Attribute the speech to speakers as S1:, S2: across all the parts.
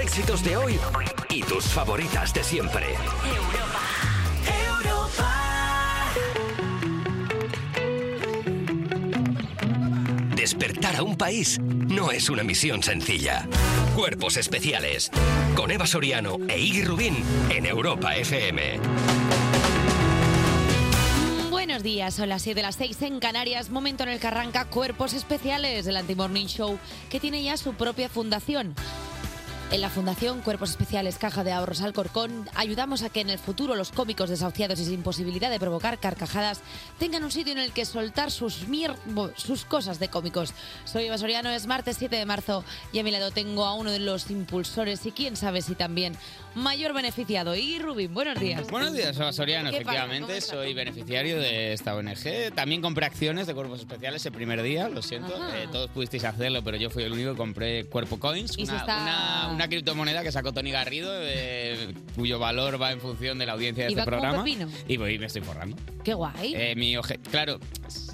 S1: éxitos de hoy y tus favoritas de siempre. Despertar a un país no es una misión sencilla. Cuerpos especiales. Con Eva Soriano e Iggy Rubín en Europa FM.
S2: Mm, Buenos días, son las 7 de las 6 en Canarias, momento en el que arranca Cuerpos Especiales, el Anti-Morning Show, que tiene ya su propia fundación. En la Fundación Cuerpos Especiales Caja de Ahorros Alcorcón ayudamos a que en el futuro los cómicos desahuciados y sin posibilidad de provocar carcajadas tengan un sitio en el que soltar sus mier... bo- sus cosas de cómicos. Soy Eva Soriano, es martes 7 de marzo y a mi lado tengo a uno de los impulsores y quién sabe si también mayor beneficiado. Y Rubín, buenos días.
S3: Buenos días, Eva Soriano.
S2: ¿Qué pasa? ¿Cómo
S3: Efectivamente,
S2: estás?
S3: soy beneficiario de esta ONG. También compré acciones de cuerpos especiales el primer día, lo siento.
S2: Ajá.
S3: Eh, todos pudisteis hacerlo, pero yo fui el único que compré Cuerpo Coins,
S2: Y se
S3: una,
S2: está-
S3: una- una criptomoneda que sacó Tony Garrido, eh, cuyo valor va en función de la audiencia de
S2: Y
S3: este
S2: va como
S3: programa.
S2: pepino.
S3: Y voy, me estoy forrando.
S2: Qué guay.
S3: Eh, mi obje- claro,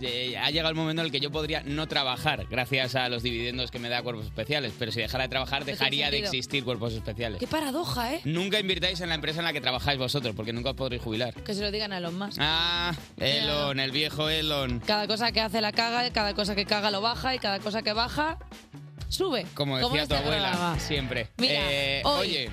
S3: eh, ha llegado el momento en el que yo podría no trabajar gracias a los dividendos que me da Cuerpos Especiales, pero si dejara de trabajar
S2: tiene
S3: dejaría de
S2: sentido.
S3: existir Cuerpos Especiales.
S2: Qué paradoja, ¿eh?
S3: Nunca invirtáis en la empresa en la que trabajáis vosotros, porque nunca os podréis jubilar.
S2: Que se lo digan a los más.
S3: Ah, Elon, el viejo Elon.
S2: Cada cosa que hace la caga, cada cosa que caga lo baja y cada cosa que baja sube.
S3: Como decía tu
S2: este
S3: abuela,
S2: programa.
S3: siempre.
S2: Mira,
S3: Eh,
S2: hoy-
S3: Oye,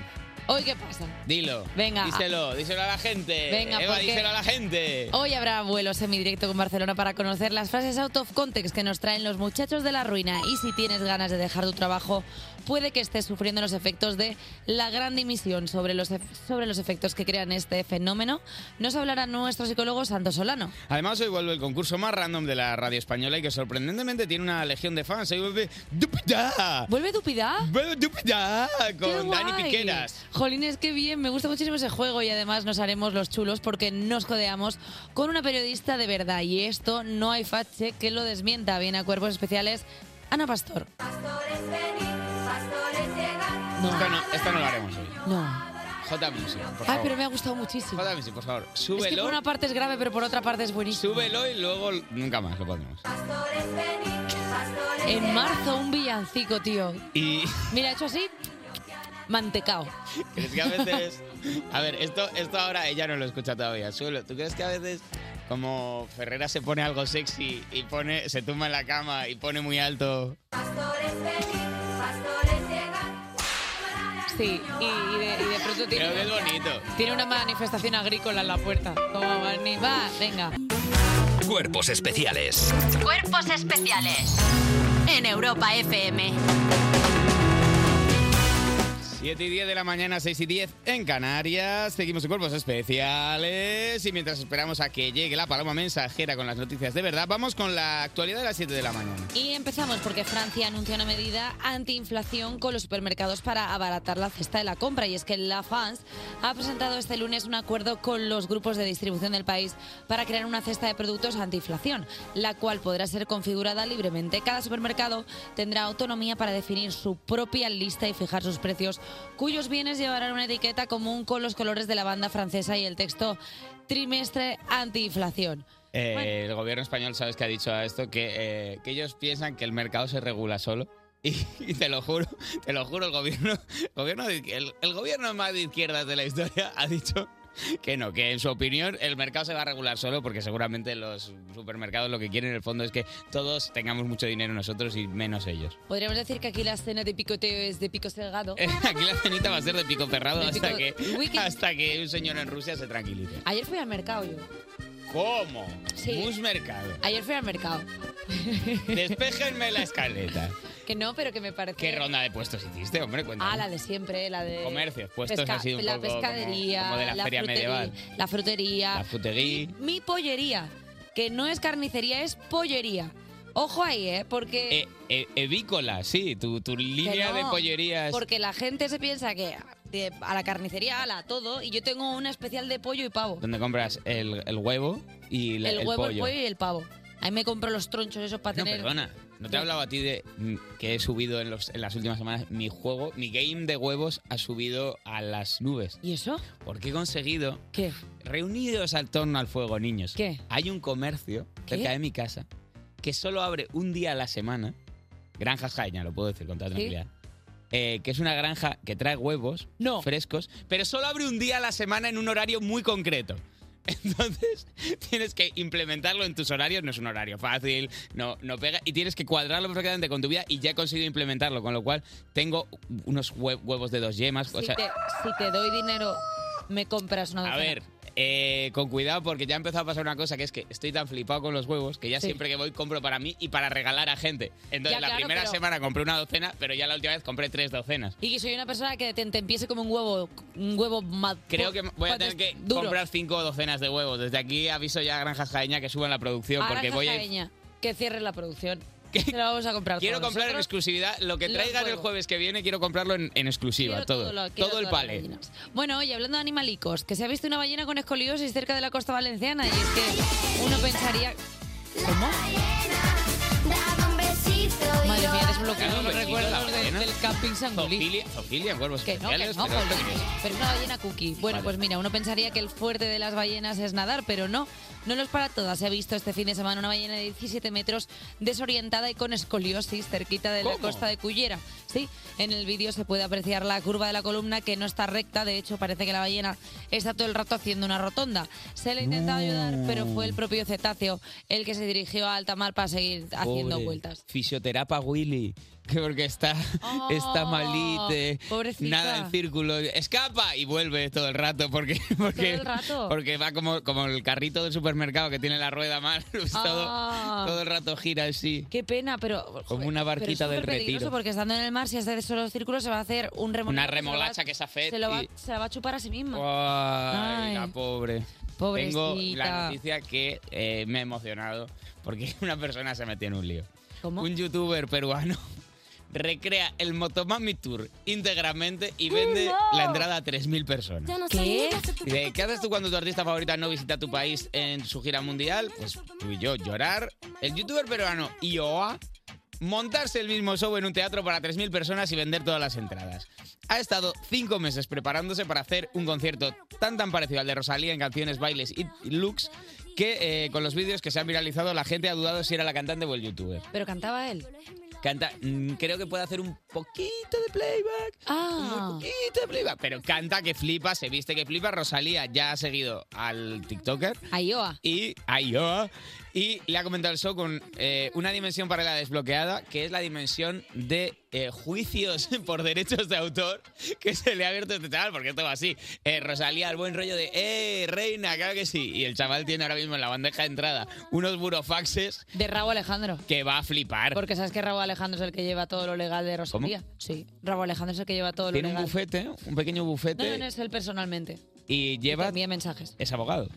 S2: Hoy qué pasa.
S3: dilo.
S2: Venga.
S3: Díselo, díselo a la gente.
S2: Venga,
S3: Eva,
S2: porque-
S3: díselo a la gente.
S2: Hoy habrá vuelo semidirecto con Barcelona para conocer las frases out of context que nos traen los muchachos de la ruina. Y si tienes ganas de dejar tu trabajo, puede que estés sufriendo los efectos de la gran dimisión. Sobre los, ef- sobre los efectos que crean este fenómeno, nos hablará nuestro psicólogo Santo Solano.
S3: Además, hoy vuelve el concurso más random de la radio española y que sorprendentemente tiene una legión de fans. Hoy vuelve Dupida.
S2: ¿Vuelve Dupida?
S3: Vuelve Dupida
S2: ¡Qué
S3: con Dani
S2: guay!
S3: Piqueras.
S2: Jolines, qué bien, me gusta muchísimo ese juego y además nos haremos los chulos porque nos codeamos con una periodista de verdad y esto no hay fache que lo desmienta. Viene a Cuerpos Especiales Ana Pastor.
S3: Esta no, esta no lo haremos hoy.
S2: No.
S3: J Music, por
S2: Ay,
S3: favor.
S2: pero me ha gustado muchísimo.
S3: J Music, por favor.
S2: Es que
S3: Súbelo.
S2: por una parte es grave, pero por otra parte es buenísimo.
S3: Súbelo y luego nunca más lo ponemos.
S2: En marzo un villancico, tío.
S3: Y.
S2: Mira, hecho así, mantecao.
S3: ¿Crees que a veces.? A ver, esto, esto ahora ella no lo escucha todavía. Suelo, ¿tú crees que a veces.? Como Ferrera se pone algo sexy y pone, se tumba en la cama y pone muy alto.
S2: Sí, y, y de, y de pronto
S3: Creo que
S2: tiene,
S3: es bonito.
S2: tiene una manifestación agrícola en la puerta. Como va, ni va, venga.
S1: Cuerpos especiales.
S4: Cuerpos especiales en Europa FM.
S3: 7 y 10 de la mañana, 6 y 10 en Canarias. Seguimos en cuerpos especiales. Y mientras esperamos a que llegue la paloma mensajera con las noticias de verdad, vamos con la actualidad de las 7 de la mañana.
S2: Y empezamos porque Francia anuncia una medida antiinflación con los supermercados para abaratar la cesta de la compra. Y es que la France ha presentado este lunes un acuerdo con los grupos de distribución del país para crear una cesta de productos antiinflación, la cual podrá ser configurada libremente. Cada supermercado tendrá autonomía para definir su propia lista y fijar sus precios, cuyos bienes llevarán una etiqueta común con los colores de la banda francesa y el texto trimestre antiinflación.
S3: Eh,
S2: Bueno.
S3: El gobierno español, ¿sabes qué ha dicho a esto? Que, eh, que ellos piensan que el mercado se regula solo. Y, y te lo juro, te lo juro, el gobierno, el gobierno, de- el, el gobierno más de izquierdas de la historia ha dicho que no, que en su opinión el mercado se va a regular solo porque seguramente los supermercados lo que quieren en el fondo es que todos tengamos mucho dinero nosotros y menos ellos.
S2: Podríamos decir que aquí la escena de picoteo es de pico cerrado.
S3: Aquí la cenita va a ser de pico cerrado
S2: De
S3: hasta,
S2: pico-
S3: que,
S2: Wiki-
S3: hasta que un señor en Rusia se tranquilice.
S2: Ayer fui al mercado yo.
S3: ¿Cómo?
S2: Sí.
S3: Bus mercado.
S2: Ayer fui al mercado.
S3: Despéjenme la escaleta.
S2: Que no, pero que me parece.
S3: ¿Qué ronda de puestos hiciste, hombre? Cuéntame.
S2: Ah, la de siempre, la de.
S3: Comercios, puestos
S2: pesca-
S3: así un
S2: La
S3: poco
S2: pescadería,
S3: como- como de la feria
S2: frutería, Eh,
S3: medieval.
S2: La frutería.
S3: La futegui.
S2: Mi pollería, que no es carnicería, es pollería. Ojo ahí, ¿eh? Porque.
S3: Eh, eh, evícola, sí, tu, tu
S2: que
S3: línea
S2: no,
S3: de pollerías.
S2: Porque la gente se piensa que de- a la carnicería, a la todo, y yo tengo una especial de pollo y pavo.
S3: Donde compras el, el huevo y la-
S2: el huevo,
S3: pollo.
S2: el pollo y el pavo. Ahí me compro los tronchos esos para
S3: No,
S2: tener.
S3: perdona. No te he hablado a ti de mm, que he subido en, los- en las últimas semanas mi juego, mi game de huevos ha subido a las nubes.
S2: ¿Y eso?
S3: Porque he conseguido,
S2: ¿Qué?
S3: reunidos al torno al fuego, niños,
S2: ¿Qué?
S3: hay un comercio
S2: ¿Qué?
S3: cerca de mi casa que solo abre un día a la semana. Granjas Jaina, lo puedo decir con toda
S2: Sí.
S3: tranquilidad. eh, que es una granja que trae huevos frescos, pero solo abre un día a la semana en un horario muy concreto. Entonces, tienes que implementarlo en tus horarios, no es un horario fácil, no, no pega, y tienes que cuadrarlo perfectamente con tu vida y ya he conseguido implementarlo, con lo cual tengo unos hue- huevos de dos yemas. o
S2: Si
S3: sea-
S2: te, si te doy dinero, me compras una
S3: a
S2: docena.
S3: ver, eh, con cuidado porque ya ha empezado a pasar una cosa que es que estoy tan flipado con los huevos que ya
S2: Sí.
S3: siempre que voy compro para mí y para regalar a gente. Entonces
S2: Ya,
S3: la
S2: claro,
S3: primera
S2: pero-
S3: semana compré una docena, pero ya la última vez compré tres docenas.
S2: Y que soy una persona que te, te empiece como un huevo, un huevo ma-
S3: Creo que voy a
S2: ¿cuánto
S3: tener
S2: es?
S3: que
S2: pues, Duro.
S3: comprar cinco docenas de huevos. Desde aquí aviso ya a Granjas Jaeña que suban la producción
S2: A
S3: porque
S2: Granja
S3: voy a...
S2: Jaeña, que cierre la producción. Te la vamos a comprar.
S3: Quiero
S2: todos
S3: comprar en
S2: nosotros.
S3: exclusividad lo que
S2: los
S3: traigan el
S2: huevos.
S3: jueves que viene, quiero comprarlo en, en exclusiva,
S2: Quiero
S3: todo.
S2: todo lo- quiero
S3: todo el
S2: todas las
S3: palé.
S2: gallinas. Bueno, oye, hablando de animalicos, que se ha visto una ballena con escoliosis cerca de la costa valenciana y es que uno pensaría... ¿Cómo? Madre mía, eres un loco, no recuerdo del camping Sangolí.
S3: Zofilia, zofilia en huevos
S2: Que no, que
S3: especiales,
S2: no,
S3: pero esto
S2: Paulina.
S3: qué es.
S2: Pero una ballena cookie. Bueno,
S3: Vale.
S2: pues mira, uno pensaría que el fuerte de las ballenas es nadar, pero no. No los para todas. Se ha visto este fin de semana una ballena de 17 metros desorientada y con escoliosis cerquita de la
S5: ¿Cómo?
S2: costa de Cullera. Sí, en el vídeo se puede apreciar la curva de la columna que no está recta. De hecho, parece que la ballena está todo el rato haciendo una rotonda. Se le ha intentado ayudar, pero fue el propio cetáceo el que se dirigió a alta mar para seguir haciendo
S3: Pobre
S2: vueltas. Oh,
S3: Fisioterapa Willy. Que porque está, está malite.
S2: pobrecita.
S3: Nada en círculo. Escapa y vuelve todo el rato. Porque, porque,
S2: el rato.
S3: Porque va como, como el carrito del supermercado que tiene la rueda mal. pues
S2: Ah.
S3: todo, todo el rato gira así.
S2: Qué pena, pero.
S3: Como una barquita del
S2: pero es súper peligroso
S3: retiro.
S2: Porque estando en el mar, si haces solo el círculo, se va a hacer un remolacha.
S3: Una remolacha que se afecta.
S2: Se, lo va,
S3: y-
S2: se la va a chupar a sí misma.
S3: Ay,
S2: Ay.
S3: la pobre.
S2: Pobrecita.
S3: Tengo la noticia que eh, me ha emocionado porque una persona se metió en un lío.
S2: ¿Cómo?
S3: Un youtuber peruano recrea el Motomami Tour íntegramente y vende
S6: no!
S3: la entrada a 3.000 personas.
S6: ¿Qué?
S3: Dice, ¿Qué haces tú cuando tu artista favorita no visita tu país en su gira mundial? Pues tú y yo, llorar. El youtuber peruano IOA montarse el mismo show en un teatro para 3.000 personas y vender todas las entradas. Ha estado cinco meses preparándose para hacer un concierto tan tan parecido al de Rosalía en canciones, bailes y looks que eh, con los vídeos que se han viralizado la gente ha dudado si era la cantante o el youtuber.
S2: Pero cantaba él.
S3: Canta, mm, creo que puede hacer un poquito de playback.
S2: Ah.
S3: Un poquito de playback. Pero canta que flipa, se viste que flipa. Rosalía ya ha seguido al TikToker.
S2: Ayoa.
S3: Y Ayoa. Y le ha comentado el show con eh, una dimensión paralela desbloqueada, que es la dimensión de eh, juicios por derechos de autor que se le ha abierto a este chaval, porque esto va así. Eh, Rosalía, el buen rollo de, ¡eh, reina! Claro que sí. Y el chaval tiene ahora mismo en la bandeja de entrada unos burofaxes
S2: De Rabo Alejandro.
S3: que va a flipar.
S2: Porque sabes que Rabo Alejandro es el que lleva todo lo legal de Rosalía. Sí, Rabo Alejandro es el que lleva todo lo
S3: Tiene un
S2: legal.
S3: bufete, un pequeño
S2: no,
S3: bufete
S2: no, no es él personalmente.
S3: y lleva
S2: Envía mensajes.
S3: es abogado.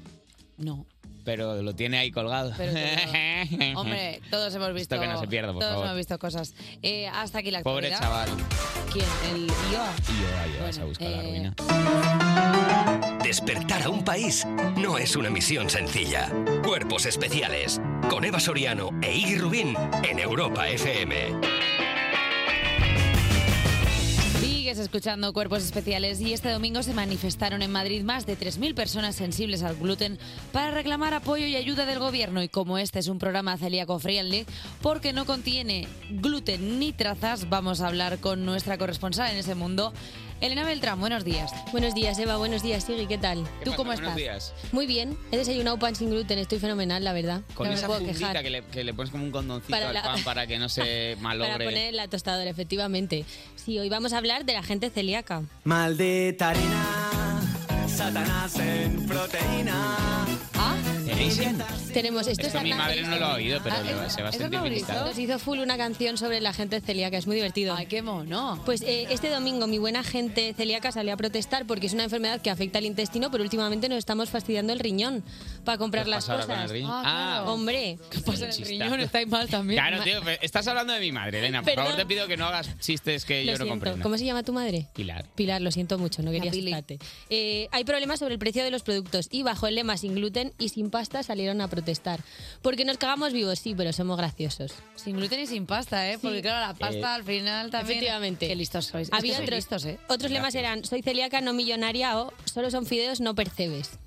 S2: No.
S3: Pero lo tiene ahí colgado.
S2: Pero que no. Hombre, todos hemos visto.
S3: Esto que no se pierda, por
S2: Todos
S3: favor.
S2: hemos visto cosas. Eh, hasta aquí la
S3: Pobre
S2: actualidad.
S3: chaval.
S2: ¿Quién? El eh, Ayoa.
S3: Y yo ahí vas a buscar la ruina.
S1: Despertar a un país no es una misión sencilla. Cuerpos especiales con Eva Soriano e Iggy Rubín en Europa FM.
S2: Sigues escuchando Cuerpos Especiales y este domingo se manifestaron en Madrid más de 3.000 personas sensibles al gluten para reclamar apoyo y ayuda del gobierno. Y como este es un programa celíaco friendly, porque no contiene gluten ni trazas, vamos a hablar con nuestra corresponsal en ese mundo, Elena Beltrán. Buenos días.
S7: Buenos días, Eva. Buenos días, Sigui. ¿Qué tal?
S3: ¿Qué
S7: ¿Tú
S3: pasa?
S7: cómo
S3: Buenos
S7: estás?
S3: días.
S7: Muy bien. He desayunado pan sin gluten. Estoy fenomenal, la verdad.
S3: Con
S7: no me
S3: esa
S7: puedo
S3: fundita
S7: quejar.
S3: que le, que le pones como un condoncito
S7: Para
S3: al
S7: la-
S3: pan para que no se malogre.
S7: Para poner en la tostadora, efectivamente. Sí, hoy vamos a hablar de la gente celíaca.
S8: Maldita harina, Satanás en proteína.
S7: ¿Ah?
S3: ¿Dicen?
S7: Tenemos esto.
S3: Esto
S7: es
S3: mi
S7: Hernán
S3: madre no lo ha oído, pero
S7: Ah,
S3: le- se va a
S7: ¿Eso
S3: sentir
S7: no,
S3: felicitado.
S7: Nos hizo full una canción sobre la gente celíaca, es muy divertido. Ay,
S2: qué mono.
S7: Pues eh, este domingo mi buena gente celíaca salió a protestar porque es una enfermedad que afecta al intestino, pero últimamente nos estamos fastidiando el riñón para comprar
S3: ¿Qué
S7: las
S3: pasa ahora
S7: cosas.
S3: con el riñón? Ah, claro.
S7: hombre. ¿Qué pasa
S3: el Chista. riñón?
S2: Estáis mal también.
S3: Claro, tío, pero estás hablando de mi madre, Elena. Por
S7: Perdón.
S3: favor, te pido que no hagas chistes que
S7: Lo
S3: yo no
S7: siento.
S3: comprendo.
S7: ¿Cómo se llama tu madre?
S3: Pilar.
S7: Pilar, lo siento mucho, no quería asustarte. Eh, hay problemas sobre el precio de los productos y bajo el lema sin gluten y sin pasta salieron a protestar. Porque nos cagamos vivos, sí, pero somos graciosos.
S2: Sin gluten y sin pasta, ¿eh? Porque claro, la pasta
S7: Eh,
S2: al final también...
S7: efectivamente.
S2: Qué listos sois. Es
S7: Había
S2: que sois
S7: otros,
S2: listos, ¿eh?
S7: otros lemas eran soy celíaca, no millonaria o solo son fideos, no percebes.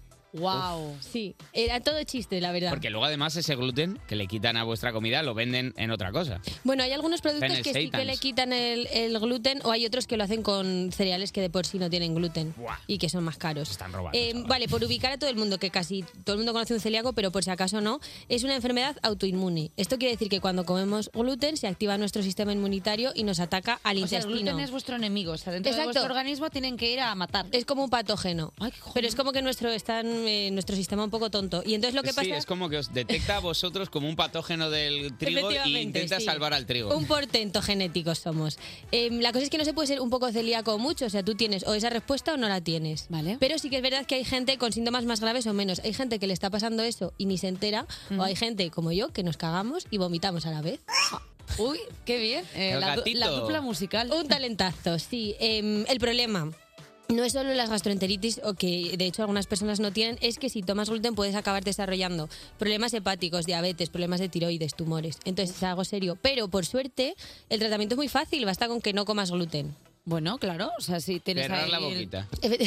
S2: Wow.
S7: Sí, era todo chiste, la verdad.
S3: Porque luego además ese gluten que le quitan a vuestra comida lo venden en otra cosa.
S7: Bueno, hay algunos productos
S3: Fennel
S7: que sí que
S3: Seitans.
S7: le quitan el, el gluten o hay otros que lo hacen con cereales que de por sí no tienen gluten y que son más caros. Están
S3: robando,
S7: vale, por ubicar a todo el mundo, que casi todo el mundo conoce un celíaco, pero por si acaso no, es una enfermedad autoinmune. Esto quiere decir que cuando comemos gluten se activa nuestro sistema inmunitario y nos ataca al
S2: O sea, el
S7: intestino.
S2: gluten es vuestro enemigo. O sea, dentro de vuestro organismo
S7: tienen que ir a matar. Es como un patógeno. pero es como que nuestro, están, eh, nuestro sistema un poco tonto. Y entonces lo que pasa
S3: Sí, es como que os detecta a vosotros como un patógeno del trigo y
S7: Efectivamente,
S3: intenta
S7: sí.
S3: salvar al trigo.
S7: Un portento genético somos. Eh, la cosa es que no se puede ser un poco celíaco o mucho, o sea, tú tienes o esa respuesta o no la tienes. Vale. Pero sí que es verdad que hay gente con síntomas más graves o menos. Hay gente que le está pasando eso y ni se entera, o hay gente como yo que nos cagamos y vomitamos a la vez. Uy, qué bien.
S2: Eh, El la du- gatito. la dupla
S7: musical. Un talentazo, sí. Em, el problema. No es solo las gastroenteritis, o que de hecho algunas personas no tienen, es que si tomas gluten puedes acabar desarrollando problemas hepáticos, diabetes, problemas de tiroides, tumores. Entonces es algo serio. Pero por suerte, el tratamiento es muy fácil, basta con que no comas gluten. Bueno, claro, o sea, si tienes
S3: Cerrar la boquita.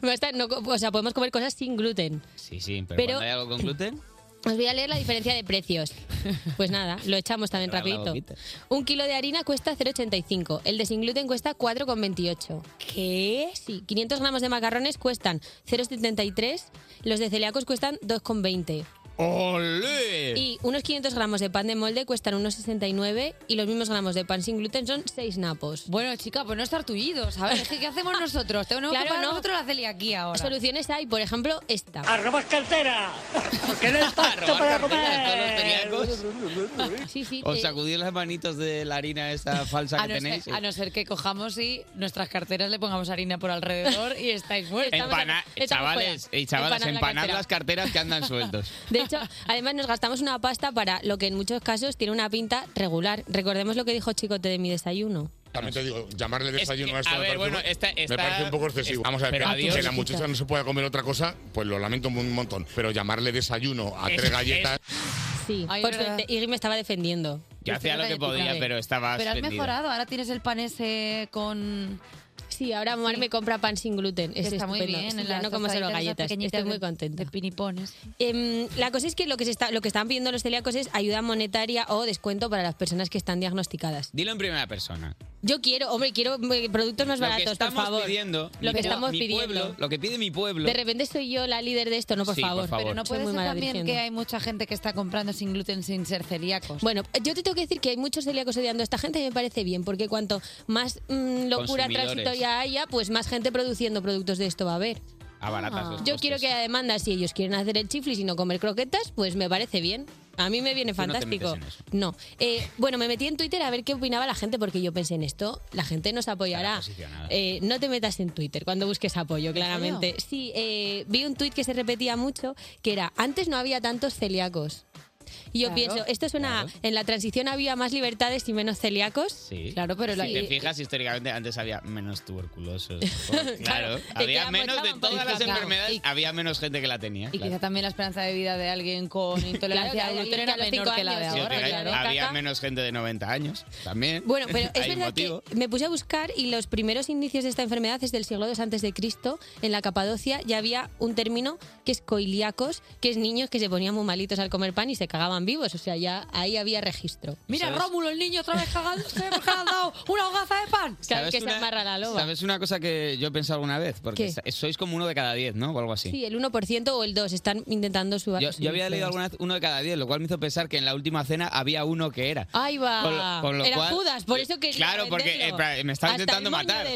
S7: Basta, no co- o sea, podemos comer cosas sin gluten.
S3: Sí, sí, pero,
S7: Pero-
S3: cuando hay algo con gluten,
S7: Os voy a leer la diferencia de precios. Pues nada, lo echamos también
S3: Cerrar la
S7: rapidito.
S3: boquita.
S7: Un kilo de harina cuesta 0,85. El de sin gluten cuesta 4,28. ¿Qué? Sí, 500 gramos de macarrones cuestan 0,73. Los de celíacos cuestan 2,20.
S3: ¡Olé!
S7: Y unos 500 gramos de pan de molde cuestan unos 1,69 y los mismos gramos de pan sin gluten son 6 napos. Bueno, chica, pues no estar tullidos.
S2: A ver, es que ¿qué hacemos nosotros? Tenemos que
S7: Claro,
S2: pagar
S7: no.
S2: nosotros la celiaquía ahora.
S7: Soluciones hay, por ejemplo, esta.
S2: cartera!
S7: ¡Que no
S3: para comer!
S7: Sí, sí.
S3: os
S7: eh,
S3: sacudís las manitos de la harina esta falsa
S2: A
S3: que
S2: no,
S3: tenéis.
S2: ser, a no ser que eh. cojamos y nuestras carteras le pongamos harina por alrededor y estáis muertos.
S3: Empana- chavales y chavalas, empanad las carteras que andan sueltos.
S7: De hecho, además nos gastamos una pasta para lo que en muchos casos tiene una pinta regular. Recordemos lo que dijo Chicote de mi desayuno.
S5: También te digo, llamarle desayuno a esto
S3: a
S5: me, parece,
S3: ver, bueno,
S5: un-
S3: esta-
S5: me
S3: esta-
S5: parece un poco excesivo.
S3: esta-
S5: Vamos a ver,
S3: pero
S5: que-
S3: adiós,
S5: que la
S3: chiquita.
S5: muchacha no se pueda comer otra cosa, pues lo lamento un montón. Pero llamarle desayuno a
S3: Es-
S5: tres galletas...
S7: Sí, por suerte. Iggy me estaba defendiendo.
S5: Yo hacía lo que podía, pero estabas
S2: Pero has
S5: vendida.
S2: mejorado, ahora tienes el pan ese con...
S7: Sí, ahora Mar me compra pan sin gluten.
S2: Que
S7: Es
S2: está muy
S7: estupendo.
S2: bien,
S7: Sí,
S2: en
S7: ya
S2: las
S7: no como solo
S2: tostaditas esas
S7: galletas.
S2: pequeñitas
S7: Estoy
S2: de-
S7: muy contenta.
S2: de pinipones.
S7: Em, la cosa es que lo que, se está, lo que están pidiendo los celíacos es ayuda monetaria o descuento para las personas que están diagnosticadas.
S3: Dilo en primera persona.
S7: Yo quiero, hombre, quiero eh, productos más
S3: lo
S7: baratos,
S3: que estamos
S7: por favor.
S3: pidiendo,
S7: Lo
S3: mi-
S7: que estamos
S3: mi
S7: pidiendo.
S3: pueblo, lo que pide mi pueblo.
S7: De repente soy yo la líder de esto, no, por,
S3: Sí, por
S7: favor.
S3: favor.
S2: Pero no
S7: Soy
S2: puede
S7: muy
S2: ser
S7: mala
S2: también
S7: dirigiendo.
S2: que hay mucha gente que está comprando sin gluten sin ser celíacos.
S7: Bueno, yo te tengo que decir que hay muchos celíacos odiando a esta gente y me parece bien, porque cuanto más mm, locura
S2: Consumidores.
S7: transitoria haya, pues más gente produciendo productos de esto va a haber.
S3: A baratas los
S7: Ah, Yo quiero que haya demanda, si ellos quieren hacer el chiflis y no comer croquetas, pues me parece bien. A mí me viene
S3: Tú no te
S7: fantástico.
S3: metes en eso.
S7: No. Eh, bueno, me metí en Twitter a ver qué opinaba la gente, porque yo pensé en esto, la gente nos apoyará. Eh, no te metas en Twitter cuando busques apoyo, claramente.
S2: serio?
S7: Sí, eh, vi un tuit que se repetía mucho, que era, antes no había tantos celíacos. Y yo
S2: Claro.
S7: pienso, esto suena, a, en la transición había más libertades y menos celíacos.
S3: Sí.
S7: Claro, pero
S3: si
S7: la-
S3: te
S7: eh,
S3: fijas, históricamente antes había menos tuberculosos.
S7: Claro,
S3: claro,
S7: te
S3: había menos
S7: quedamos,
S3: de
S7: estaban por
S3: todas las
S7: encajado.
S3: enfermedades, había menos gente que la tenía.
S2: Y
S3: claro.
S2: quizá también la esperanza de vida de alguien con intolerancia
S7: Claro,
S2: al
S7: que
S2: gluten
S7: alguien que
S2: era
S7: a los
S2: menor
S7: cinco
S2: que la de
S7: años,
S3: Si os
S2: ahora.
S3: fijáis,
S2: claro.
S3: había
S7: Caca.
S3: menos gente de 90 años también.
S7: Bueno, pero es
S3: Hay un
S7: verdad
S3: motivo.
S7: que me puse a buscar y los primeros indicios de esta enfermedad es del siglo II antes de Cristo. En la Capadocia ya había un término que es coiliacos, que es niños que se ponían muy malitos al comer pan y se cagaban vivos. O sea, ya ahí había registro.
S2: Mira,
S3: ¿Sabes?
S2: Rómulo, el niño otra vez cagándose porque le han dado una hogaza de pan.
S7: ¿Sabes que se amarra la loba?
S3: ¿Sabes una cosa que yo he pensado alguna vez? Porque
S7: ¿Qué?
S3: sois como uno de cada diez, ¿no? O algo así.
S7: Sí, el 1% o el 2% están intentando subir.
S3: Yo, yo había leído alguna vez uno de cada diez, lo cual me hizo pensar que en la última cena había uno que era.
S7: Ahí va.
S3: Con lo- con lo
S7: Era
S3: cual-
S7: Judas, por eso que
S3: Claro, porque eh, pra- me estaba intentando matar.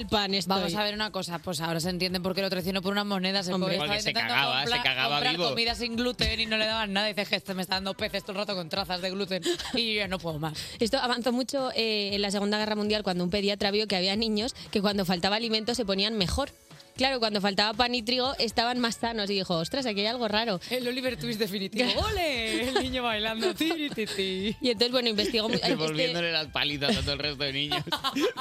S2: Vamos a ver una cosa, pues ahora se entiende por qué lo traicionó por unas monedas. El
S3: Hombre.
S2: pobre estaba
S3: Porque se
S2: intentando
S3: cagaba,
S2: comprar-
S3: se cagaba
S2: comprar
S3: vivo.
S2: comida sin gluten y no le daban nada. Y dice, este me está dando peces todo el rato con trazas de gluten y yo ya no puedo más.
S7: Esto avanzó mucho eh, en la Segunda Guerra Mundial cuando un pediatra vio que había niños que cuando faltaba alimento se ponían mejor. Claro, cuando faltaba pan y trigo estaban más sanos y dijo, ostras, aquí hay algo raro.
S2: El Oliver Twist definitivo. ¡Ole! El niño bailando. Ti, ti, ti.
S7: Y entonces, bueno, investigó muy... ay, este-
S3: Devolviéndole las palizas a todo el resto de niños.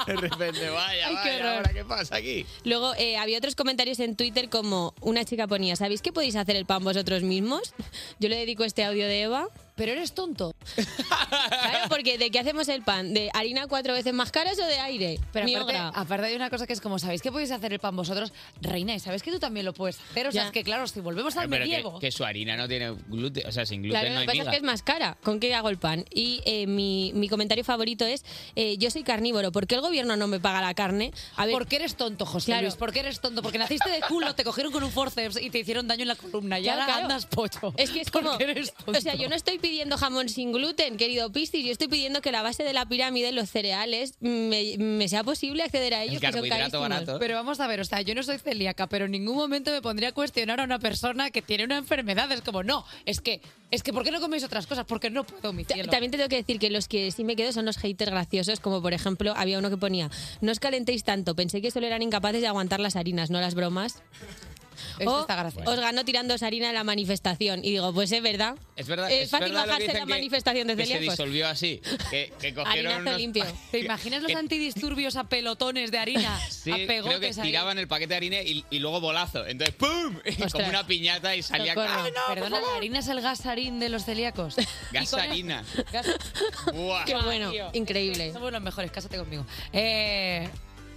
S3: De repente, vaya,
S7: Ay, qué
S3: vaya,
S7: horror.
S3: ahora qué pasa aquí.
S7: Luego eh, había otros comentarios en Twitter como una chica ponía, ¿sabéis que podéis hacer el pan vosotros mismos? Yo le dedico este audio de Eva.
S2: pero eres tonto.
S7: Claro, porque ¿de qué hacemos el pan? ¿De harina cuatro veces más caras o de aire?
S2: Pero
S7: Mi
S2: aparte,
S7: obra.
S2: aparte hay una cosa que es como, ¿sabéis que podéis hacer el pan vosotros? Reina, y sabéis que tú también lo puedes hacer. O sea,
S7: Ya.
S2: es que claro, si volvemos al
S3: Pero que,
S2: medievo.
S3: que su harina no tiene gluten, o sea, sin gluten
S7: Claro,
S3: no
S7: lo
S3: hay
S7: que pasa
S3: miga.
S7: es que es más cara. ¿Con qué hago el pan? Y eh, mi, mi comentario favorito es, eh, yo soy carnívoro, ¿por qué el gobierno no me paga la carne? A ver,
S2: Porque eres tonto, José Luis, porque eres tonto, porque naciste de culo, te cogieron con un forceps y te hicieron daño en la columna y
S7: Claro,
S2: ahora
S7: claro.
S2: andas pocho.
S7: Es que es
S2: Porque
S7: como,
S2: eres
S7: o sea, yo no estoy pidiendo jamón sin gluten, querido Piscis, yo estoy pidiendo que la base de la pirámide, los cereales, me, me sea posible acceder a ellos, que son carísimos.
S2: Pero vamos a ver, o sea, yo no soy celíaca, pero en ningún momento me pondría a cuestionar a una persona que tiene una enfermedad. Es como, no, es que, es que, ¿por qué no coméis otras cosas? Porque no puedo, mi cielo.
S7: También te tengo que decir que los que sí me quedo son los haters graciosos, como por ejemplo había uno que ponía, no os calentéis tanto, pensé que solo eran incapaces de aguantar las harinas, no las bromas.
S2: Esto
S7: O,
S2: está gracioso.
S7: os ganó tirando harina en la manifestación. Y digo, pues es verdad.
S3: Es verdad,
S7: Eh,
S3: es
S7: fácil
S3: verdad lo que
S7: bajarse
S3: dicen
S7: la
S3: que-
S7: manifestación de
S3: que se
S7: celíacos.
S3: disolvió así, que, que cogieron
S7: Harinazo
S3: unos- Eh,
S7: limpio.
S2: ¿Te imaginas los antidisturbios a pelotones de harina?
S3: Sí,
S2: a
S3: creo que
S2: pegotes ahí?
S3: tiraban el paquete de harina y, y luego bolazo. Entonces, ¡pum! Y como una piñata y salía...
S2: Socorro.
S3: ¡Ay, no, por
S2: Perdona,
S3: favor!
S2: la harina es el gasarín de los celíacos.
S3: Gas harina. Buah.
S2: Qué bueno,
S7: increíble.
S2: somos los mejores, cásate conmigo. Eh,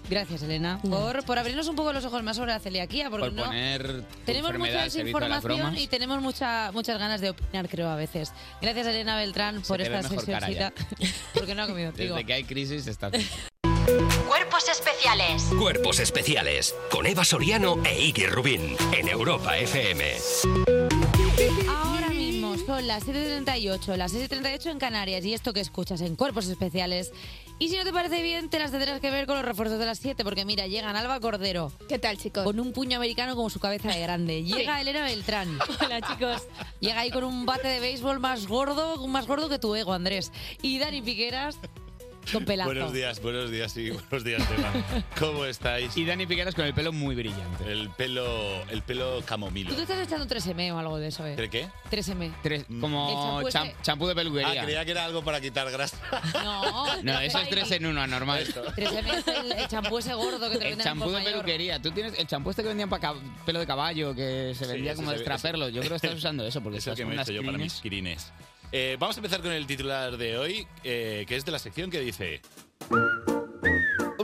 S2: gracias, Elena, por, por abrirnos un poco los ojos más sobre la celiaquía, porque
S3: Por
S2: no,
S3: poner tu
S2: tenemos
S3: enfermedad
S2: mucha
S3: al servicio de las
S2: desinformación
S3: bromas.
S2: y tenemos mucha, muchas ganas de opinar, creo, a veces. Gracias, Elena Beltrán, por
S3: te ve
S2: esta
S3: mejor cara ya.
S2: sesioncita. porque no ha comido, digo.
S3: Desde que hay crisis está...
S4: Cuerpos especiales
S1: Cuerpos especiales con Eva Soriano e Iggy Rubín en Europa FM.
S2: Ahora mismo son las 7.38, las 6.38 en Canarias y esto que escuchas en Cuerpos Especiales. Y si no te parece bien, te las tendrás que ver con los refuerzos de las 7, porque mira, llegan Alba Cordero.
S6: ¿Qué tal, chicos?
S2: Con un puño americano como su cabeza de grande. Llega Elena Beltrán. Hola, chicos. Llega ahí con un bate de béisbol más gordo, más gordo que tu ego, Andrés. Y Dani Piqueras con pelazo.
S9: Buenos días, buenos días y buenos días, Eva. ¿Cómo estáis?
S3: Y Dani Piqueras con el pelo muy brillante.
S9: El pelo, el pelo camomilo.
S2: Tú te estás echando 3M o algo de eso,
S9: ¿De
S2: ¿eh?
S9: qué? Mm.
S2: 3M.
S3: Tres,
S2: como El champú este- cham-
S3: champú de
S9: Ah,
S3: peluquería.
S9: creía que era algo para quitar grasa.
S2: No,
S3: No, eso es tres en uno, anormal.
S2: 3M es el, el champú ese gordo que te
S3: El
S2: venden en
S3: champú de
S2: Comayor.
S3: peluquería. Tú tienes el champú este que vendían para ca- pelo de caballo, que se vendía
S9: ese
S3: como de
S9: se ve-
S3: extraperlo. Yo creo que estás usando eso porque
S9: Es el
S3: estás
S9: que
S3: con
S9: me he
S3: unas
S9: hecho yo para
S3: crines.
S9: mis crines. Eh, vamos a empezar con el titular de hoy, eh, que es de la sección que dice...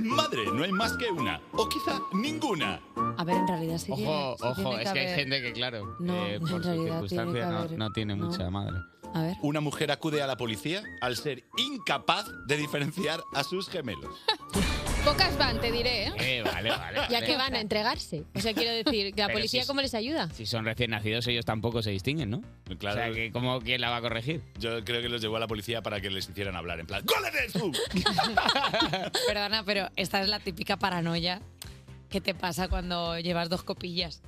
S9: Madre, no hay más que una, o quizá ninguna.
S2: A ver, en realidad sí. tiene-
S3: Ojo,
S2: sí
S3: ojo,
S2: tiene
S3: es que hay
S2: haber-
S3: gente que, claro,
S2: No,
S3: eh,
S2: en
S3: por su
S2: realidad tiene
S3: circunstancia
S2: que
S3: no,
S2: haber-
S3: no tiene
S2: no.
S3: mucha madre.
S2: A ver.
S9: Una mujer acude a la policía al ser incapaz de diferenciar a sus gemelos.
S6: Pocas van, te diré, ¿eh?
S3: Eh, vale, vale.
S7: Ya
S3: vale.
S7: que van a entregarse. O sea, quiero decir, que la
S3: Pero
S7: policía
S3: si-
S7: cómo les ayuda.
S3: Si son recién nacidos, ellos tampoco se distinguen, ¿no?
S9: Claro.
S3: O sea, que como quién la va a corregir.
S9: Yo creo que los llevó a la policía para que les hicieran hablar, en plan, ¿cuál eres tú?
S2: Perdona, pero esta es la típica paranoia que te pasa cuando llevas dos copillas.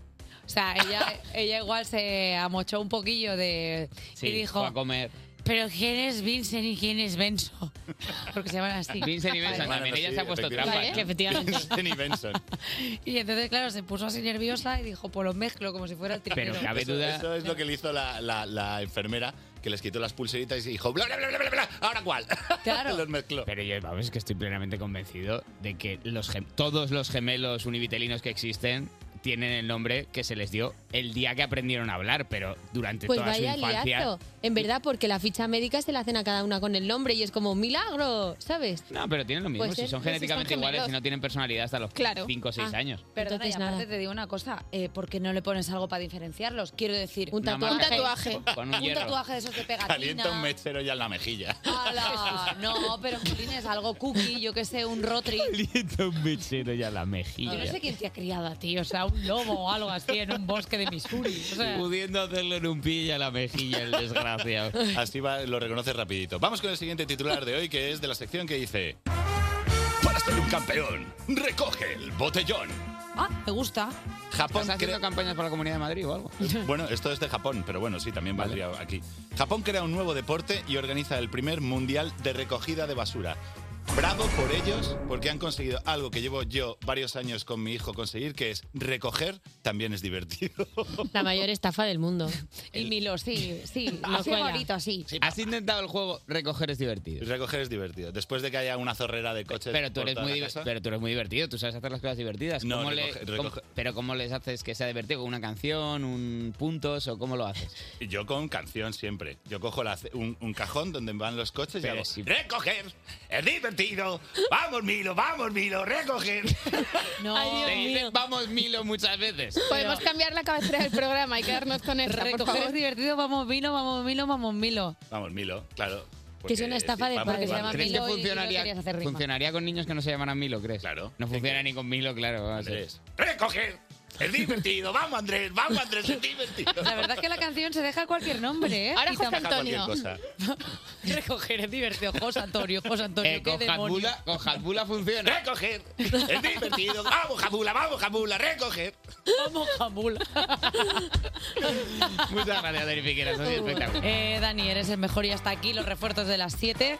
S2: O sea, ella, ella igual se amochó un poquillo de
S3: Sí,
S2: y dijo,
S3: fue a comer.
S2: pero ¿quién es Vincent y quién es Benso? Porque se llaman así.
S3: Vincent y Benson
S9: Vale.
S3: también.
S9: Bueno,
S3: Ella
S9: sí,
S3: se ha puesto
S9: efectivamente.
S3: trampas.
S7: Vale,
S3: ¿no?
S7: efectivamente.
S9: Vincent y Benson.
S2: Y entonces, claro, se puso así nerviosa y dijo, pues lo mezclo como si fuera el trinero.
S3: Pero cabe
S9: Eso,
S3: duda.
S9: eso es lo que le hizo la, la- la enfermera, que les quitó las pulseritas y dijo, bla, bla, bla, bla, bla, bla, ahora cuál.
S2: Claro.
S9: Los mezcló.
S3: Pero yo, vamos, es que estoy plenamente convencido de que los gem- todos los gemelos univitelinos que existen tienen el nombre que se les dio el día que aprendieron a hablar, pero durante
S7: Pues
S3: toda su
S7: vaya
S3: infancia.
S7: liazo. En verdad, porque la ficha médica se la hacen a cada una con el nombre y es como un milagro, ¿sabes?
S3: No, pero tienen lo mismo.
S7: Pues
S3: si
S7: es-
S3: son
S7: si son
S3: genéticamente iguales
S6: gemelos.
S3: y no tienen personalidad hasta los
S6: Claro.
S3: 5 o 6
S7: Ah.
S3: años.
S2: Perdona, y
S7: Entonces,
S2: aparte
S7: nada.
S2: te digo una cosa, eh, ¿por qué no le pones algo para diferenciarlos? Quiero decir,
S7: Un
S3: Una marca-
S6: tatuaje.
S7: tatuaje.
S3: Con, con un,
S2: un
S3: hierro.
S2: tatuaje de esos de pegatina.
S9: Calienta un mechero ya en la mejilla.
S2: Ala, No, pero Jolín es algo cookie, yo qué sé, un rotri.
S3: Calienta un mechero ya en la mejilla.
S2: Yo no sé quién te ha criado a ti, o sea, un lobo o algo así en un bosque de Missouri. O sea,
S3: Pudiendo hacerlo en un pie y a la mejilla, el desgraciado.
S9: Así va, lo reconoces rapidito. Vamos con el siguiente titular de hoy, que es de la sección que dice... Para ser un campeón, recoge el botellón.
S2: ah, me gusta.
S9: Japón
S3: ¿Estás haciendo
S9: crea-
S3: campañas para la Comunidad de Madrid o algo?
S9: Bueno, esto es de Japón, pero bueno, sí, también valdría aquí. Japón crea un nuevo deporte y organiza el primer mundial de recogida de basura. Bravo por ellos, porque han conseguido algo que llevo yo varios años con mi hijo conseguir, que es recoger también es divertido.
S7: La mayor estafa del mundo.
S2: Y Milo, sí, sí,
S7: Ah,
S2: lo
S7: sí,
S2: cuela.
S7: bonito,
S2: así.
S3: Has intentado el juego, recoger es divertido.
S9: Recoger es divertido. Después de que haya una zorrera de coches.
S3: Pero tú,
S9: por
S3: eres
S9: toda
S3: muy,
S9: la
S3: diver-
S9: casa.
S3: pero tú eres muy divertido, tú sabes hacer las cosas divertidas.
S9: No,
S3: ¿Cómo
S9: recoge-
S3: cómo-
S9: recoge-
S3: pero ¿cómo les haces que sea divertido? ¿Con una canción, un puntos o cómo lo haces?
S9: Y Yo con canción siempre. Yo cojo la ce- un, un cajón donde van los coches y
S3: Pero
S9: hago,
S3: si-
S9: recoger, es divertido. Vamos, Milo, vamos, Milo, recoger.
S2: No.
S3: Te dicen, vamos Milo muchas veces.
S6: Podemos cambiar la cabecera del programa y quedarnos con esta, por
S2: Recoger es
S6: favor.
S2: divertido, vamos Milo, vamos Milo, vamos Milo.
S9: Vamos, Milo, claro.
S2: Que es una estafa de
S9: vamos,
S2: porque se
S9: vamos.
S2: llama
S3: ¿Crees
S2: Milo
S3: que
S2: y- y no
S3: funcionaría,
S2: querías hacer rima.
S3: funcionaría con niños que no se llamaran Milo, crees?
S9: Claro.
S3: No funciona ni con Milo, claro. vamos a ver.
S9: Andrés, recoger, es divertido. Vamos, Andrés, vamos, Andrés, es divertido.
S2: La verdad es que la canción se deja cualquier nombre, ¿eh?
S6: Ahora
S2: Y
S6: José
S2: tam-
S6: Antonio.
S2: Recoger es divertido, José Antonio, José Antonio,
S3: Eh,
S2: qué
S3: con
S2: demonios.
S3: Hatbula- con Hatbula funciona.
S9: Recoger, es divertido. Vamos, Jabula, vamos, Jabula, recoger.
S2: Vamos, Jambula.
S3: Muchas gracias, Dani Piqueras. Ha sido espectacular.
S2: Eh, Dani, eres el mejor y hasta aquí los refuerzos de las 7.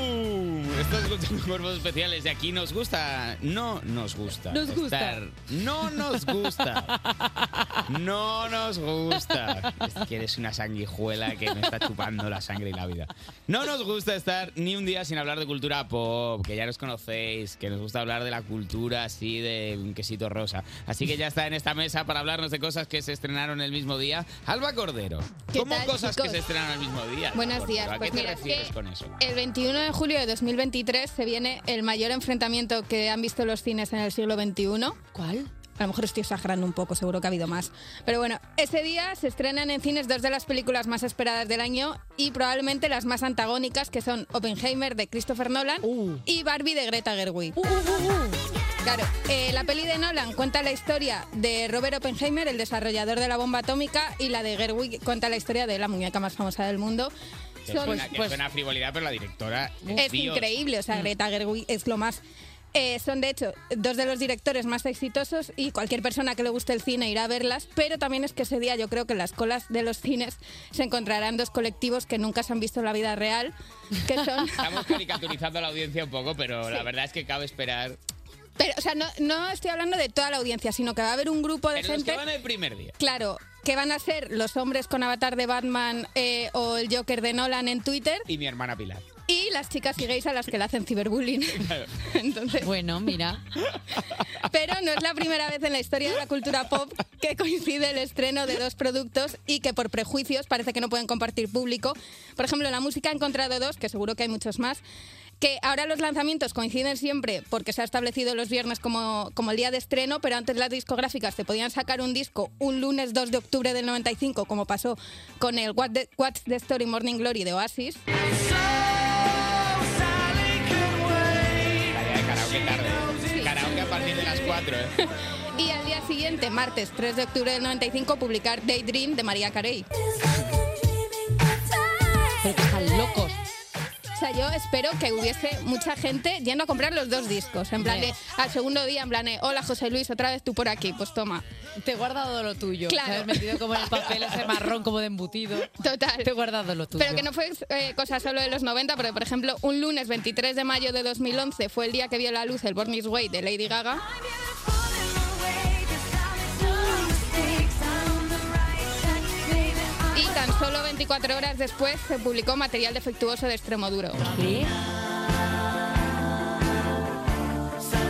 S2: Eh.
S3: Uh, Estás escuchando Cuerpos Especiales y aquí nos gusta, no nos gusta.
S2: Nos gusta.
S3: estar. No nos gusta. No nos gusta. Es que eres una sanguijuela que me está chupando la sangre y la vida. No nos gusta estar ni un día sin hablar de cultura pop, que ya nos conocéis, que nos gusta hablar de la cultura así de un quesito rosa. Así que ya está en esta mesa para hablarnos de cosas que se estrenaron el mismo día. Alba Cordero,
S6: ¿Qué
S3: ¿cómo
S6: tal,
S3: cosas que
S6: chicos?
S3: se estrenaron el mismo día? Alba
S6: Buenos
S3: Cordero?
S6: días,
S3: ¿A
S6: pues
S3: qué te
S6: mira, es que-
S3: refieres con eso?
S6: El 21 de julio de 2023 se viene el mayor enfrentamiento que han visto los cines en el siglo XXI.
S2: ¿Cuál?
S6: A lo mejor estoy exagerando un poco, seguro que ha habido más. Pero bueno, ese día se estrenan en cines dos de las películas más esperadas del año y probablemente las más antagónicas, que son Oppenheimer de Christopher Nolan y Barbie de Greta Gerwig. Claro, eh, la peli de Nolan cuenta la historia de Robert Oppenheimer, el desarrollador de la bomba atómica, y la de Gerwig cuenta la historia de la muñeca más famosa del mundo.
S3: Que
S6: Son-
S3: suena, que suena a frivolidad, pero la directora
S6: pues es
S3: Dios. Mm.
S6: increíble, o sea, Greta Gerwig es lo más. Eh, son de hecho dos de los directores más exitosos y cualquier persona que le guste el cine irá a verlas, pero también es que ese día yo creo que en las colas de los cines se encontrarán dos colectivos que nunca se han visto en la vida real, que son...
S3: Estamos caricaturizando a la audiencia un poco, pero la verdad es que cabe esperar.
S6: pero, o sea, no, no estoy hablando de toda la audiencia, sino que va a haber un grupo de
S3: Pero los
S6: gente...
S3: que van el primer día.
S6: Claro, que van a ser los hombres con avatar de Batman eh, o el Joker de Nolan en Twitter
S3: Y mi hermana Pilar.
S6: y las chicas y gays a las que le hacen ciberbullying. Entonces...
S2: Bueno, mira.
S6: Pero no es la primera vez en la historia de la cultura pop que coincide el estreno de dos productos y que por prejuicios parece que no pueden compartir público. Por ejemplo, la música ha encontrado dos, que seguro que hay muchos más, que ahora los lanzamientos coinciden siempre porque se ha establecido los viernes como, como el día de estreno, pero antes las discográficas te podían sacar un disco un lunes 2 de octubre del 95, como pasó con el What the- What's the Story Morning Glory de Oasis.
S3: La idea de karaoke tarde. Karaoke a partir de las 4, ¿eh?
S6: Y al día siguiente, martes 3 de octubre del 95, publicar Daydream de María Carey.
S2: Pero que están locos.
S6: O sea, yo espero que hubiese mucha gente yendo a comprar los dos discos. En plan de, al segundo día, en plan de, hola José Luis, otra vez tú por aquí. Pues toma.
S2: Te he guardado lo tuyo.
S6: Claro.
S2: Te has metido como en el papel ese marrón como de embutido.
S6: Total.
S2: Te he guardado lo tuyo.
S6: Pero que no fue eh, cosa solo de los 90, porque por ejemplo, un lunes 23 de mayo de 2011 fue el día que vio la luz el Born This Way de Lady Gaga. Y tan solo 24 horas después se publicó material defectuoso de Extremoduro.
S2: ¿Qué?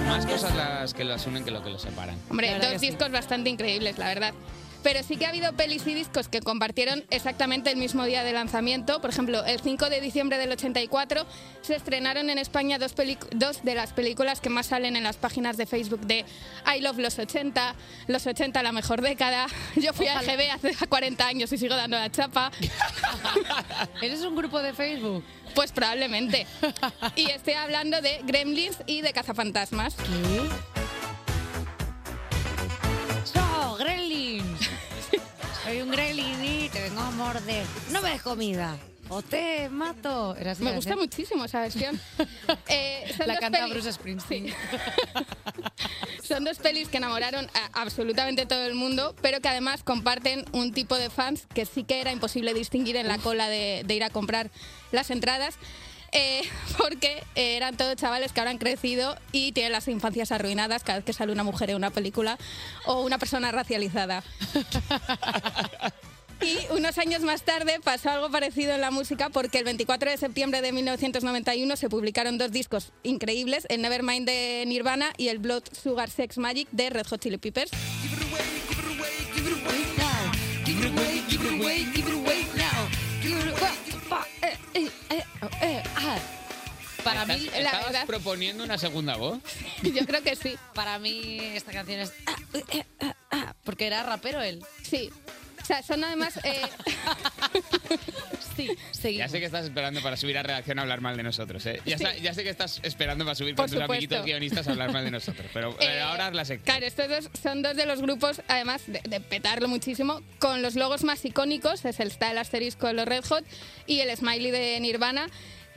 S3: Más cosas las que los unen que lo que los separan.
S6: Hombre,
S2: La verdad
S6: dos
S2: que sí.
S6: discos bastante increíbles, la verdad. Pero sí que ha habido pelis y discos que compartieron exactamente el mismo día de lanzamiento. Por ejemplo, el 5 de diciembre del 84 se estrenaron en España dos, pelic- dos de las películas que más salen en las páginas de Facebook de I Love los 80, Los 80 la mejor década, Yo fui a GB hace 40 años y sigo dando la chapa.
S2: ¿Eres un grupo de Facebook?
S6: Pues probablemente. Y estoy hablando de Gremlins y de Cazafantasmas.
S2: ¿Qué? ¡So, Gremlins! Soy un gremlin y te vengo a morder. No me des comida. O te mato. Era así,
S6: Me
S2: era
S6: gusta
S2: así.
S6: muchísimo esa versión. Eh, son
S2: La
S6: dos
S2: canta
S6: pelis-
S2: Bruce Springsteen.
S6: Son dos pelis que enamoraron a absolutamente todo el mundo, pero que además comparten un tipo de fans que sí que era imposible distinguir en la cola de, de ir a comprar las entradas. eh, porque eh, eran todos chavales que ahora han crecido y tienen las infancias arruinadas cada vez que sale una mujer en una película o una persona racializada. Y unos años más tarde pasó algo parecido en la música porque el 24 de septiembre de 1991 se publicaron dos discos increíbles, el Nevermind de Nirvana y el Blood Sugar Sex Magic de Red Hot Chili Peppers.
S2: Para mí,
S3: ¿Estás-
S2: la
S3: ¿Estabas
S2: verdad-
S3: proponiendo una segunda voz?
S6: Yo creo que sí.
S2: Para mí esta canción es... ah, eh, eh, ah, ah, Porque era rapero él.
S6: Sí. O sea, son además... eh,
S2: sí,
S3: Ya sé que estás esperando para subir a redacción a hablar mal de nosotros, ¿eh? Ya,
S6: Sí.
S3: sa- ya sé que estás esperando para subir
S6: Por
S3: con tus
S6: supuesto.
S3: amiguitos guionistas a hablar mal de nosotros, pero eh, ahora es la sección.
S6: Claro, estos dos son dos de los grupos, además de, de petarlo muchísimo, con los logos más icónicos, es el, está el asterisco de los Red Hot y el smiley de Nirvana,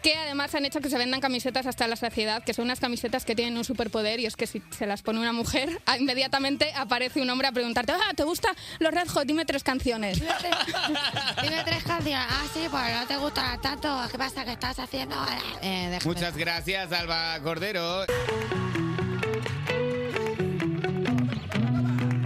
S6: que además han hecho que se vendan camisetas hasta la saciedad, que son unas camisetas que tienen un superpoder y es que si se las pone una mujer, a- inmediatamente aparece un hombre a preguntarte, ah, ¿te gusta los Red Hot? Dime tres canciones.
S10: Dime tres canciones. Ah, sí, pues no te gusta tanto. ¿Qué pasa? ¿Qué estás haciendo ahora? Eh, déjame-
S3: Muchas gracias, Alba Cordero.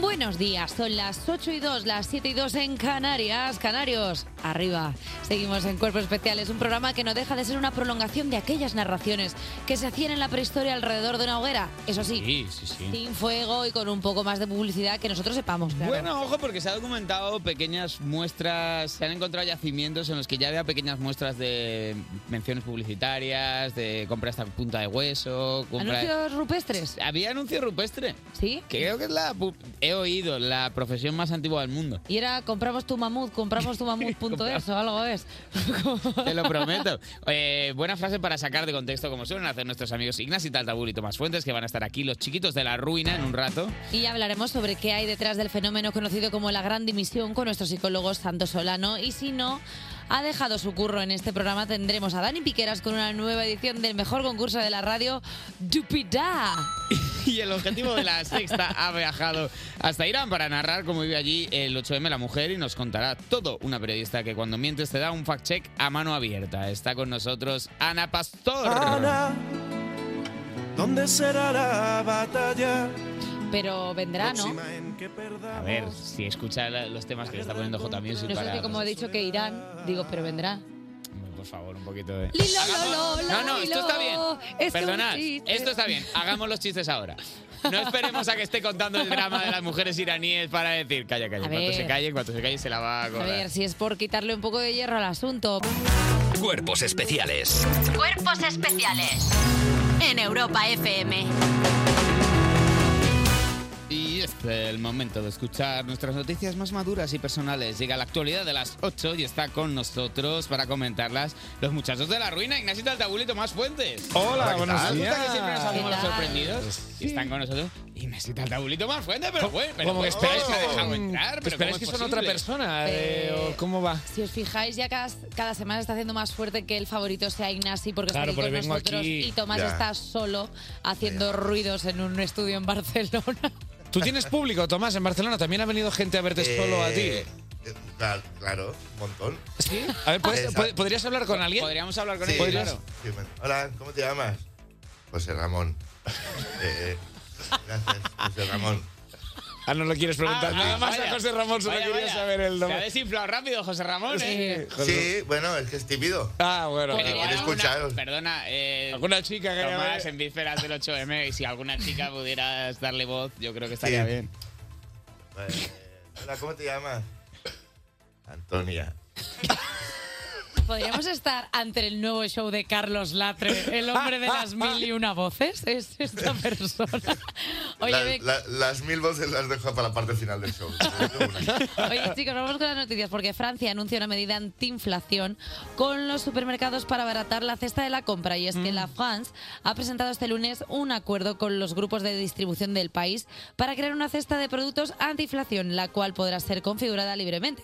S2: Buenos días, son las 8 y 2, las 7 y 2 en Canarias. Canarios, arriba. Seguimos en Cuerpos Especiales, un programa que no deja de ser una prolongación de aquellas narraciones que se hacían en la prehistoria alrededor de una hoguera. Eso sí,
S3: Sí, sí, sí.
S2: sin fuego y con un poco más de publicidad que nosotros sepamos. claro.
S3: Bueno, ojo, porque se ha documentado pequeñas muestras, se han encontrado yacimientos en los que ya había pequeñas muestras de menciones publicitarias, de compra esta punta de hueso, compra...
S2: Anuncios rupestres.
S3: Había anuncio rupestre.
S2: Sí.
S3: Que creo que es la... pu- He oído, la profesión más antigua del mundo.
S2: Y era compramos tu mamut, compramos tu mamut.es o algo es.
S3: Te lo prometo. Eh, buena frase para sacar de contexto, como suelen hacer nuestros amigos Ignacio Taltabul y Tomás Fuentes, que van a estar aquí los chiquitos de la ruina en un rato.
S2: Y ya hablaremos sobre qué hay detrás del fenómeno conocido como la gran dimisión con nuestro psicólogo Santos Solano. Y si no ha dejado su curro en este programa, tendremos a Dani Piqueras con una nueva edición del mejor concurso de la radio, Dupidá.
S3: Y el objetivo de la sexta ha viajado hasta Irán para narrar cómo vive allí el 8M la mujer y nos contará todo una periodista que cuando mientes te da un fact-check a mano abierta. Está con nosotros Ana Pastor.
S8: Ana, ¿dónde será la batalla?
S2: Pero vendrá, ¿no?
S3: A ver, si escucha la- los temas que le está poniendo J Music
S2: No sé
S3: para...
S2: si como he dicho que irán, digo, pero vendrá.
S3: Por favor, un poquito de...
S2: Lilo, lo, lo, lo,
S3: No, no, esto
S2: lilo.
S3: está bien.
S2: Es un
S3: Perdonad,
S2: chiste.
S3: esto está bien. Hagamos los chistes ahora. No esperemos a que esté contando el drama de las mujeres iraníes para decir, calla, calla.
S2: A
S3: En cuanto
S2: ver.
S3: se calle, en cuanto se calle, se la va a
S2: A
S3: cobrar.
S2: ver, si es por quitarle un poco de hierro al asunto.
S1: Cuerpos especiales.
S4: Cuerpos especiales en Europa FM.
S3: Y es el momento de escuchar nuestras noticias más maduras y personales. Llega la actualidad de las 8 y está con nosotros para comentarlas los muchachos de la ruina, Ignacio Taltabul y Tomás Fuentes.
S11: Hola,
S3: ¿qué
S11: buenos
S3: tal? ¿Te
S11: días.
S3: gusta que siempre nos hacemos
S11: ¿Qué
S3: los
S11: tal?
S3: sorprendidos? Y están con nosotros Ignacio Taltabul y Tomás Fuentes, pero bueno, pero
S11: ¿Cómo
S3: ¿cómo
S11: que
S3: esperáis que
S11: esperáis?
S3: me dejan entrar? ¿Pero
S11: ¿Esperáis
S3: cómo
S11: que
S3: es
S11: son otra
S3: posible?
S11: persona? eh,
S2: Eh,
S11: o ¿Cómo va?
S2: Si os fijáis, ya cada, cada semana está haciendo más fuerte que el favorito sea Ignasi, porque
S11: Claro,
S2: está
S11: porque
S2: aquí con
S11: vengo
S2: nosotros
S11: aquí.
S2: y Tomás
S11: Ya.
S2: está solo haciendo ruidos en un estudio en Barcelona.
S11: ¿Tú tienes público, Tomás, en Barcelona? ¿También ha venido gente a verte solo a ti?
S12: Eh, Claro, claro, un montón.
S11: ¿Sí? A ver, ¿puedes-
S12: Exacto.
S11: pod- ¿podrías hablar con
S12: Eh,
S11: alguien?
S3: Podríamos hablar
S12: Sí,
S11: ¿Podrías?
S12: sí, man. Hola, ¿cómo te llamas? José Ramón. Eh, gracias, José Ramón.
S11: Ah, no lo quieres preguntar. Nada más a
S3: Vaya,
S11: José Ramón solo
S3: vaya,
S11: quería
S3: vaya.
S11: saber el
S3: Se ha
S11: nombre.
S3: desinflado rápido José Ramón, ¿eh?
S12: Sí, bueno, es que es tímido.
S11: Ah, bueno.
S12: Pero quiere escucharos.
S3: Perdona, eh,
S11: alguna chica que haya-
S3: Tomás, en vísperas del 8M, y si alguna chica pudieras darle voz, yo creo que estaría
S12: Sí.
S3: bien.
S12: Eh, hola, ¿cómo te llamas? Antonia.
S2: Podríamos estar ante el nuevo show de Carlos Latre, el hombre de las mil y una voces. Es esta persona. Oye,
S12: La-
S2: ve-
S12: la- las mil voces las dejo para la parte final del show.
S2: Oye, chicos, vamos con las noticias porque Francia anuncia una medida antiinflación con los supermercados para abaratar la cesta de la compra. Y es que la France ha presentado este lunes un acuerdo con los grupos de distribución del país para crear una cesta de productos antiinflación, la cual podrá ser configurada libremente.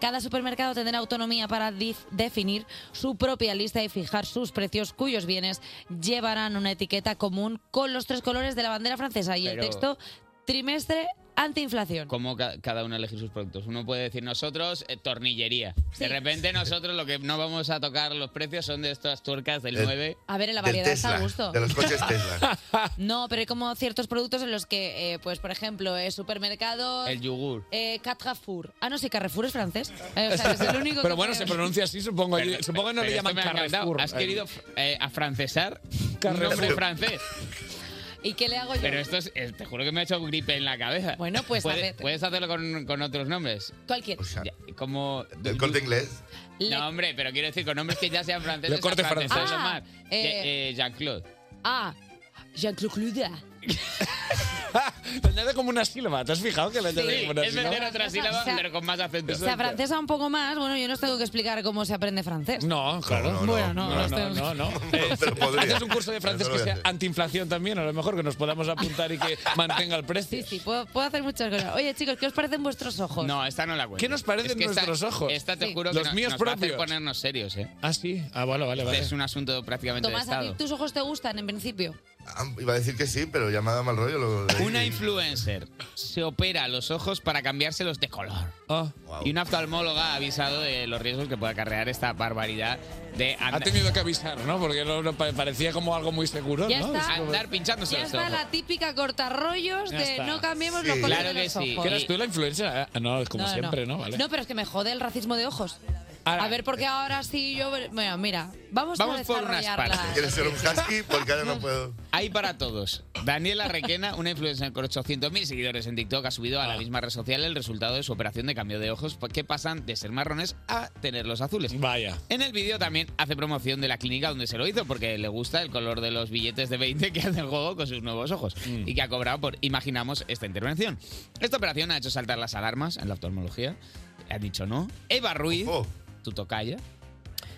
S2: Cada supermercado tendrá autonomía para dif- definir su propia lista y fijar sus precios, cuyos bienes llevarán una etiqueta común con los tres colores de la bandera francesa y el
S3: Pero-
S2: texto trimestre antiinflación.
S3: cómo ca- cada uno elegir sus productos. Uno puede decir nosotros eh, tornillería. De repente nosotros lo que no vamos a tocar los precios son de estas tuercas del
S12: El-
S3: 9.
S2: A ver, en la variedad está a gusto.
S12: De los coches Tesla.
S2: No, pero hay como ciertos productos en los que, eh, pues, por ejemplo, eh, supermercado...
S3: El yogur.
S2: eh, Carrefour. Ah, no, sí, Carrefour es francés. Eh, o sea, es el único
S11: Pero
S2: que
S11: bueno,
S2: creo.
S11: se pronuncia así, supongo. yo. supongo que no
S3: Pero esto
S11: le llaman
S3: me ha encantado.
S11: Carrefour.
S3: Has querido eh, afrancesar un
S11: Carrefour.
S3: nombre francés.
S2: ¿Y qué le hago yo?
S3: Pero esto es, eh, te juro que me ha hecho gripe en la cabeza. Bueno,
S2: pues, a
S3: puedes,
S2: ver.
S3: puedes hacerlo con, con otros nombres.
S2: Cualquier.
S3: Ya, como
S12: ¿El corte inglés?
S3: No, hombre, pero quiero decir con nombres que ya sean franceses.
S11: Le corte
S3: afrancesados
S2: francés.
S3: o más.
S2: Ah,
S3: Ya-
S2: eh.
S3: eh, Jean-Claude.
S2: Ah, Jean-Claude Cluda.
S11: Te añade como una sílaba. ¿Te has fijado que le añade
S3: Sí,
S11: como una
S3: es
S11: sílaba?
S3: meter otra sílaba, pero con más acento.
S2: Se afrancesa un poco más. Bueno, yo no os tengo que explicar cómo se aprende francés.
S11: No, claro.
S2: no, Bueno, no, no, no, no,
S11: no, Haces un curso de francés que sea antiinflación también, a lo mejor que nos podamos apuntar y que mantenga el precio.
S2: Sí, sí, puedo, puedo hacer muchas cosas. Oye, chicos, ¿qué os parecen vuestros ojos?
S3: No, esta no la cuento.
S11: ¿Qué nos parecen
S3: Es que esta-
S11: nuestros ojos?
S3: Esta te
S11: Sí.
S3: juro que
S11: Los
S3: no-
S11: míos
S3: nos va a hacer
S11: propios.
S3: ponernos serios, ¿eh? Este
S11: Ah, sí. Ah, vale, vale, vale.
S3: Es un asunto prácticamente
S2: Tomás,
S3: de
S2: ¿a
S3: Estado.
S2: ti tus ojos te gustan en principio?
S12: Ah, Iba a decir que sí, pero ya me ha dado mal rollo. Lo de-
S3: Una influencer se opera los ojos para cambiárselos de color.
S11: Oh.
S3: Y una oftalmóloga ha avisado de los riesgos que puede acarrear esta barbaridad de
S11: Ha
S3: andar,
S11: tenido que avisar, ¿no? Porque no- no pa- parecía como algo muy seguro,
S2: Ya
S11: ¿no?
S2: está.
S11: Es como-
S3: andar pinchándose
S2: Ya
S3: los
S2: está
S3: ojos.
S2: la típica cortarrollos
S11: Ya
S2: de
S11: está.
S2: no cambiemos los colores de los ojos.
S11: ¿Que eras tú la influencia? Ah, No, como
S2: No, no,
S11: siempre, ¿no?
S2: no.
S11: Vale.
S2: No, pero es que me jode el racismo de ojos. a ver, porque ahora sí yo... Bueno, mira, vamos, a desarrollarla.
S12: ¿Quieres ser un husky? Porque ahora no puedo.
S3: Hay para todos. Daniela Requena, una influencer con 800.000 seguidores en TikTok, ha subido a la misma red social el resultado de su operación de cambio de ojos, que pasan de ser marrones a tenerlos azules.
S11: Vaya.
S3: En el vídeo también hace promoción de la clínica donde se lo hizo, porque le gusta el color de los billetes de 20 que hace el juego con sus nuevos ojos y que ha cobrado por, imaginamos, esta intervención. Esta operación ha hecho saltar las alarmas en la oftalmología. Ha dicho no. Eva Ruiz, tu tocaya,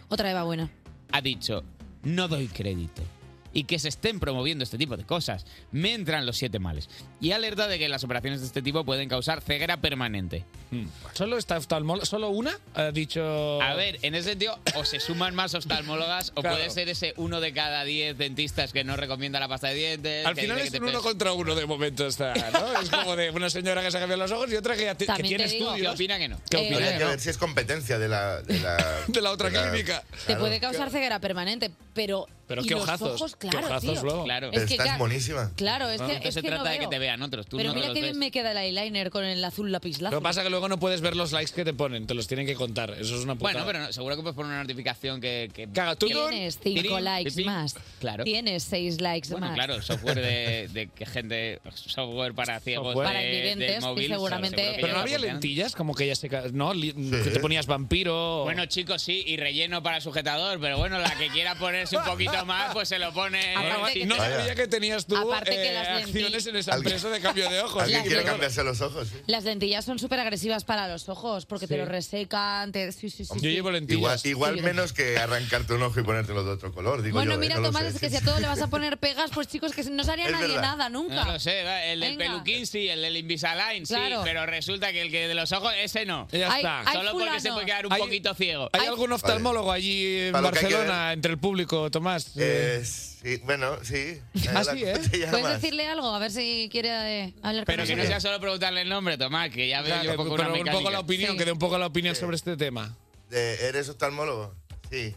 S2: Otra Eva buena.
S3: ha dicho, no doy crédito. Y que se estén promoviendo este tipo de cosas. Me entran los siete males. Y alerta de que las operaciones de este tipo pueden causar ceguera permanente.
S11: mm, ¿Solo esta oftalmóloga? ¿Solo una? Ha dicho...
S3: A ver, en ese sentido, o se suman más oftalmólogas, o
S11: Claro.
S3: puede ser ese uno de cada diez dentistas que no recomienda la pasta de dientes.
S11: Al
S3: que
S11: final
S3: dice
S11: es
S3: que
S11: un
S3: te-
S11: uno contra uno de momento está, ¿no? Es como de una señora que se ha cambiado los ojos y otra que, ya te- que
S2: También
S11: tiene
S2: te digo-
S11: estudios.
S2: ¿Qué opina que no? ¿Qué Eh, opina
S12: Habría
S2: que
S12: que
S2: no?
S12: ver si es competencia de la... De la,
S11: De la otra clínica.
S2: Te puede causar ceguera permanente, pero...
S3: Pero
S2: y
S3: qué
S2: los
S3: ojazos,
S2: ojos,
S3: qué
S2: claro,
S3: ojazos
S2: tío.
S3: luego. Claro.
S2: Es
S3: Pero
S2: que,
S3: estás
S2: claro,
S3: buenísimo.
S2: Claro, es
S3: No,
S2: que,
S3: entonces
S2: es
S3: se
S2: que no
S3: trata de que
S2: veo.
S3: te vean otros, tú
S2: pero
S3: no
S2: mira
S3: los
S2: qué
S3: ves.
S2: bien me queda el eyeliner con el azul lapislázuli.
S11: Lo que pasa es que luego no puedes ver los likes que te ponen, te los tienen que contar. Eso es una putada.
S3: Bueno, pero no, seguro que puedes poner una notificación que... que
S11: Caga, tú
S3: que-
S2: Tienes cinco
S3: Tirín,
S2: likes
S3: pipín.
S2: más.
S3: Claro.
S2: Tienes seis likes
S3: Bueno,
S2: más.
S3: claro, el software de, de que gente, software para ciegos,
S11: Software.
S3: de-
S11: Para
S2: invidentes,
S3: del móvil,
S2: y seguramente-
S3: seguro que
S11: Pero
S3: ya
S11: no
S3: lo
S11: había
S3: aportan.
S11: lentillas, como que ya se... ca- ¿No? Li- Que te ponías vampiro...
S3: Bueno, chicos, sí, y relleno para el sujetador, pero bueno, la que quiera ponerse un poquito más, pues se lo pone.
S11: Aparte
S3: Sí,
S11: que- no sabía que tenías tú
S2: Aparte que
S11: eh,
S2: las lentillas-
S11: acciones en esa empresa de cambio de ojos.
S12: Alguien
S11: Sí,
S12: quiere
S11: perdón.
S12: cambiarse los ojos. sí.
S2: Las lentillas son súper agresivas para los ojos porque te
S12: Sí.
S2: lo resecan. Te... Sí, sí, sí, sí.
S12: Igual, igual
S2: Sí, yo-
S12: menos que arrancarte un ojo y ponértelo de otro color. Digo
S2: Bueno,
S12: yo, ¿eh?
S2: mira,
S12: No lo
S2: Tomás,
S12: sé,
S2: es que
S12: sí.
S2: si a todo le vas a poner pegas, pues chicos, que no se haría
S12: Es
S2: nadie
S12: verdad.
S2: nada
S3: No
S2: nunca.
S3: lo sé, va, el del
S2: Venga.
S3: peluquín sí, el del Invisalign sí,
S2: Claro.
S3: pero resulta que el que de los ojos, ese no.
S11: Ya Hay- está. hay
S3: Solo porque se
S11: fulano.
S3: puede quedar un
S11: Hay-
S3: poquito ciego.
S11: ¿Hay algún oftalmólogo allí en
S12: Para lo que hay que
S11: Barcelona, entre el público, Tomás?
S12: Eh, sí, bueno, sí.
S11: Ah,
S12: Eh, la-
S11: sí, ¿eh?
S12: te llama.
S2: ¿Puedes decirle algo? A ver si quiere eh, hablar
S3: Pero
S2: con
S3: que no
S2: nosotros.
S3: sea solo preguntarle el nombre, Tomás, que ya veo
S11: Eh, Claro,
S3: yo un poco
S11: pero
S3: una
S11: un poco
S3: mecánica.
S11: la opinión, que dé un poco la opinión sobre este tema.
S12: De- ¿Eres oftalmólogo? Sí.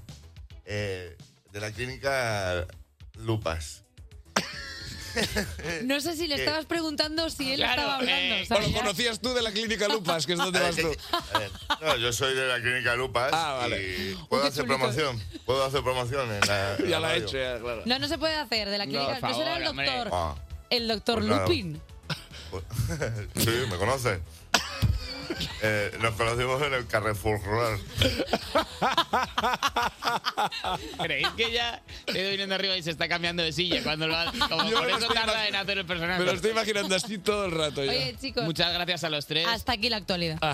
S12: Eh, de la clínica Lupas.
S2: No sé si le
S12: Eh,
S2: estabas preguntando si él
S12: claro,
S2: estaba hablando.
S12: eh,
S11: O
S2: ¿sabes?
S11: lo conocías tú de la clínica Lupas, que es donde
S12: A ver,
S11: vas tú. Ah,
S12: a ver, no, yo soy de la clínica Lupas. Y puedo hacer promoción. Puedo hacer promoción en la. en
S11: Ya la he
S12: radio.
S11: hecho, ya, claro.
S2: No, no se puede hacer de la
S12: No,
S2: clínica.
S12: por
S2: Yo era el
S12: favor, hombre.
S2: doctor.
S12: Ah.
S2: El doctor
S12: Pues nada.
S2: Lupin.
S12: sí, me conoces. Eh, nos conocimos en el Carrefour Rural.
S3: ¿Creéis que ya he ido viniendo arriba y se está cambiando de silla cuando lo ha... Como
S11: Yo
S3: por
S11: me lo
S3: eso
S11: estoy
S3: tarda
S11: imagi-
S3: en hacer el personaje.
S11: Me lo estoy imaginando así todo el rato ya.
S2: Oye, chicos.
S3: Muchas gracias a los tres. Ah,
S2: Hasta aquí la actualidad.
S11: Ah,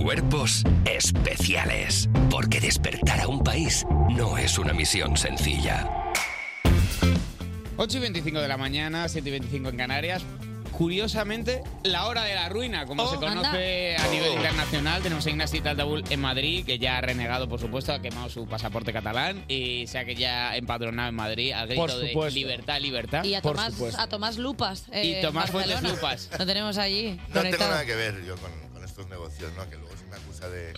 S1: Cuerpos especiales. Porque despertar a un país no es una misión sencilla.
S3: 8 y 25 de la mañana, 7 y 25 en Canarias. Curiosamente, la hora de la ruina, como
S11: Oh,
S3: se conoce
S11: anda.
S3: a nivel
S11: Oh.
S3: internacional. Tenemos a Ignasi Taldabull en Madrid, que ya ha renegado, por supuesto, ha quemado su pasaporte catalán y se ha que ya empadronado en Madrid al
S11: Por
S3: grito de
S11: supuesto.
S3: libertad, libertad.
S2: Y a Tomás, a Tomás Lupas. eh,
S3: Y Tomás
S2: en
S3: Fuentes
S2: Barcelona.
S3: Lupas.
S2: Lo tenemos allí.
S12: No tengo
S2: conectado.
S12: nada que ver yo con, con estos negocios, ¿no? Que luego se me acusa de,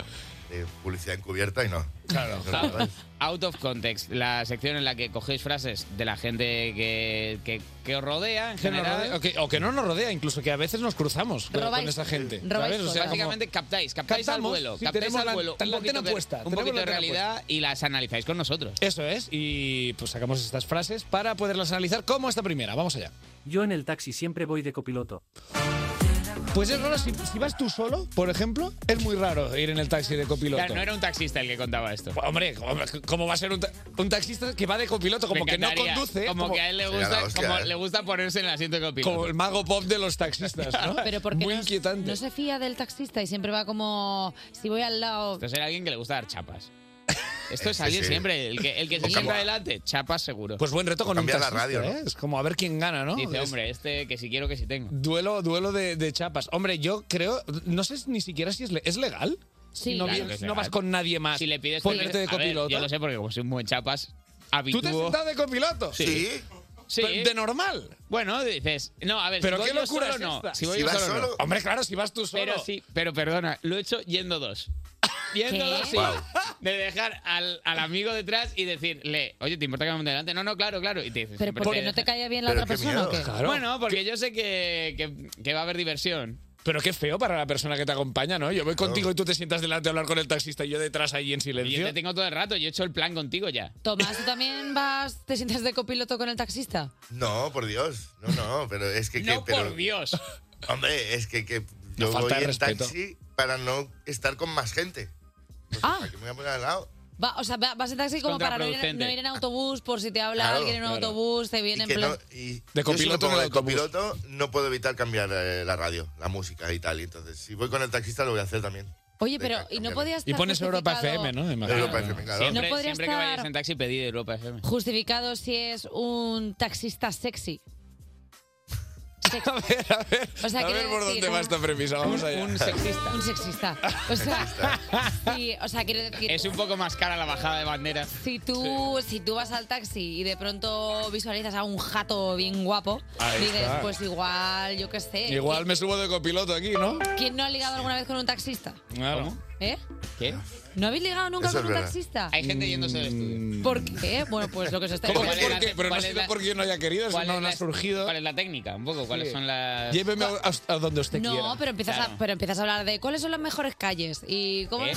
S12: de publicidad encubierta y no. Claro.
S3: Out- Out of context, la sección en la que cogéis frases de la gente que, que, que os rodea en
S11: Que nos
S3: general.
S11: rodea- o, que, o que no nos rodea, incluso que a veces nos cruzamos con,
S3: Robáis-
S11: con esa gente.
S3: robáis
S11: ¿sabes? O
S3: cosas.
S11: sea,
S3: Básicamente captáis, captáis al
S11: Captamos,
S3: vuelo,
S11: sí,
S3: captáis
S11: tenemos
S3: al
S11: la-
S3: vuelo,
S11: la
S3: un poquito,
S11: antena
S3: de-
S11: puesta,
S3: un
S11: tenemos
S3: poquito
S11: la
S3: de
S11: antena
S3: realidad y las analizáis con nosotros.
S11: Eso es, y pues sacamos estas frases para poderlas analizar como esta primera. Vamos allá.
S13: Yo en el taxi siempre voy de copiloto.
S11: Pues es raro, si, si vas tú solo, por ejemplo, es muy raro ir en el taxi de copiloto.
S3: Claro, no era un taxista el que contaba esto.
S11: Pues, Hombre, ¿cómo, cómo va a ser un, ta- un taxista que va de copiloto? Como
S3: Me
S11: que no
S3: encantaría,
S11: conduce.
S3: Como, que a él le gusta,
S11: ¿eh?
S3: como le gusta ponerse en el asiento de copiloto.
S11: Como el mago pop de los taxistas, ¿no?
S2: Pero porque
S11: Muy
S2: no,
S11: inquietante.
S2: no se fía del taxista y siempre va como si voy al lado.
S3: Entonces era alguien que le gusta dar chapas. Esto es
S11: Sí,
S3: alguien
S11: Este sí.
S3: siempre. El que, el que se
S11: O
S3: sienta
S11: cam-
S3: adelante, chapas seguro.
S11: Pues buen reto con un taxista, ¿eh? Es como a ver quién gana, ¿no?
S3: Dice,
S11: Es-
S3: hombre, este que si quiero, que si tengo.
S11: Duelo, duelo de, de chapas. Hombre, yo creo, no sé ni siquiera si es, le- ¿es legal.
S3: Sí.
S11: no,
S3: Claro
S11: vienes-
S3: que es
S11: no
S3: legal.
S11: vas con nadie más.
S3: Si le pides
S11: ponerte de
S3: a ver,
S11: copiloto.
S3: yo lo sé porque como soy un buen chapas,
S11: ¿Tú te has
S3: habitúo.
S11: sentado de copiloto?
S3: Sí. Sí.
S11: Pero De normal.
S3: Bueno, dices, no, a ver,
S11: Pero
S3: si voy
S11: qué
S3: yo
S11: locura
S3: solo,
S11: es
S3: no.
S11: esta.
S3: Si voy
S11: Si
S3: yo
S11: vas
S3: solo, no.
S11: solo- Hombre, claro, si vas tú solo.
S3: Pero sí, pero perdona, lo he hecho yendo dos. Yendo
S11: ¿Qué?
S3: dos, sí.
S11: Wow.
S3: De dejar al, al amigo detrás y decirle, oye, ¿te importa que me monte delante? No, no, claro, claro. Y te dices,
S2: Pero
S3: "Hombre,
S2: porque
S3: te
S2: no te
S3: deja".
S2: caía bien la otra persona. ¿o qué?
S3: Bueno, porque yo sé que, que- que va a haber diversión.
S11: Pero qué feo para la persona que te acompaña, ¿no? Yo voy contigo y tú te sientas delante a hablar con el taxista y yo detrás ahí en
S3: Y yo
S11: silencio.
S3: te tengo todo el rato, yo he hecho el plan contigo ya.
S2: Tomás, ¿tú también vas, te sientas de copiloto con el taxista?
S12: No, por Dios. No, no, pero es que... que-
S3: No,
S12: pero-
S3: por Dios.
S12: Hombre, es que, que
S11: Una
S12: yo voy
S11: falta de
S12: en
S11: respeto.
S12: taxi para no estar con más gente.
S2: Ah.
S12: Aquí me voy a poner al lado.
S2: Va, o sea, va- vas en taxi como para no ir,
S12: contraproducente.
S2: no ir en autobús, por si te habla
S12: Claro,
S2: alguien en un
S12: claro.
S2: autobús, te viene
S12: Y
S2: en
S12: que
S2: plan.
S12: no, y
S11: De
S12: yo si me
S11: copiloto en
S12: pongo
S11: el
S12: de
S11: autobús.
S12: copiloto no puedo evitar cambiar eh, la radio, la música y tal. Y entonces, si voy con el taxista, lo voy a hacer también.
S2: Oye, pero ¿y no podías estar justificado-
S12: Europa FM, claro.
S3: Siempre,
S2: No podría
S3: siempre que
S2: estar-
S3: vayáis en taxi, pedid Europa FM.
S2: Justificado si es un taxista sexy. O sea,
S11: a
S2: quiero
S11: ver por
S2: decir,
S11: dónde va
S2: un-
S11: esta premisa. Vamos allá.
S3: un sexista.
S2: Un sexista. O sea, sí, o sea, quiero decir,
S3: Es un poco más cara la bajada de banderas.
S2: si tú, si tú vas al taxi y de pronto visualizas a un jato bien guapo,
S11: Ahí
S2: dices,
S11: está.
S2: pues igual, yo qué sé.
S11: Igual me subo de copiloto aquí, ¿no?
S2: ¿Quién no ha ligado alguna vez con un taxista?
S11: Claro.
S2: ¿Eh?
S3: ¿Qué?
S2: ¿No habéis ligado nunca
S11: Eso
S2: con
S11: es
S2: un
S11: verdad. Mm.
S2: taxista?
S3: Hay gente yéndose del estudio.
S2: ¿Por qué? Bueno, pues lo que se está
S11: ¿Cómo que
S3: ¿Cuál es
S11: por
S3: la-
S11: qué? Pero no
S3: cuál
S11: sé
S3: es la-
S11: por qué no haya querido,
S3: cuál
S11: no,
S3: es
S11: no
S3: la-
S11: ha surgido.
S3: ¿Cuál es la técnica? Un poco, ¿cuáles
S11: Sí.
S3: son las...?
S11: Lléveme a, a donde usted quiera.
S2: No, pero empiezas, a, pero empiezas a hablar de cuáles son las mejores calles y cómo...
S11: ¿Eh?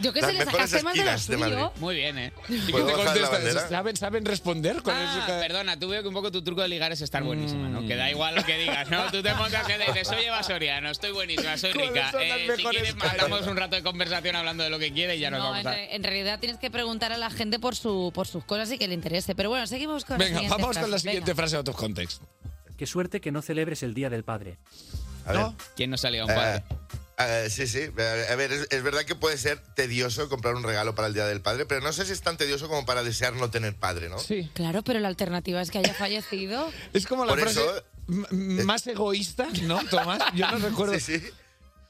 S2: Yo qué sé, le sacas temas de lo suyo.
S3: Muy bien, ¿eh?
S11: ¿Y qué te contestas? ¿Saben, ¿Saben responder? ¿Cuál es
S3: Ah,
S11: el ca-
S3: perdona, tú veo que un poco tu truco de ligar es
S11: Mm.
S3: estar buenísima, ¿no? Que da igual lo que digas, ¿no? Tú te montas que dices, soy Eva Soriano, estoy buenísima, soy
S11: ¿Cuáles
S3: rica.
S11: son las
S3: Eh, si
S11: mejores
S3: quieres,
S11: calles?
S3: mandamos un rato de conversación hablando de lo que quieres y ya nos
S2: No,
S3: vamos
S2: en,
S3: a...
S2: re- en realidad tienes que preguntar a la gente por, su, por sus cosas y que le interese. Pero bueno, seguimos con la
S11: Venga,
S2: siguiente
S11: vamos con la
S2: frase,
S11: siguiente
S2: venga.
S11: frase out of context.
S13: Qué suerte que no celebres el Día del Padre.
S3: ¿No? ¿Quién no salía un
S12: Eh,
S3: padre?
S12: eh, sí, sí. A ver, es, es verdad que puede ser tedioso comprar un regalo para el Día del Padre, pero no sé si es tan tedioso como para desear no tener padre, ¿no?
S11: Sí.
S2: Claro, pero la alternativa es que haya fallecido.
S11: Es como la
S12: Por
S11: frase
S12: eso-
S11: m- m- más egoísta, ¿no, Tomás? Yo no recuerdo.
S12: Eh. Sí, sí.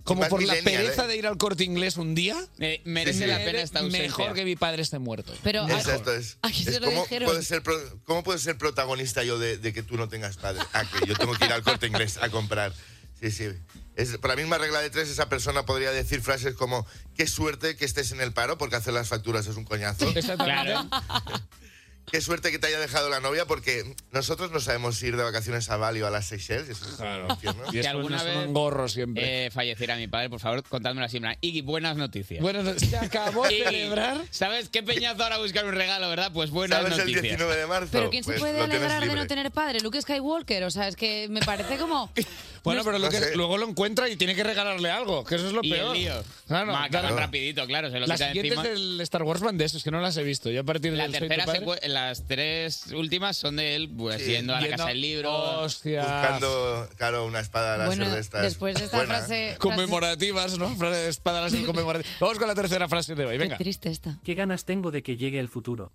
S11: Como
S12: Más
S11: por la
S12: millennial,
S11: pereza
S12: ¿eh?
S11: de ir al corte inglés un día.
S3: Eh, merece la pena esta ausencia.
S11: Mejor que mi padre esté muerto.
S2: Pero
S12: Exacto, es.
S2: aquí se
S12: es
S2: lo
S12: como
S2: dijeron.
S12: puedes ser pro- ¿Cómo puedes ser protagonista yo de, de que tú no tengas padre? Ah, que yo tengo que ir al corte inglés a comprar. Sí, sí. Es, por la misma regla de tres, esa persona podría decir frases como: Qué suerte que estés en el paro porque hacer las facturas es un coñazo.
S11: Exactamente.
S12: Qué suerte que te haya dejado la novia porque nosotros no sabemos ir de vacaciones a Bali o a las Seychelles. Eso es
S11: Claro.
S12: un infierno.
S11: Y alguna vez gorro siempre.
S3: eh, falleciera mi padre, por favor, contádmelo así. en plan, Iggy, buenas noticias.
S11: Bueno, se acabó de
S3: Iggy,
S11: celebrar.
S3: ¿Sabes qué peñazo ahora buscar un regalo, verdad? Pues buenas
S12: ¿Sabes el
S3: noticias.
S12: 19 de marzo?
S2: Pero ¿quién se puede alegrar de no tener padre? Luke Skywalker, o sea, es que me parece como...
S11: Bueno, pero lo que- luego lo encuentra y tiene que regalarle algo, que eso es lo
S3: Y
S11: peor.
S3: el lío.
S11: Claro,
S3: Va,
S11: claro.
S3: acaban rapidito, claro, se lo
S11: Las
S3: quita de
S11: siguientes
S3: encima.
S11: del Star Wars van de esos, que no las he visto. Yo a partir de
S3: La
S11: del Soy tu
S3: tercera
S11: padre-
S3: secue- las tres últimas son de él, pues
S12: Sí.
S3: yendo a la
S12: Yendo-
S3: casa del libro.
S11: Hostia.
S12: Buscando, claro, una espada láser
S2: Bueno,
S12: de estas.
S2: después de esta
S12: buena.
S2: frase...
S11: Conmemorativas, ¿no? Fra- Espada láser conmemorativa. Vamos con la tercera frase de hoy, Pues venga.
S2: Qué triste esta.
S13: ¿Qué ganas tengo de que llegue el futuro?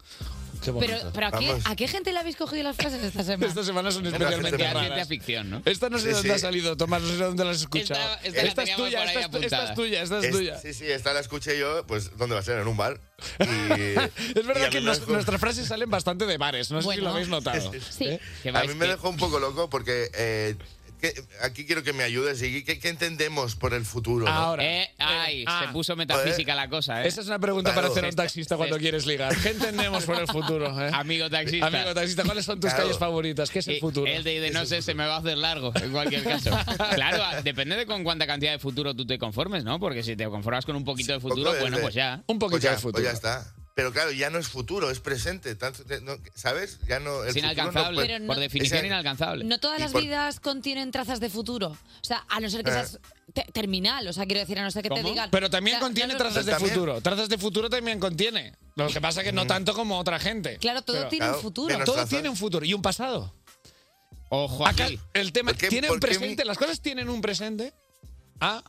S2: Pero, pero ¿a, qué, ¿a qué gente le habéis cogido las frases esta semana?
S11: Estas semanas son
S3: Era
S11: especialmente
S3: ciencia-
S11: raras.
S3: ciencia ficción, ¿no?
S11: Esta no sé
S3: Sí,
S11: dónde
S3: sí.
S11: ha salido, Tomás, no sé dónde la has escuchado.
S3: Esta- esta la
S11: es
S3: teníamos
S11: tuya,
S3: por ahí
S11: esta, es tu- esta
S3: apuntada.
S11: es tuya, esta es
S12: Es-
S11: tuya.
S12: Sí, sí, esta la escuché yo, pues ¿dónde va a ser? En un bar. Y-
S11: Es
S12: y a
S11: verdad
S12: mí
S11: que
S12: me
S11: nos-
S12: dejó-
S11: nuestras frases salen bastante de bares, no sé si
S12: Bueno.
S11: lo habéis notado. ¿Eh?
S2: Sí.
S12: A mí me dejó un poco loco porque eh, que- aquí quiero que me ayudes, Iggy. ¿Qué, qué entendemos por el futuro? no?
S3: Eh, ay, se puso metafísica la cosa, ¿eh?
S11: ah. Esa es una pregunta para
S12: Claro.
S11: hacer a un taxista cuando quieres ligar. ¿Qué entendemos por el futuro? eh?
S3: Este, Amigo taxista.
S11: Amigo taxista, ¿cuáles son tus
S3: Claro.
S11: calles favoritas? ¿Qué es el
S3: Y
S11: futuro?
S3: El de, de no sé, se me va a hacer largo, en cualquier caso. claro, a- depende de con cuánta cantidad de futuro tú te conformes, ¿no? Porque si te conformas con un poquito de futuro,
S12: Poco
S3: bueno,
S12: desde-
S3: pues ya.
S12: Pues ya, pues ya está. Pero claro, ya no es futuro, es presente. Tanto te- no- ¿Sabes? Ya no, el
S3: Es
S12: futuro no
S3: inalcanzable,
S12: puede-
S2: Pero no- por
S3: definición
S12: Esa-
S3: inalcanzable.
S2: No todas
S12: Y
S2: las
S12: por-
S2: vidas contienen trazas de futuro. O sea, a no ser que
S11: Eh.
S2: seas te- terminal. O sea, quiero decir, a no ser que te
S11: ¿Cómo?
S2: digan.
S11: Pero también
S2: O sea,
S11: contiene
S2: no-
S11: trazas de futuro. Trazas de futuro también contiene. Lo que pasa es que no tanto como otra gente.
S2: Claro, todo tiene un Claro, futuro. menos
S11: Todo
S2: trazas.
S11: tiene un futuro y un pasado.
S3: Ojo,
S11: Acá el tema,
S12: ¿Por qué-
S11: tienen
S12: por qué
S11: presente, las cosas tienen un presente. Ah,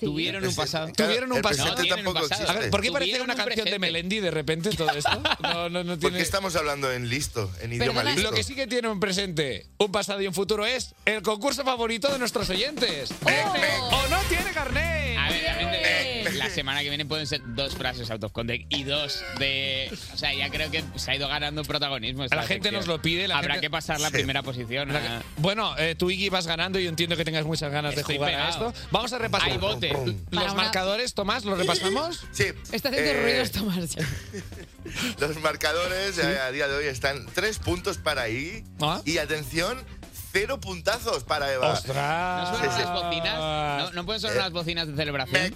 S3: Tuvieron un pasado.
S11: Tuvieron un
S3: El
S11: pasado.
S3: presente No, tienen tampoco un pasado.
S11: A ver, ¿por qué
S3: existe.
S11: parece
S3: Tuvieron
S11: una
S3: un
S11: canción de
S3: presente.
S11: Melendi de repente todo esto? No, no, no
S12: ¿Por
S11: tiene.
S12: qué estamos hablando en listo, en idioma
S11: Perdona.
S12: listo?
S11: Lo que sí que tiene un presente, un pasado y un futuro es el concurso favorito de nuestros oyentes. ¡O no tiene carnet!
S3: A ver, también te digo, la semana que viene pueden ser dos frases out of context y dos de. O sea, ya creo que se ha ido ganando protagonismo. esta
S11: La gente
S3: sección.
S11: nos lo pide, la
S3: Habrá
S11: gente-
S3: que pasar la
S11: Sí.
S3: primera posición. a-
S11: Bueno, eh, tú Iggy vas ganando y yo entiendo que tengas muchas ganas
S3: Estoy
S11: de jugar
S3: pegado.
S11: a esto. Vamos a repasar
S3: Hay bote.
S11: los
S3: Para una-
S11: marcadores, Tomás, ¿los repasamos?
S12: Sí.
S2: Está haciendo
S12: Eh,
S2: ruidos, Tomás. ya.
S12: Los marcadores eh, a día de hoy están tres puntos para I
S11: ¿Ah?
S12: y atención, cero puntazos para Eva.
S11: ¡Ostras!
S3: ¿No suenan unas bocinas? ¿No, no pueden
S11: Eh,
S3: sonar unas bocinas de celebración?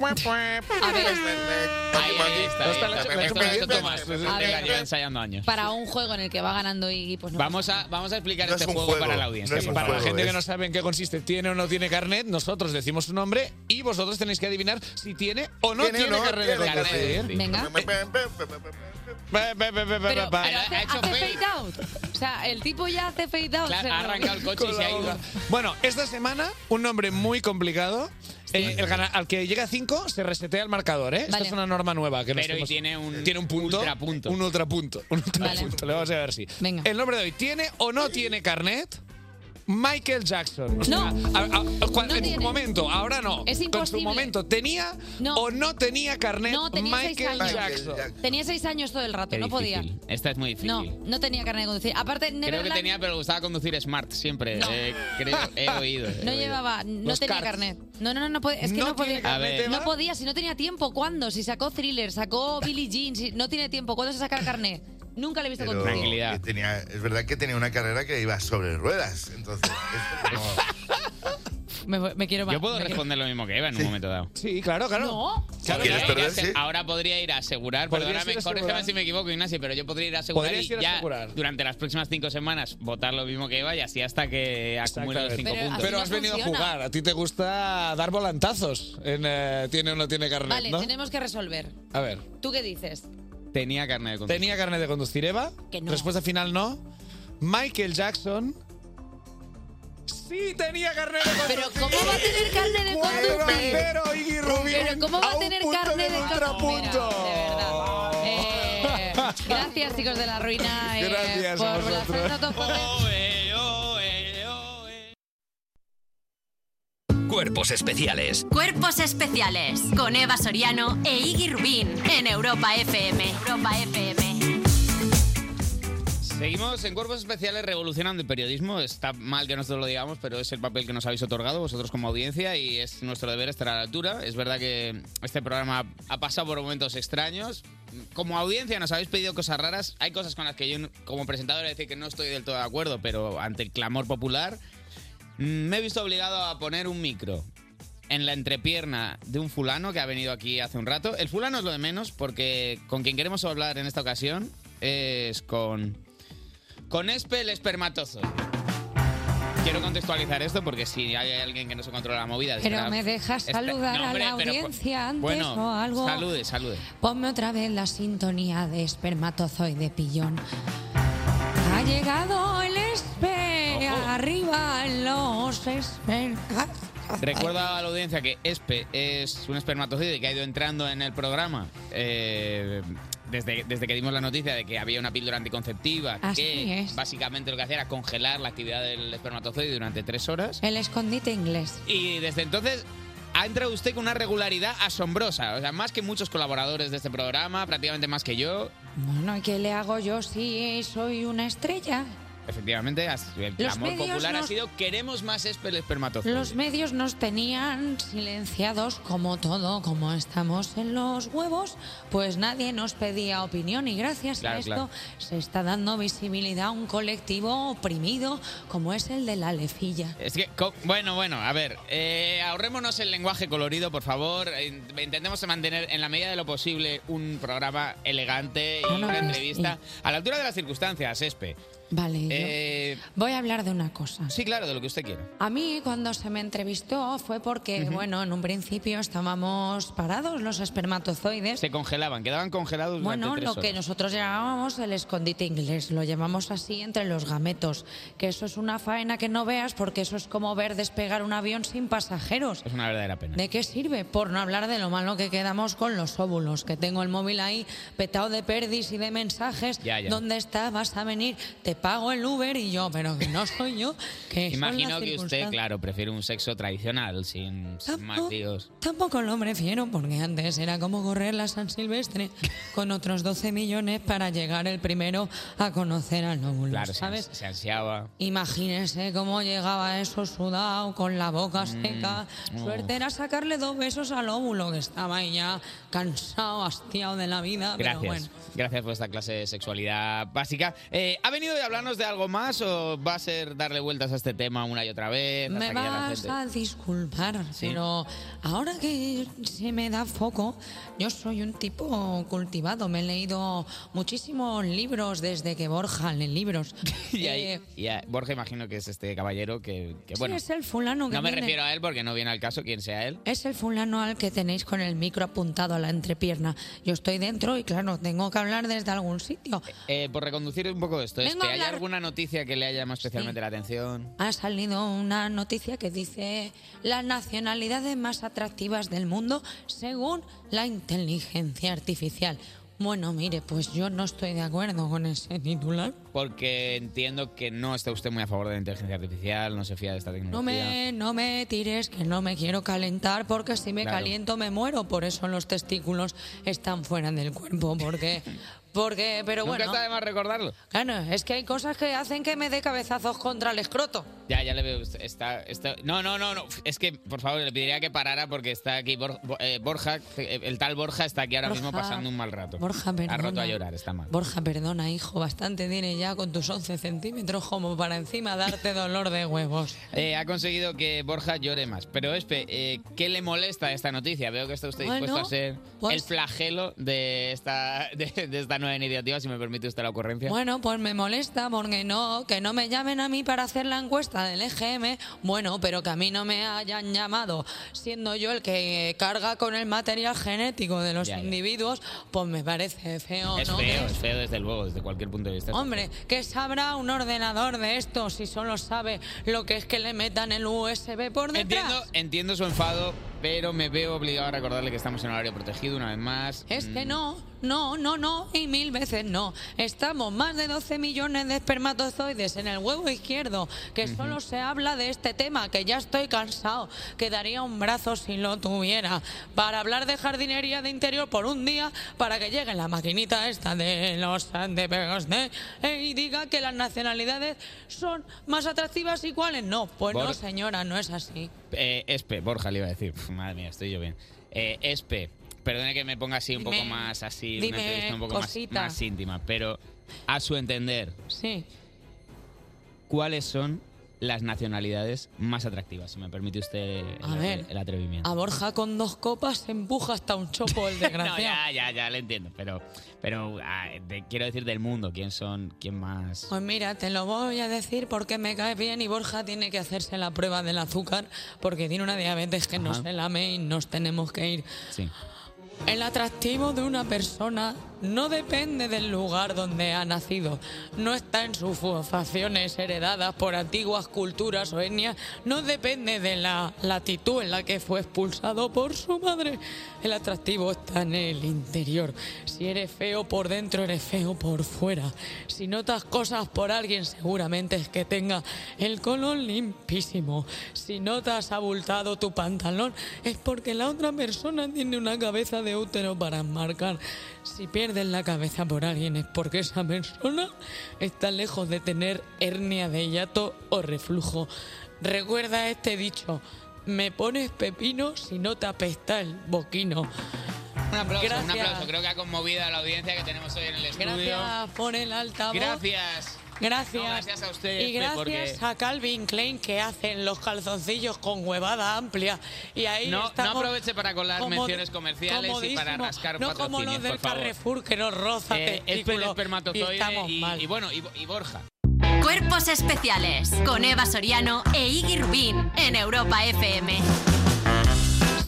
S2: A ver,
S3: Ahí está, ahí
S11: Esto lo
S3: está.
S11: ha hecho- lo ha hecho
S3: Esto lo ha hecho
S11: Miguel.
S3: Tomás.
S11: A ver.
S3: Venga, lleva ensayando años.
S2: para un juego en el que va ganando Iggy, pues no.
S3: Vamos a, vamos a explicar este juego, para la audiencia.
S11: Sí,
S3: por
S11: para la
S3: favor.
S11: gente que no sabe en qué consiste, tiene o no tiene carnet, nosotros decimos su nombre y vosotros tenéis que adivinar si tiene o no tiene,
S12: ¿Tiene o no
S11: carnet
S12: tiene
S11: de conducir.
S12: carnet?
S2: Venga.
S11: Ve, ve, ve, ve, ve,
S2: Pero,
S11: ve.
S2: pero hace, hace fade out. O sea, el tipo ya hace fade out.
S3: Claro,
S2: se-
S3: ha arrancado el coche y se ha ido.
S11: Bueno, esta semana un nombre muy complicado. Eh, el gana- al que llega a 5 se resetea el marcador, ¿eh? Esta
S3: Vale.
S11: es una norma nueva que nos
S3: Pero y
S11: hemos-
S3: tiene un
S11: tiene un punto,
S3: ultrapunto.
S11: Un ultrapunto. Un ultrapunto. Le vamos a ver si. El nombre de hoy, ¿tiene o no tiene carnet? Michael Jackson. O sea, a- a- cua- en su momento, ahora no.
S2: Es
S11: En su
S2: imposible.
S11: momento, ¿tenía
S2: No.
S11: o no tenía carnet
S2: No, tenía seis
S11: Michael
S2: años.
S11: Jackson?
S2: Tenía seis años todo el rato,
S3: Qué
S2: no podía.
S3: difícil. Esta es muy difícil.
S2: No, no tenía carnet de conducir. Aparte,
S3: Creo que
S2: Neverland
S3: tenía, pero le gustaba conducir Smart siempre. eh, creo, he oído. he
S2: no
S3: oído.
S2: llevaba, no
S3: eh, Los
S2: tenía
S3: karts.
S2: carnet. No, no, no, no podía. Es que
S3: No
S2: no,
S3: tiene
S2: podía.
S3: carnet, A ver. Eva.
S2: No podía, si no tenía tiempo. ¿Cuándo? Si sacó Thriller, sacó Billie Jean, si no tiene tiempo. ¿Cuándo se saca el carnet? Nunca le he visto
S12: Pero
S2: conducir.
S12: que tenía- es verdad que tenía una carrera que iba sobre ruedas. Entonces, esto como-
S2: Me, voy- me quiero
S3: Yo puedo responder lo mismo que Eva en un momento dado.
S11: Sí, claro, claro.
S3: Claro,
S11: ¿Quieres
S3: claro,
S11: perder?
S3: ya sé.
S11: Sí.
S3: Ahora podría ir a asegurar,
S11: Podrías
S3: perdóname,
S11: ir a asegurar.
S3: corrígeme si me equivoco, Ignacio, pero yo podría ir a asegurar
S11: Podrías
S3: y
S11: ir a
S3: ya
S11: asegurar.
S3: durante las próximas cinco semanas votar lo mismo que Eva y así hasta que acumule los cinco puntos.
S11: Pero has venido a jugar. A ti te gusta dar volantazos. En, eh, tiene o no tiene carnet,
S2: Vale,
S11: ¿no?
S2: tenemos que resolver.
S11: A ver.
S2: ¿Tú qué dices?
S3: Tenía carne de conducir.
S11: ¿Tenía carnet de conducir Eva?
S2: Que no.
S11: Respuesta final no. Michael Jackson. Sí, tenía carnet de
S2: Pero ¿cómo va a tener carnet de conducir?
S11: Pero, Iggy Rubín,
S2: Pero ¿cómo va a, tener carnet de conducir? Mira, de verdad. Eh, gracias, chicos de la ruina. eh,
S11: Gracias a
S2: por
S11: vosotros.
S2: lanzarnos dos jóvenes.
S1: Cuerpos especiales
S4: Cuerpos especiales con Eva Soriano e Iggy Rubín en Europa FM. Europa FM.
S3: Seguimos en Cuerpos Especiales revolucionando el periodismo. Está mal que nosotros lo digamos, pero es el papel que nos habéis otorgado vosotros como audiencia y es nuestro deber estar a la altura. Es verdad que este programa ha pasado por momentos extraños, como audiencia nos habéis pedido cosas raras. Hay cosas con las que yo, como presentador, voy a decir que no estoy del todo de acuerdo, pero ante el clamor popular, mm, me he visto obligado a poner un micro en la entrepierna de un fulano que ha venido aquí hace un rato. El fulano es lo de menos, porque con quien queremos hablar en esta ocasión es con. Con Espe el espermatozo. Quiero contextualizar esto porque si hay alguien que no se controla la movida.
S2: Pero
S3: espera-
S2: me dejas
S3: espera-
S2: saludar
S3: No, hombre,
S2: a la
S3: Este pero-
S2: audiencia antes
S3: bueno,
S2: o algo.
S3: Salude, salude.
S2: Ponme otra vez la sintonía de espermatozoide pillón. Ha llegado el espe, arriba los Ah, espermas.
S3: Recuerda a la audiencia que Espe es un espermatozoide que ha ido entrando en el programa eh, desde, desde que dimos la noticia de que había una píldora anticonceptiva
S2: Así
S3: que
S2: es.
S3: básicamente lo que hacía era congelar la actividad del espermatozoide durante tres horas.
S2: El escondite inglés.
S3: Y desde entonces ha entrado usted con una regularidad asombrosa. O sea, más que muchos colaboradores de este programa, prácticamente más que yo.
S2: Bueno, ¿y qué le hago yo si soy una estrella?
S3: Efectivamente, has- el clamor
S2: medios
S3: popular ha
S2: nos-
S3: sido queremos más Espe el espermatozoide.
S2: Los medios nos tenían silenciados como todo, como estamos en los huevos, pues nadie nos pedía opinión y gracias a
S3: Claro,
S2: esto
S3: claro.
S2: se está dando visibilidad a un colectivo oprimido como es el de la lefilla.
S3: Es que, co- bueno, bueno, a ver, eh, ahorrémonos el lenguaje colorido, por favor. Eh, Intentemos mantener en la medida de lo posible un programa elegante y
S2: Ah, no,
S3: una
S2: sí.
S3: entrevista a la altura de las circunstancias, Espe.
S2: Vale, yo
S3: Eh,
S2: voy a hablar de una cosa.
S3: sí, claro, de lo que usted quiera.
S2: A mí cuando se me entrevistó fue porque,
S3: Ujú.
S2: bueno, en un principio estábamos parados los espermatozoides.
S3: Se congelaban, quedaban congelados durante
S2: Bueno,
S3: tres
S2: lo que
S3: horas.
S2: nosotros llamábamos el escondite inglés, lo llamamos así entre los gametos, que eso es una faena que no veas porque eso es como ver despegar un avión sin pasajeros.
S3: Es una verdadera pena.
S2: ¿De qué sirve? Por no hablar de lo malo que quedamos con los óvulos, que tengo el móvil ahí petado de perdis y de mensajes.
S3: Ya, ya.
S2: ¿Dónde está? ¿Vas a venir? Te pago el Uber y yo, pero que no soy yo. Que son las
S3: Imagino que usted,
S2: circunstancias.
S3: claro, prefiere un sexo tradicional, sin, sin más líos.
S2: Tampoco lo prefiero porque antes era como correr la San Silvestre con otros 12 millones para llegar el primero a conocer al óvulo,
S3: Claro, se,
S2: ¿sabes?
S3: ans- se ansiaba.
S2: Imagínese cómo llegaba eso sudado, con la boca seca.
S3: oh.
S2: Suerte era sacarle dos besos al óvulo, que estaba ahí ya cansado, hastiado de la vida.
S3: Gracias.
S2: Ah, Pero bueno,
S3: Gracias por esta clase de sexualidad básica. Eh, ¿Ha venido de hablarnos de algo más o va a ser darle vueltas a este tema una y otra vez? hasta
S2: me
S3: que llegue la
S2: vas
S3: gente?
S2: a disculpar, pero ahora que se me da foco, yo soy un tipo cultivado. Me he leído muchísimos libros desde que Borja lee libros.
S3: Y ahí-
S2: Eh,
S3: y a- Borja imagino que es este caballero que, que,
S2: sí,
S3: bueno,
S2: es el fulano que
S3: no me
S2: viene.
S3: refiero a él porque no viene al caso quien sea él.
S2: Es el fulano al que tenéis con el micro apuntado a la entrepierna. Yo estoy dentro y claro, tengo que hablar desde algún sitio.
S3: Eh, por reconducir un poco esto, es
S2: Vengo
S3: que
S2: a
S3: ¿hay
S2: hablar-
S3: alguna noticia que le haya llamado especialmente la atención?
S2: Ha salido una noticia que dice las nacionalidades más atractivas del mundo según la inteligencia artificial. Bueno, mire, pues yo no estoy de acuerdo con ese titular.
S3: Porque entiendo que no está usted muy a favor de la inteligencia artificial, no se fía de esta tecnología.
S2: No me, no me tires, que no me quiero calentar, porque si me
S3: Claro.
S2: caliento me muero. Por eso los testículos están fuera del cuerpo, porque... Porque, eh, pero
S3: Nunca
S2: bueno...
S3: está de más recordarlo.
S2: Claro, es que hay cosas que hacen que me dé cabezazos contra el escroto.
S3: Ya, ya le veo. usted- Está, está- no, no, no, no. Es que, por favor, le pediría que parara porque está aquí Bor- Bo- eh, Borja. eh, El tal Borja está aquí ahora
S2: Borja.
S3: mismo pasando un mal rato.
S2: Borja,
S3: Ha roto
S2: perdona.
S3: a llorar, está mal.
S2: Borja, perdona, hijo, bastante tiene ya con tus 11 centímetros como para encima darte dolor de huevos.
S3: Eh, ha conseguido que Borja llore más. Pero, Espe, eh, ¿qué le molesta de esta noticia? Veo que está usted dispuesto
S2: Bueno,
S3: a ser
S2: pues-
S3: el flagelo de esta, de, de esta nueva iniciativa, si me permite usted la ocurrencia.
S2: Bueno, pues me molesta porque no, que no me llamen a mí para hacer la encuesta del EGM, bueno, pero que a mí no me hayan llamado, siendo yo el que carga con el material genético de los
S3: Ya, ya.
S2: individuos, pues me parece feo,
S3: es
S2: ¿no?
S3: feo,
S2: Que-
S3: es feo desde luego, desde cualquier punto de vista.
S2: Hombre, ¿qué sabrá un ordenador de esto si solo sabe lo que es que le metan el USB por detrás?
S3: Entiendo, entiendo su enfado, pero me veo obligado a recordarle que estamos en horario protegido una vez más.
S2: Es que
S3: Mm.
S2: no, no, no, no, y mil veces no. Estamos más de 12 millones de espermatozoides en el huevo izquierdo, que
S3: Ujú.
S2: solo se habla de este tema, que ya estoy cansado, que daría un brazo si lo tuviera, para hablar de jardinería de interior por un día, para que llegue la maquinita esta de los antepegos de, y diga que las nacionalidades son más atractivas y cuáles no. Pues no,
S3: Por-
S2: señora, no es así.
S3: Eh, Espe, Borja le iba a decir. Pf, madre mía, estoy yo bien. Eh, Espe, perdone que me ponga así un
S10: Dime-
S3: poco más así,
S10: dime
S3: una entrevista un poco más,
S10: cosita.
S3: más íntima, pero a su entender,
S10: Sí.
S3: ¿cuáles son las nacionalidades más atractivas? Si me permite usted el,
S10: A ver.
S3: el atrevimiento.
S10: A Borja con dos copas se empuja hasta un chopo el
S3: No,
S10: desgraciado.
S3: ya, ya, ya, le entiendo, pero, pero ah, te quiero decir del mundo, ¿quién son, quién más?
S10: Pues mira, te lo voy a decir porque me cae bien y Borja tiene que hacerse la prueba del azúcar porque tiene una diabetes que no
S3: Ajá.
S10: se lame y nos tenemos que ir.
S3: Sí.
S10: El atractivo de una persona no depende del lugar donde ha nacido, no está en sus facciones heredadas por antiguas culturas o etnias, no depende de la latitud en la que fue expulsado por su madre. El atractivo está en el interior. Si eres feo por dentro, eres feo por fuera. Si notas cosas por alguien, seguramente es que tenga el colon limpísimo. Si notas abultado tu pantalón, es porque la otra persona tiene una cabeza de útero para enmarcar. Si pierdes la cabeza por alguien, es porque esa persona está lejos de tener hernia de hiato o reflujo. Recuerda este dicho. Me pones pepino si no te apesta el boquino.
S3: Un aplauso, un
S10: Gracias.
S3: aplauso. Creo que ha conmovido a la audiencia que tenemos hoy en el estudio.
S10: Gracias por el altavoz.
S3: Gracias.
S10: Gracias.
S3: No, gracias a ustedes,
S10: Y gracias
S3: porque-
S10: a Calvin Klein que hacen los calzoncillos con huevada amplia. Y ahí
S3: no,
S10: estamos
S3: no aproveche para colar
S10: como-
S3: menciones comerciales y para
S10: comodísimo.
S3: rascar
S10: No como los
S3: patrocinios,
S10: del
S3: por favor.
S10: Carrefour que nos roza
S3: Eh, es
S10: testículo.
S3: espermatozoide
S10: Y estamos
S3: y-
S10: mal.
S3: y bueno, y, y Borja.
S4: Cuerpos especiales con Eva Soriano e Iggy Rubín en Europa FM.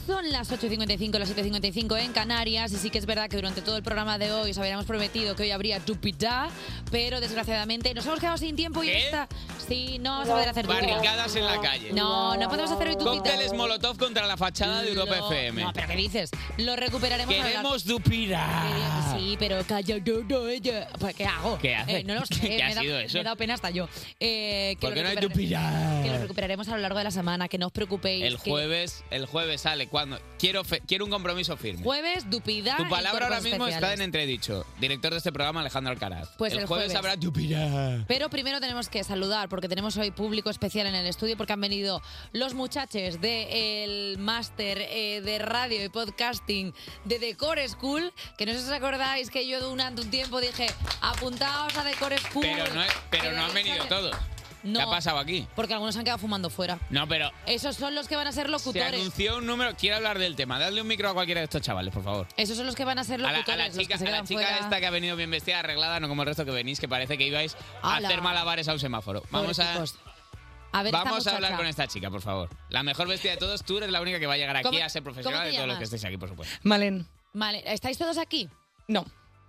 S2: Son las 8.55, las 7.55 en Canarias y sí que es verdad que durante todo el programa de hoy os habíamos prometido que hoy habría Dupida, pero desgraciadamente nos hemos quedado sin tiempo y
S3: ¿Qué?
S2: está... Sí, no vamos a poder hacer Dupida.
S3: Barricadas en la calle.
S2: No, no podemos hacer hoy Dupida.
S3: Cócteles Molotov contra la fachada de Europa
S2: Lo-
S3: FM.
S2: No, pero ¿qué dices? Lo recuperaremos. a la-
S3: Queremos Dupida.
S2: Sí, pero calla, no, no, ella. Pues, ¿Qué hago?
S3: ¿Qué hace?
S2: Eh, no lo sé.
S3: ¿Qué
S2: me
S3: ha
S2: da-
S3: sido eso?
S2: Me he dado pena hasta yo. Eh, que
S3: ¿Por
S2: lo
S3: qué no hay
S2: recuperare-
S3: Dupida?
S2: Que lo recuperaremos a lo largo de la semana, que no os preocupéis.
S3: El
S2: que-
S3: jueves, el jueves sale. cuando Quiero, fe- quiero un compromiso firme.
S2: Jueves, Dupida.
S3: Tu
S2: en
S3: palabra ahora
S2: Cuerpos
S3: mismo está
S2: Especiales.
S3: en entredicho. Director de este programa, Alejandro Alcaraz.
S2: Pues el
S3: jueves,
S2: jueves.
S3: habrá Dupida.
S2: Pero primero tenemos que saludar, porque tenemos hoy público especial en el estudio, porque han venido los muchachos del máster eh, de radio y podcasting de Decor School, que no sé si os acordáis que yo durante un tiempo dije, apuntaos a Decor School.
S3: Pero no, es- pero no han venido todos. ¿Qué ha pasado aquí?
S2: Porque algunos han quedado fumando fuera.
S3: No, pero
S2: Esos son los que van a ser
S3: se
S2: locutores.
S3: anunció un número. Quiero hablar del tema. Dadle un micro a cualquiera de estos chavales, por favor.
S2: Esos son los que van a ser
S3: A la,
S2: locutores.
S3: a la
S2: los que
S3: chica,
S2: se
S3: a la
S2: quedan
S3: chica
S2: fuera.
S3: esta que ha venido bien vestida, arreglada, no como el resto que venís, que parece que ibais a
S2: Ala.
S3: hacer malabares a un semáforo. Vamos a,
S2: A ver, esta
S3: vamos a hablar
S2: muchacha.
S3: con este- esta chica, por favor. La mejor vestida de todos, tú eres la única que va a llegar aquí
S2: ¿Cómo-
S3: a ser profesional
S2: cómo te
S3: de todos los
S2: llamas?
S3: que estéis aquí, por supuesto.
S14: Malen,
S2: Vale, ¿estáis todos aquí?
S14: No.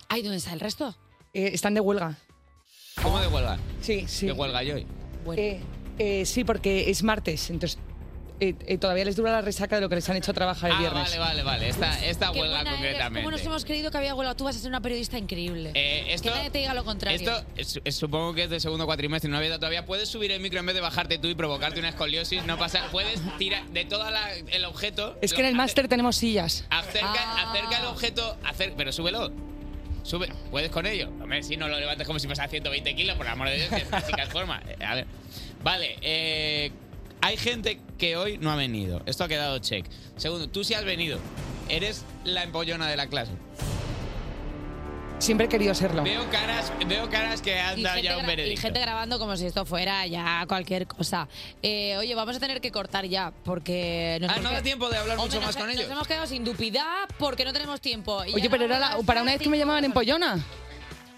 S2: Ay, ¿dónde está el resto?
S14: eh, están de huelga.
S3: ¿Cómo de huelga?
S14: Sí, sí.
S3: ¿De huelga yo hoy?
S14: Eh, eh, sí, porque es martes, entonces eh, eh, todavía les dura la resaca de lo que les han hecho trabajar el
S3: Ah,
S14: viernes.
S3: vale, vale, vale. Esta, esta
S2: Qué
S3: huelga
S2: buena eres.
S3: concretamente.
S2: ¿Cómo nos hemos creído que había huelga? Tú vas a ser una periodista increíble.
S3: Eh, esto-
S2: que nadie te diga lo contrario.
S3: Esto es- es- supongo que es de segundo cuatrimestre, no había todavía. Puedes subir el micro en vez de bajarte tú y provocarte una escoliosis, no pasa. Puedes tirar de todo el objeto.
S14: Es que en el máster tenemos sillas.
S3: Acerca,
S2: Ah.
S3: acerca el objeto, acer- pero súbelo. Sube, puedes con ello. Hombre, si no lo levantas como si pesara 120 kilos, por el amor de Dios, que es física en forma. Eh, A ver. Vale, eh, hay gente que hoy no ha venido. Esto ha quedado check. Segundo, tú sí has venido. Eres la empollona de la clase.
S14: Siempre he querido serlo.
S3: Veo caras, veo caras que han
S2: Y
S3: dado
S2: gente,
S3: ya un
S2: gra- y
S3: veredicto.
S2: gente grabando como si esto fuera ya cualquier cosa. Eh, oye, vamos a tener que cortar ya porque nos
S3: Ah,
S2: hemos
S3: no da
S2: qued-
S3: tiempo de hablar
S2: Hombre,
S3: mucho
S2: nos-
S3: más con ellos.
S2: Nos hemos quedado sin dupidad porque no tenemos tiempo. Y
S14: Oye,
S2: ahora,
S14: pero era la- para una vez que me llamaban empollona.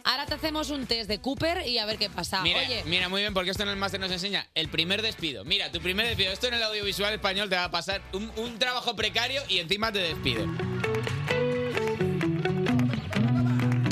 S2: ahora te hacemos un test de Cooper y a ver qué pasa.
S3: Mira,
S2: Oye,
S3: mira, muy bien, porque esto en el máster nos enseña el primer despido. Mira, tu primer despido. Esto en el audiovisual español te va a pasar un, un trabajo precario y encima te despiden.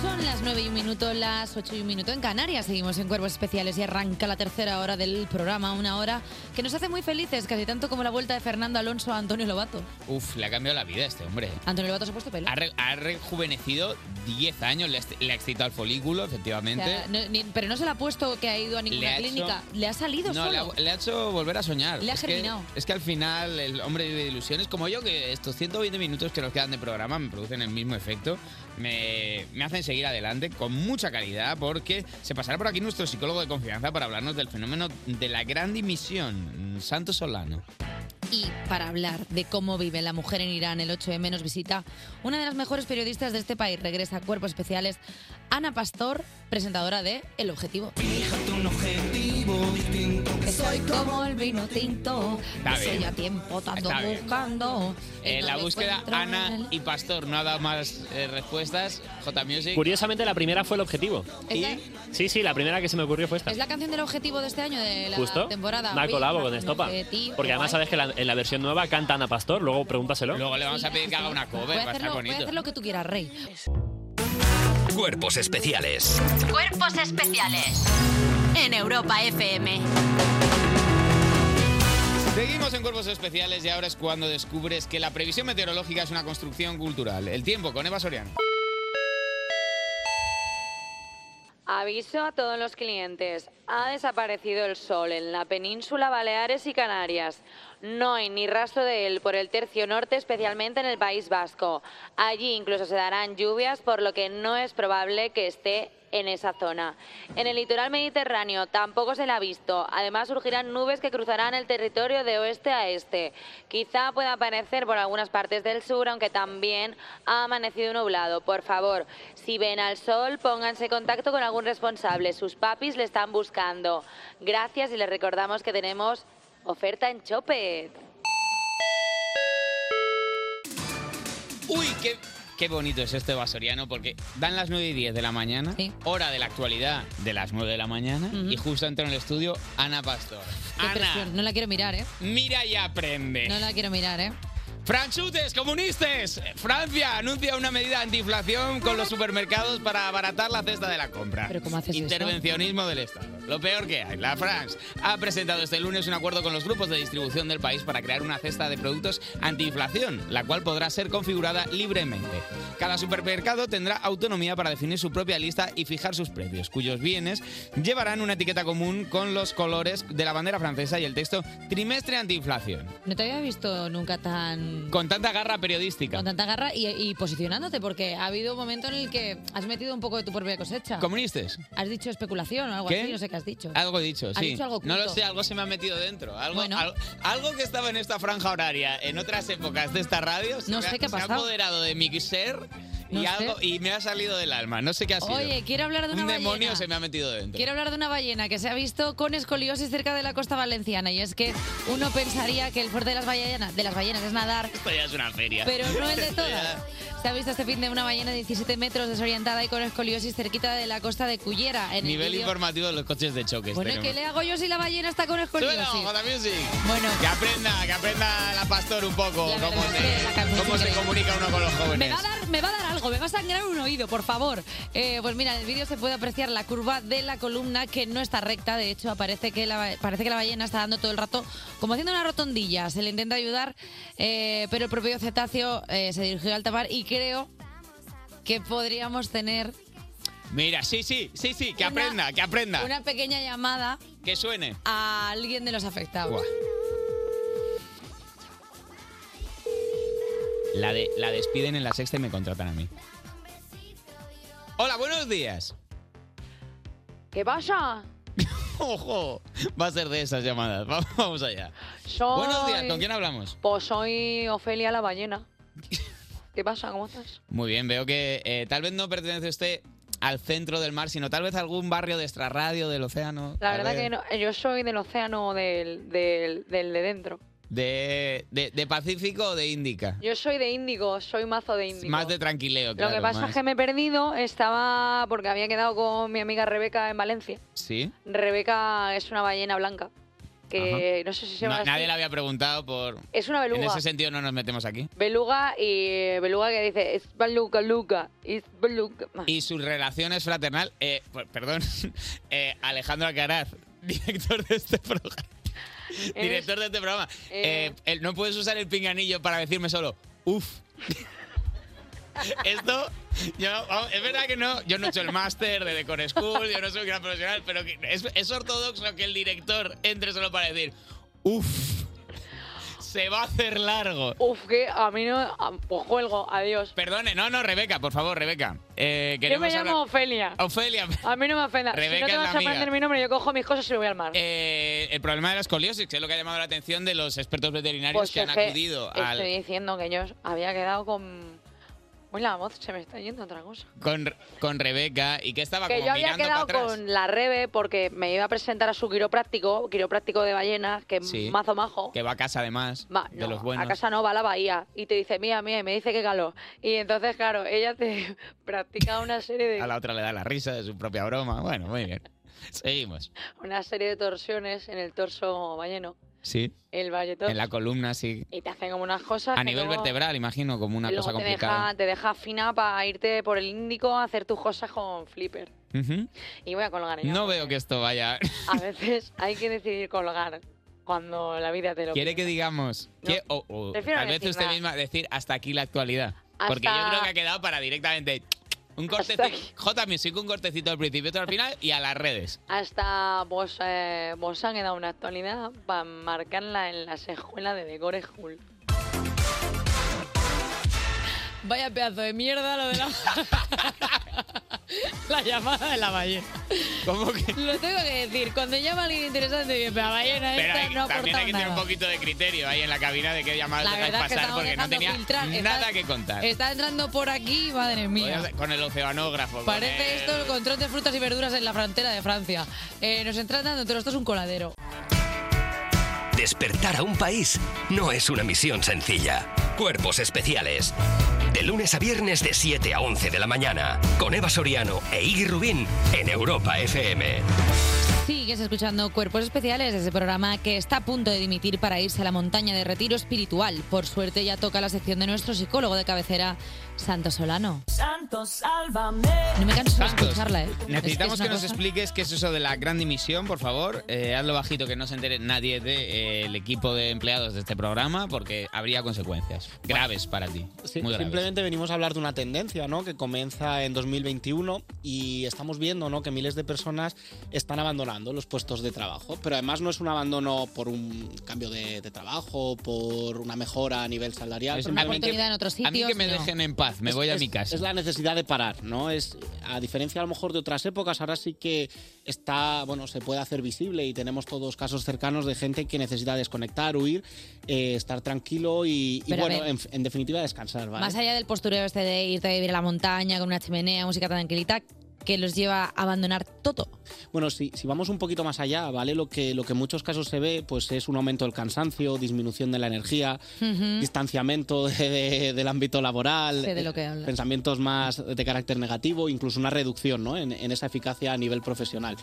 S2: son las 9 y un minuto, las 8 y un minuto en Canarias. Seguimos en Cuervos Especiales y arranca la tercera hora del programa. Una hora que nos hace muy felices, casi tanto como la vuelta de Fernando Alonso a Antonio Lobato.
S3: Uf, le ha cambiado la vida a este hombre.
S2: Antonio Lobato se ha puesto pelo.
S3: Ha, re- ha rejuvenecido 10 años, le ha, le ha excitado el folículo,
S2: O
S3: efectivamente.
S2: sea, no- ni- pero no se le ha puesto que ha ido a
S3: Le
S2: ninguna
S3: ha hecho-
S2: clínica. Le ha salido
S3: No, le ha,
S2: solo.
S3: le ha hecho volver a soñar.
S2: Le ha
S3: Es que-
S2: germinado.
S3: es que al final el hombre vive de ilusiones, como yo, que estos 120 minutos que nos quedan de programa me producen el mismo efecto. Me, me hacen seguir adelante con mucha mucha calidad porque se pasará por aquí nuestro psicólogo de confianza para hablarnos del fenómeno de la gran dimisión, Santo Solano.
S2: Y para hablar de cómo vive la mujer en Irán, el 8M nos visita una de las mejores periodistas de este país. Regresa a Cuerpos Especiales, Ana Pastor, presentadora de El Objetivo. Que soy como el vino tinto,
S3: Está
S2: que soy
S3: bien.
S2: a tiempo tanto
S3: Está bien.
S2: buscando.
S3: En la búsqueda,
S2: encuentro
S3: Ana y Pastor no ha dado más eh, respuestas. J Music.
S15: Curiosamente, la primera fue el objetivo.
S2: ¿Es la,
S15: Sí, sí, la primera que se me ocurrió fue esta.
S2: es la canción del objetivo de este año, de la
S15: Justo.
S2: temporada.
S15: Una
S2: Uy,
S15: colabo con
S2: el
S15: Estopa.
S2: objetivo,
S15: Porque además
S2: guay.
S15: sabes que la- en la versión nueva canta Ana Pastor, luego pregúntaselo.
S3: Luego le vamos a pedir que haga una
S2: Voy a, hacerlo, voy a hacer lo que tú quieras, Rey.
S1: Cuerpos especiales.
S4: Cuerpos especiales en Europa FM.
S3: Seguimos en Cuerpos Especiales y ahora es cuando descubres que la previsión meteorológica es una construcción cultural. El tiempo con Eva Soriano.
S2: Aviso a todos los clientes. Ha desaparecido el sol en la península Baleares y Canarias. No hay ni rastro de él por el tercio norte, especialmente en el País Vasco. Allí incluso se darán lluvias, por lo que no es probable que esté en esa zona. En el litoral mediterráneo tampoco se le ha visto. Además surgirán nubes que cruzarán el territorio de oeste a este. Quizá pueda aparecer por algunas partes del sur, aunque también ha amanecido nublado. Por favor, si ven al sol, pónganse en contacto con algún responsable. Sus papis le están buscando. Gracias y les recordamos que tenemos oferta en Chopet.
S3: Uy, qué, qué bonito es esto de Vasoriano, porque dan las 9 y 10 de la mañana, hora de la actualidad de las 9 de la mañana, y justo entra en el estudio Ana Pastor. Ana,
S2: No la quiero mirar, ¿eh?
S3: mira y aprende.
S2: la quiero mirar, ¿eh?
S3: Franchutes, comunistas, Francia anuncia una medida antiinflación con los supermercados para abaratar la cesta de la compra.
S2: ¿Pero cómo haces eso?
S3: Intervencionismo del Estado. Lo peor que hay. La France ha presentado este lunes un acuerdo con los grupos de distribución del país para crear una cesta de productos antiinflación, la cual podrá ser configurada libremente. Cada supermercado tendrá autonomía para definir su propia lista y fijar sus precios, cuyos bienes llevarán una etiqueta común con los colores de la bandera francesa y el texto trimestre antiinflación.
S2: No te había visto nunca tan
S3: Con tanta garra periodística.
S2: Con tanta garra y, y posicionándote, porque ha habido un momento en el que has metido un poco de tu propia cosecha.
S3: Comunistas.
S2: Has dicho especulación o algo
S3: ¿Qué?
S2: así, no sé qué has dicho.
S3: Algo he dicho,
S2: Has
S3: sí.
S2: dicho algo
S3: no lo
S2: oculto.
S3: sé, algo se me ha metido dentro. Algo, al- algo que estaba en esta franja horaria en otras épocas de esta radio se
S2: No
S3: me ha-
S2: sé qué ha
S3: se ha
S2: pasado.
S3: apoderado de mi ser
S2: No
S3: y,
S2: sé.
S3: algo, y me ha salido del alma. No sé qué ha sido.
S2: Oye, quiero hablar de una
S3: Un demonio
S2: ballena.
S3: se me ha metido dentro.
S2: Quiero hablar de una ballena que se ha visto con escoliosis cerca de la costa valenciana. Y es que uno pensaría que el fuerte de las ballenas, de las ballenas es nadar,
S3: Esto ya es una feria.
S2: pero no es de
S3: Esto
S2: todas.
S3: ya-
S2: Se ha visto este fin de una ballena de 17 metros desorientada y con escoliosis cerquita de la costa de Cullera. En el
S3: Nivel
S2: vídeo-
S3: informativo de los coches de choques.
S2: Bueno, ¿y
S3: tenemos.
S2: ¿qué le hago yo si la ballena está con escoliosis?
S3: Súbelo, Jota Music.
S2: Bueno.
S3: Que aprenda, que aprenda la pastor un poco
S2: La
S3: cómo,
S2: verdad
S3: se,
S2: es que la canción
S3: cómo
S2: es
S3: se
S2: increíble.
S3: comunica uno con los jóvenes.
S2: Me va, a dar, me va a dar algo, me va a sangrar un oído, por favor. Eh, pues mira, en el vídeo se puede apreciar la curva de la columna que no está recta. De hecho, parece que la, parece que la ballena está dando todo el rato como haciendo una rotondilla. Se le intenta ayudar, eh, pero el propio cetáceo eh, se dirigió al tapar y creo que podríamos tener
S3: Mira, sí, sí, sí, sí, que aprenda, que aprenda.
S2: una pequeña llamada
S3: Que suene.
S2: a alguien de los afectados.
S3: Buah. La, de, la despiden en la sexta y me contratan a mí. Hola, buenos días.
S16: ¿Qué pasa?
S3: Ojo, va a ser de esas llamadas. Vamos- Vamos allá.
S16: Soy...
S3: Buenos días, ¿con quién hablamos?
S16: Pues soy Ofelia la ballena. ¿Qué pasa? ¿Cómo estás?
S3: Muy bien, veo que eh, tal vez no pertenece usted al centro del mar, sino tal vez a algún barrio de extrarradio del océano.
S16: La
S3: tal
S16: verdad
S3: vez
S16: que no, yo soy del océano del, del, del de dentro.
S3: De, de- de Pacífico o de Índica.
S16: Yo soy de índigo, soy mazo de índigo.
S3: Más de tranquileo, claro.
S16: Lo que pasa
S3: más.
S16: es que me he perdido, estaba porque había quedado con mi amiga Rebeca en Valencia.
S3: ¿Sí?
S16: Rebeca es una ballena blanca, que
S3: Ajá.
S16: no sé si se
S3: No,
S16: llama así.
S3: nadie le había preguntado por...
S16: Es una beluga.
S3: En ese sentido no nos metemos aquí.
S16: Beluga y eh, beluga que dice, es beluga, luga, es beluga.
S3: Y su relación es fraternal. Eh, per- perdón, eh, Alejandro Alcaraz, director de este programa. director de este programa. Eh, el- no puedes usar el pinganillo para decirme solo, uff. Esto, yo, vamos, es verdad que no, yo no he hecho el máster de Decor School, yo no soy un gran profesional, pero que es, es ortodoxo que el director entre solo para decir, uff. Se va a hacer largo.
S16: Uf, que a mí no. a- Pues cuelgo, adiós.
S3: Perdone, no, no, Rebeca, por favor, Rebeca. Eh,
S16: Yo me
S3: queremos
S16: llamo
S3: hablar-
S16: Ofelia.
S3: Ofelia.
S16: A mí no me ofenda. si no
S3: Rebeca es
S16: te
S3: la
S16: vas a
S3: amiga.
S16: aprender mi nombre, yo cojo mis cosas y lo voy al mar.
S3: Eh, el problema de la escoliosis, que es lo que ha llamado la atención de los expertos veterinarios
S16: Pues
S3: que han
S16: es que
S3: acudido
S16: Estoy
S3: al,
S16: diciendo que yo había quedado con. Uy, la voz se me está yendo a otra cosa.
S3: con, con Rebeca y que estaba
S16: Que
S3: como
S16: yo había
S3: mirando
S16: quedado
S3: para atrás.
S16: con la Rebe porque me iba a presentar a su quiropráctico, quiropráctico de ballenas, que es
S3: Sí.
S16: mazo majo.
S3: Que va a casa además,
S16: Va,
S3: de los buenos.
S16: A casa no va a la bahía y te dice, mía, mía, y me dice que calor. Y entonces, claro, ella te practica una serie de
S3: A la otra le da la risa de su propia broma. Bueno, muy bien. Seguimos.
S16: una serie de torsiones en el torso balleno,
S3: Sí.
S16: el valletón.
S3: En la columna, sí.
S16: Y te hacen como unas cosas.
S3: A
S16: que
S3: nivel
S16: luego-
S3: vertebral, imagino, como una
S16: y luego
S3: cosa
S16: te deja,
S3: complicada.
S16: te deja fina para irte por el Índico a hacer tus cosas con flipper.
S3: Ujú.
S16: Y voy a colgar ya.
S3: No veo que esto vaya.
S16: A veces hay que decidir colgar cuando la vida te lo
S3: Quiere
S16: pide.
S3: que digamos. que- o- o
S16: Prefiero
S3: tal
S16: no
S3: vez
S16: decir
S3: usted
S16: nada.
S3: misma decir hasta aquí la actualidad. Porque
S16: Hasta-
S3: yo creo que ha quedado para directamente. Un cortecito. J Music, un cortecito al principio, otro al final y a las redes.
S16: Hasta vos, eh, vos han dado una actualidad para marcarla en la sejuela de Decore Hull.
S10: Vaya pedazo de mierda lo de la. la llamada de la ballena.
S3: ¿Cómo que?
S10: Lo tengo que decir. Cuando llama alguien interesante, dice, pero la ballena
S3: Pero
S10: esta
S3: hay-
S10: no ha
S3: también hay
S10: aportado
S3: que tener un
S10: nada.
S3: poquito de criterio ahí en la cabina de qué llamadas
S10: La
S3: dejáis
S10: verdad es que
S3: pasar
S10: estamos
S3: porque no
S10: dejando
S3: tenía
S10: filtrar, está-
S3: nada que contar.
S10: Está entrando por aquí, madre mía.
S3: Podemos- Con el oceanógrafo. con
S10: Parece
S3: el-
S10: esto el control de frutas y verduras en la frontera de Francia. Eh, nos entran dando, pero esto es un coladero.
S1: Despertar a un país no es una misión sencilla. Cuerpos especiales. De lunes a viernes de 7 a 11 de la mañana. Con Eva Soriano e Iggy Rubín en Europa FM.
S2: Sigues escuchando Cuerpos Especiales, ese programa que está a punto de dimitir para irse a la montaña de retiro espiritual. Por suerte ya toca la sección de nuestro psicólogo de cabecera, Santo Solano.
S17: Santos, sálvame.
S2: No me canso de
S3: Santos,
S2: escucharla, ¿eh?
S3: Necesitamos que,
S2: Es que es una
S3: nos
S2: cosa-
S3: expliques qué es eso de la gran dimisión, por favor. Eh, hazlo bajito, que no se entere nadie del de, eh, el equipo de empleados de este programa, porque habría consecuencias graves para ti.
S18: Sí,
S3: muy graves.
S18: simplemente venimos a hablar de una tendencia ¿no? que comienza en 2021 y estamos viendo ¿no? que miles de personas están abandonando los puestos de trabajo. Pero además no es un abandono por un cambio de, de trabajo, por una mejora a nivel salarial.
S3: Es
S18: simplemente-
S3: simplemente- A mí que me dejen en paz, me
S18: Es-
S3: voy a
S18: es-
S3: mi casa.
S18: Es la necesidad de parar, ¿no? Es a diferencia a lo mejor de otras épocas, ahora sí que está, bueno, se puede hacer visible y tenemos todos casos cercanos de gente que necesita desconectar, huir, eh, estar tranquilo y, y,
S2: Pero a
S18: bueno,
S2: ver.
S18: en, en definitiva descansar, ¿vale?
S2: Más allá del postureo este de irte a vivir a la montaña con una chimenea, música tranquilita, que los lleva a abandonar todo.
S18: Bueno, si, si vamos un poquito más allá, ¿vale? Lo que, lo que en muchos casos se ve, pues es un aumento del cansancio, disminución de la energía,
S2: Ujú.
S18: distanciamiento de- de- del ámbito laboral, eh,
S2: Sé de lo que hablas.
S18: pensamientos más de carácter negativo, incluso una reducción ¿no? en, en esa eficacia a nivel profesional.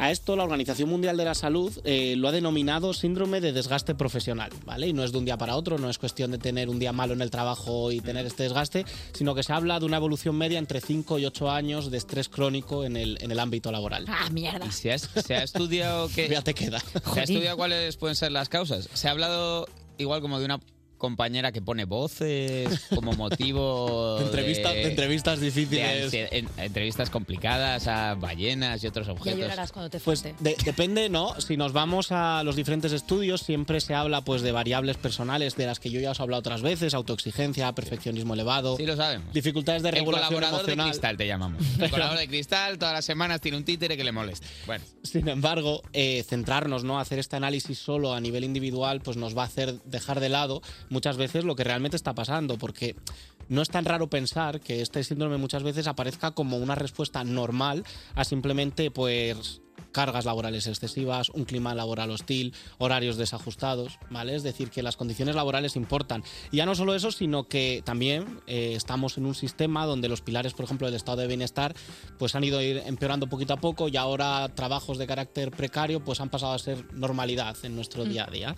S18: A esto la Organización Mundial de la Salud eh, lo ha denominado síndrome de desgaste profesional, ¿vale? Y no es de un día para otro, no es cuestión de tener un día malo en el trabajo y tener este desgaste, sino que se habla de una evolución media entre 5 y 8 años de estrés crónico en el, en el ámbito laboral.
S2: Ah, mierda.
S3: ¿Y se ha, se ha estudiado que
S18: Ya te queda.
S3: ¿Se ha estudiado cuáles pueden ser las causas? Se ha hablado igual como de una compañera que pone voces como motivo
S18: De entrevista- de entrevistas difíciles.
S3: de ansie- en- entrevistas complicadas a ballenas y otros
S2: Ya
S3: objetos.
S2: llorarás cuando te
S18: Pues
S2: falte.
S18: de- depende, ¿no? Si nos vamos a los diferentes estudios, siempre se habla pues de variables personales de las que yo ya os he hablado otras veces, autoexigencia, perfeccionismo elevado.
S3: Sí, lo sabemos.
S18: Dificultades de
S3: El
S18: regulación
S3: colaborador de
S18: emocional.
S3: cristal te llamamos. El colaborador de cristal todas las semanas tiene un títere que le molesta. Bueno,
S18: Sin embargo, eh, centrarnos, ¿no? Hacer este análisis solo a nivel individual, pues nos va a hacer dejar de lado muchas veces lo que realmente está pasando, porque no es tan raro pensar que este síndrome muchas veces aparezca como una respuesta normal a simplemente, pues cargas laborales excesivas, un clima laboral hostil, horarios desajustados, ¿vale? Es decir, que las condiciones laborales importan. Y ya no solo eso, sino que también eh, estamos en un sistema donde los pilares, por ejemplo, del estado de bienestar, pues han ido ir empeorando poquito a poco y ahora trabajos de carácter precario, pues han pasado a ser normalidad en nuestro
S19: Mm.
S18: día a día.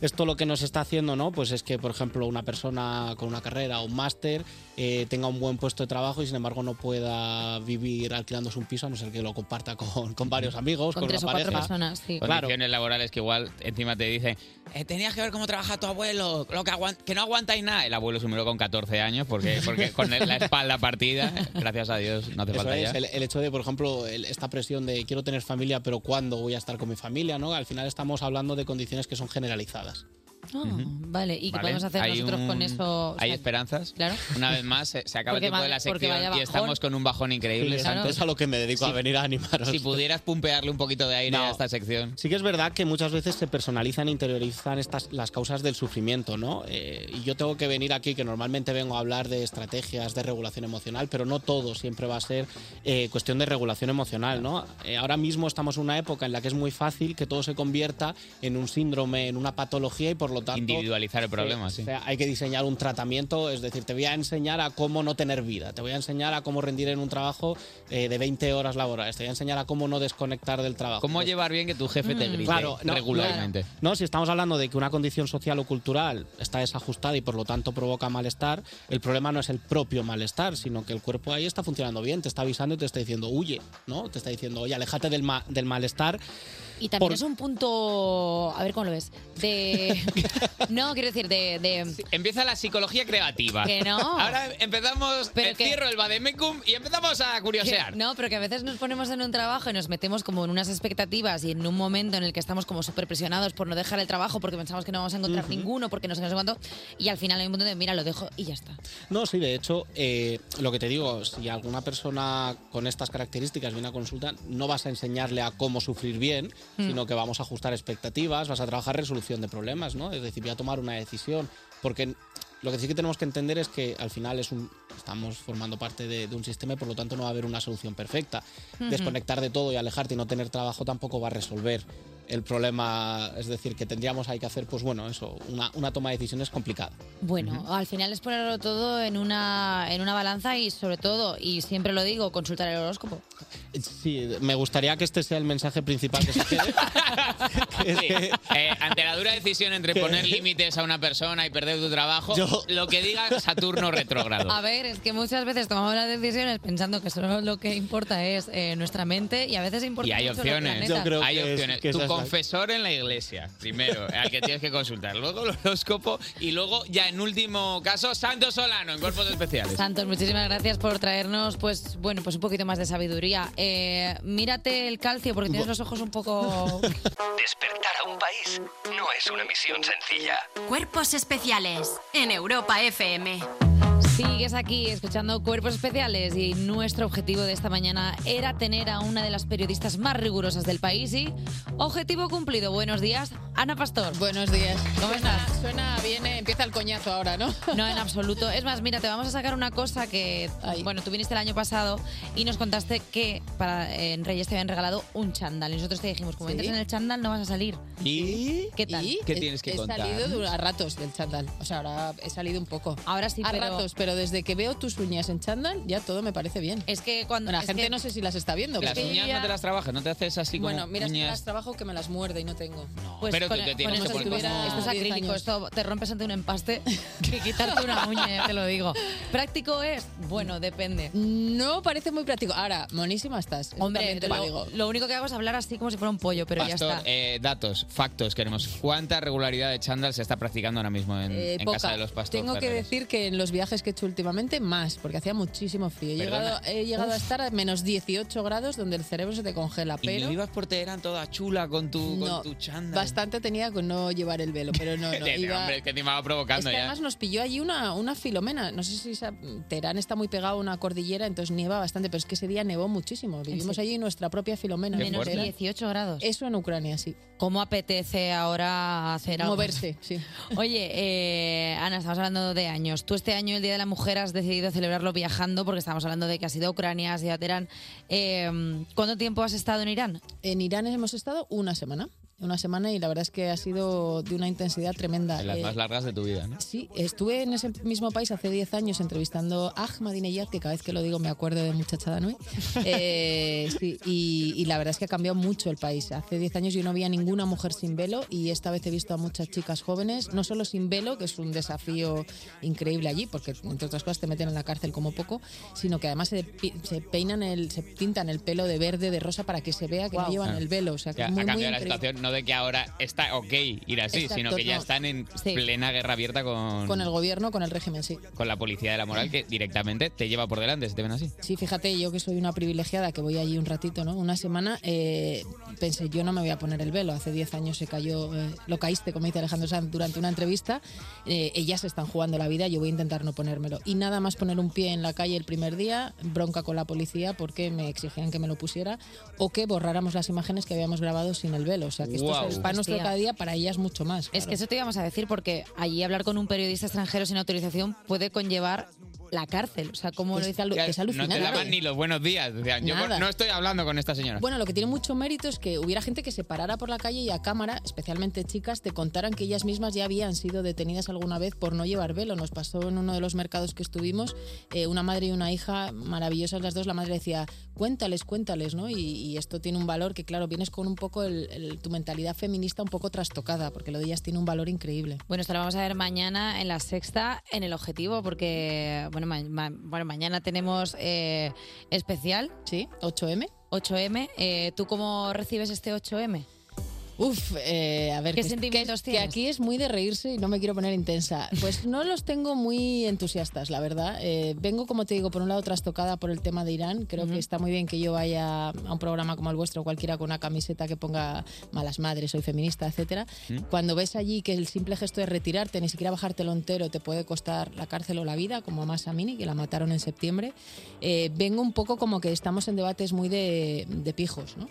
S18: Esto lo que nos está haciendo, ¿no? Pues es que, por ejemplo, una persona con una carrera o un máster eh, tenga un buen puesto de trabajo y, sin embargo, no pueda vivir alquilándose un piso, a no ser que lo comparta con, con varios amigos, con,
S2: Con tres o
S18: una
S2: cuatro
S18: pareja.
S2: personas, sí.
S18: Claro.
S3: condiciones laborales que igual encima te dicen eh, tenías que ver cómo trabaja tu abuelo, lo que, aguan- que no aguantáis nada. El abuelo se murió con 14 años porque, porque con la espalda partida, gracias a Dios, no hace
S18: Eso
S3: falta
S18: es,
S3: ya.
S18: el, el hecho de, por ejemplo, el- esta presión de quiero tener familia, pero ¿cuándo voy a estar con mi familia? ¿no? Al final estamos hablando de condiciones que son generalizadas.
S2: Ah, vale, ¿y qué
S3: Vale,
S2: podemos hacer
S3: hay
S2: nosotros con
S3: un-
S2: eso? O
S3: ¿Hay
S2: sea,
S3: esperanzas?
S2: Claro.
S3: Una vez más, se, se acaba
S2: Porque
S3: el tiempo de
S2: va-
S3: la
S2: porque vaya
S3: sección
S2: bajón.
S3: y estamos con un bajón increíble.
S2: Sí,
S3: Santos.
S2: es a
S18: lo que me dedico a venir a animaros.
S3: Si pudieras pumpearle un poquito de aire
S18: No.
S3: a esta sección.
S18: Sí que es verdad que muchas veces se personalizan e interiorizan estas, las causas del sufrimiento, ¿no? Eh, y yo tengo que venir aquí, que normalmente vengo a hablar de estrategias de regulación emocional, pero no todo siempre va a ser eh, cuestión de regulación emocional, ¿no? Eh, ahora mismo estamos en una época en la que es muy fácil que todo se convierta en un síndrome, en una patología y por lo tanto... eh,
S3: Individualizar el problema, sí.
S18: O sea, hay que diseñar un tratamiento, es decir, te voy a enseñar a cómo no tener vida, te voy a enseñar a cómo rendir en un trabajo eh, de 20 horas laborales, te voy a enseñar a cómo no desconectar del trabajo.
S3: ¿Cómo
S18: Pues,
S3: llevar bien que tu jefe
S2: Mm.
S3: te grite
S18: Claro, no,
S3: regularmente?
S18: No, no, si estamos hablando de que una condición social o cultural está desajustada y por lo tanto provoca malestar, el problema no es el propio malestar, sino que el cuerpo ahí está funcionando bien, te está avisando y te está diciendo huye, ¿no? Te está diciendo, oye, aléjate del, ma- del malestar.
S2: Y también
S18: por-
S2: es un punto, a ver cómo lo ves, de... no, quiero decir, de... de-
S3: Empieza la psicología creativa.
S2: Que no.
S3: Ahora empezamos,
S2: Pero que-
S3: cierro el Bademecum y empezamos a curiosear.
S2: que- no, pero que a veces nos ponemos en un trabajo y nos metemos como en unas expectativas y en un momento en el que estamos como súper presionados por no dejar el trabajo porque pensamos que no vamos a encontrar ninguno, porque no sé, no sé cuánto, y al final hay un punto de, mira, lo dejo y ya está.
S18: No, sí, de hecho, eh, lo que te digo, si alguna persona con estas características viene a consulta, no vas a enseñarle a cómo sufrir bien,
S19: Mm.
S18: sino que vamos a ajustar expectativas, vas a trabajar resolución de problemas, ¿no? Es decir, voy a tomar una decisión, porque lo que sí que tenemos que entender es que al final es un, estamos formando parte de, de un sistema y por lo tanto no va a haber una solución perfecta.
S19: Ujú.
S18: Desconectar de todo y alejarte y no tener trabajo tampoco va a resolver el problema, es decir, que tendríamos ahí que hacer, pues bueno, eso, una, una toma de decisiones complicada.
S2: Bueno, al final es ponerlo todo en una, en una balanza y sobre todo, y siempre lo digo, consultar el horóscopo.
S18: Sí, me gustaría que este sea el mensaje principal que se quede.
S3: Sí. Eh, ante la dura decisión entre poner límites a una persona y perder tu trabajo, lo que diga Saturno retrógrado.
S2: A ver, es que muchas veces tomamos las decisiones pensando que solo lo que importa es eh, nuestra mente y a veces importa
S3: Y hay
S2: mucho los
S3: opciones.
S2: planetas.
S3: hay opciones.
S18: que esa
S3: tu
S18: es la-
S3: confesor en la iglesia, primero, al que tienes que consultar. Luego el horóscopo y luego, ya en último caso, Santo Solano en cuerpos especiales.
S2: Santos, muchísimas gracias por traernos, pues bueno, pues un poquito más de sabiduría. Eh, mírate el calcio porque tienes los ojos un poco.
S1: Despertar a un país no es una misión sencilla.
S4: Cuerpos especiales en Europa FM.
S2: Sigues aquí escuchando Cuerpos Especiales y nuestro objetivo de esta mañana era tener a una de las periodistas más rigurosas del país y objetivo cumplido. Buenos días, Ana Pastor.
S20: Buenos días.
S2: ¿Cómo estás?
S20: Suena bien, eh, empieza el coñazo ahora, ¿no?
S2: No, en absoluto. Es más, mira, te vamos a sacar una cosa que, bueno, tú viniste el año pasado y nos contaste que para eh, en Reyes te habían regalado un chándal. Y nosotros te dijimos, como
S20: Sí.
S2: entres en el chándal no vas a salir.
S3: ¿Y?
S2: ¿Qué tal?
S20: Y
S3: ¿Qué tienes que
S20: he
S3: contar?
S20: salido du- a ratos del chándal. O sea, ahora he salido un poco.
S2: Ahora sí,
S20: A
S2: pero-
S20: ratos, pero desde que veo tus uñas en chándal, ya todo me parece bien.
S2: Es que cuando...
S20: la gente no sé si las está viendo.
S3: Las
S20: pero-
S3: uñas no te las trabajas, no te haces así como
S20: Bueno, mira, es que
S3: uñas.
S20: las trabajo que me las muerde y no tengo. Pues
S3: pero tú te tienes que
S2: estos
S3: poner
S2: tipos-
S3: como-
S2: esto es acrílico, esto te rompes ante un empaste que quitarte una uña, ya te lo digo. ¿Práctico es? Bueno, depende.
S20: No parece muy práctico. Ahora, monísima estás. eso
S2: Hombre,
S20: también te
S2: lo,
S20: lo digo.
S2: lo único que hago es hablar así como si fuera un pollo, pero ya
S3: Pastor,
S2: está.
S3: eh, datos, factos queremos. ¿Cuánta regularidad de chándal se está practicando ahora mismo en,
S20: Eh,
S3: en
S20: poca.
S3: casa de los pastores?
S20: Tengo que decir que en los viajes que he hecho últimamente, más, porque hacía muchísimo frío. He
S3: Perdona.
S20: llegado, he llegado a
S3: Uf.
S20: estar a menos 18 grados donde el cerebro se te congela,
S3: Y
S20: pero...
S3: no ibas por Teherán toda chula con tu, con
S20: no,
S3: tu chándal.
S20: bastante tenía con no llevar el velo, pero no, no,
S3: Hombre,
S20: iba-
S3: Hombre, es que te iba
S20: Es
S3: provocando
S20: que
S3: ya.
S20: además nos pilló allí una, una filomena. No sé si sa- Teherán está muy pegado a una cordillera, entonces nieva bastante, pero es que ese día nevó muchísimo. Vivimos allí nuestra propia filomena.
S2: Menos
S20: Teherán.
S2: 18 grados.
S20: Eso en Ucrania, sí.
S2: ¿Cómo apetece ahora hacer algo?
S20: Moverse, sí.
S2: Oye, eh, Ana, estamos hablando de años. Tú este año, el Día de la Mujer, has decidido celebrarlo viajando porque estamos hablando de que has ido a Ucrania, has ido a Teherán. Eh, ¿Cuánto tiempo has estado en Irán?
S20: En Irán hemos estado una semana. Una semana y la verdad es que ha sido de una intensidad tremenda.
S3: En las
S20: Eh,
S3: más largas de tu vida, ¿no?
S20: Sí, estuve en ese mismo país hace 10 años entrevistando a Ahmadinejad, que cada vez que lo digo me acuerdo de muchachada Nui. Eh, sí, y, y la verdad es que ha cambiado mucho el país. Hace 10 años yo no había ninguna mujer sin velo y esta vez he visto a muchas chicas jóvenes, no solo sin velo, que es un desafío increíble allí, porque entre otras cosas te meten en la cárcel como poco, sino que además se, pi- se peinan, el, se tintan el pelo de verde, de rosa, para que se vea que no
S3: Guau.
S20: llevan
S3: Ah.
S20: el velo. O sea, que
S3: Ya,
S20: es muy,
S3: ha
S20: muy
S3: cambiado la
S20: increíble.
S3: situación. no de que ahora está ok ir así,
S20: Exacto,
S3: sino que ya
S20: no.
S3: están en
S20: Sí.
S3: plena guerra abierta con,
S20: Con el gobierno, con el régimen, sí.
S3: con la policía de la moral que directamente te lleva por delante si te ven así.
S20: Sí, fíjate, yo que soy una privilegiada, que voy allí un ratito, ¿no? Una semana, eh, pensé, yo no me voy a poner el velo. Hace 10 años se cayó, eh, lo caíste, como dice Alejandro Sanz, durante una entrevista. Eh, ellas se están jugando la vida, yo voy a intentar no ponérmelo. Y nada más poner un pie en la calle el primer día, bronca con la policía porque me exigían que me lo pusiera o que borráramos las imágenes que habíamos grabado sin el velo. O sea, que esto
S2: Guau.
S20: es el pan nuestro
S2: Hostia.
S20: cada día, para ellas mucho más.
S2: Es que eso te íbamos a decir porque allí hablar con un periodista extranjero sin autorización puede conllevar la cárcel. O sea, como lo dice alu-
S3: Ya,
S2: es
S3: no te
S2: alucinante.
S3: daban ni los buenos días. decían, yo
S20: Nada.
S3: no estoy hablando con esta señora.
S20: Bueno, lo que tiene mucho mérito es que hubiera gente que se parara por la calle y a cámara, especialmente chicas, te contaran que ellas mismas ya habían sido detenidas alguna vez por no llevar velo. Nos pasó en uno de los mercados que estuvimos, eh, una madre y una hija, maravillosas las dos, la madre decía, cuéntales, cuéntales, ¿no? Y, y esto tiene un valor que, claro, vienes con un poco el- el- tu mentalidad feminista un poco trastocada, porque lo de ellas tiene un valor increíble.
S2: Bueno, esto lo vamos a ver mañana en la sexta en el objetivo, porque bueno, ma- ma- bueno mañana tenemos eh, especial.
S20: Sí, 8M.
S2: 8M. Eh, ¿Tú cómo recibes este 8M?
S20: Uf, eh, a ver,
S2: ¿Qué
S20: que-
S2: sentimientos
S20: que, que
S2: tienes?
S20: aquí es muy de reírse y no me quiero poner intensa. Pues no los tengo muy entusiastas, la verdad. Eh, vengo, como te digo, por un lado trastocada por el tema de Irán. Creo que está muy bien que yo vaya a un programa como el vuestro, cualquiera con una camiseta que ponga malas madres, soy feminista, etcétera.
S19: ¿Mm?
S20: Cuando ves allí que el simple gesto de retirarte, ni siquiera bajártelo entero, te puede costar la cárcel o la vida, como a Massa Mini, que la mataron en septiembre, eh, vengo un poco como que estamos en debates muy de, de pijos, ¿no?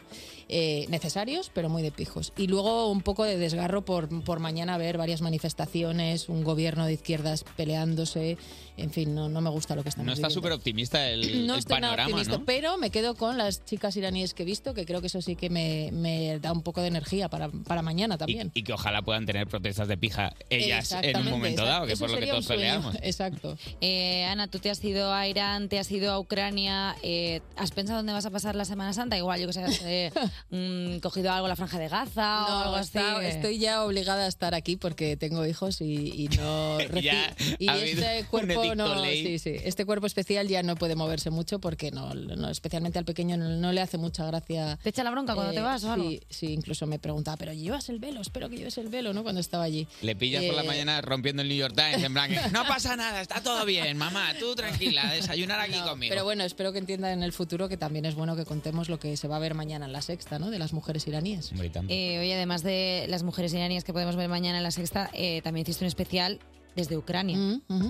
S20: Eh, necesarios, pero muy de pijos. Y luego un poco de desgarro por, por mañana ver varias manifestaciones, un gobierno de izquierdas peleándose, en fin, no, no me gusta lo que estamos
S3: No está
S20: viviendo.
S3: súper optimista el,
S20: No
S3: el
S20: estoy nada
S3: panorama,
S20: optimista,
S3: ¿no?
S20: pero me quedo con las chicas iraníes que he visto, que creo que eso sí que me, me da un poco de energía para, para mañana
S3: Y,
S20: también.
S3: y que ojalá puedan tener protestas de pija ellas en un
S20: Exactamente,
S3: momento dado, que
S20: exacto.
S3: por
S20: Eso
S3: lo que
S20: sería un
S3: todos peleamos.
S20: sueño, Exacto.
S2: Eh, Ana, tú te has ido a Irán, te has ido a Ucrania. eh, ¿Has pensado dónde vas a pasar la Semana Santa? Igual, yo que sé, has eh, mm, cogido algo en la Franja de Gaza o algo
S20: No,
S2: así. eh.
S20: está- estoy ya obligada a estar aquí porque tengo hijos y, y no reci-
S2: Ya
S20: y
S2: ha habido
S20: este
S2: un
S20: cuerpo
S2: edicto
S20: no,
S2: ley.
S20: sí, sí, este cuerpo especial ya no puede moverse mucho porque no, no, especialmente al pequeño no, no le hace mucha gracia. eh,
S2: ¿Te echa la bronca cuando te vas o algo?
S20: Sí, sí, incluso me preguntaba, pero llevas el velo, espero que lleves el velo, ¿no? Cuando estaba allí.
S3: Le pillas por la
S20: Eh,
S3: mañana rompiendo el New York Times, en plan, que, no pasa nada, está todo bien, mamá, tú tranquila, desayunar aquí conmigo.
S20: Pero bueno, espero que entiendan en el futuro que también es bueno que contemos lo que se va a ver mañana en la sexta, ¿no? De las mujeres iraníes.
S2: Eh, oye, además de las mujeres iraníes que podemos ver mañana en la sexta, eh, también hiciste un especial desde Ucrania.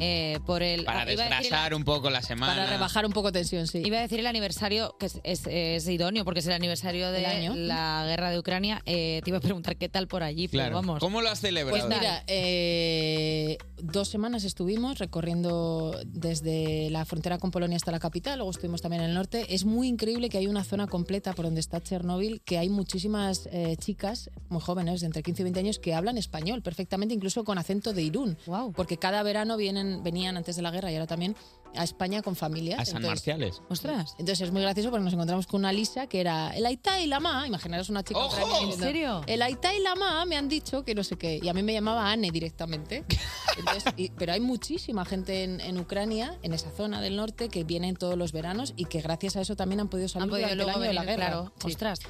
S2: eh, por el,
S3: Para
S2: ah, iba a decir el-
S3: desgrasar un poco la semana.
S20: Mm, Para rebajar un poco tensión, sí.
S2: Iba a decir el aniversario, que es, es- es idóneo porque es el aniversario de
S20: El año.
S2: la guerra de Ucrania. Eh, te iba a preguntar qué tal por allí, pero
S3: Claro.
S2: vamos.
S3: ¿Cómo lo has celebrado?
S20: Pues mira, eh, dos semanas estuvimos recorriendo desde la frontera con Polonia hasta la capital, luego estuvimos también en el norte. Es muy increíble que hay una zona completa por donde está Chernóbil, que hay muchísimas eh, chicas muy jóvenes, de entre 15 y 20 años, que hablan español perfectamente, incluso con acento de Irún. Porque cada verano vienen, venían antes de la guerra y ahora también a España con familias.
S3: a San
S20: Entonces,
S3: Marciales.
S2: Ostras.
S20: Entonces es muy gracioso porque nos encontramos con una Lisa que era el Aitá y la Ma. Imaginaros una chica.
S2: ¡Ojo!
S20: ucraniana
S2: ¿En
S20: diciendo,
S2: serio?
S20: El Aitá y la Ma me han dicho que no sé qué. Y a mí me llamaba Anne directamente. Entonces, y- pero hay muchísima gente en, en Ucrania, en esa zona del norte, que vienen todos los veranos y que gracias a eso también han podido salir
S2: Han podido
S20: durante el
S2: luego
S20: año de la
S2: venir,
S20: guerra.
S2: claro.
S20: Sí.
S2: Ostras.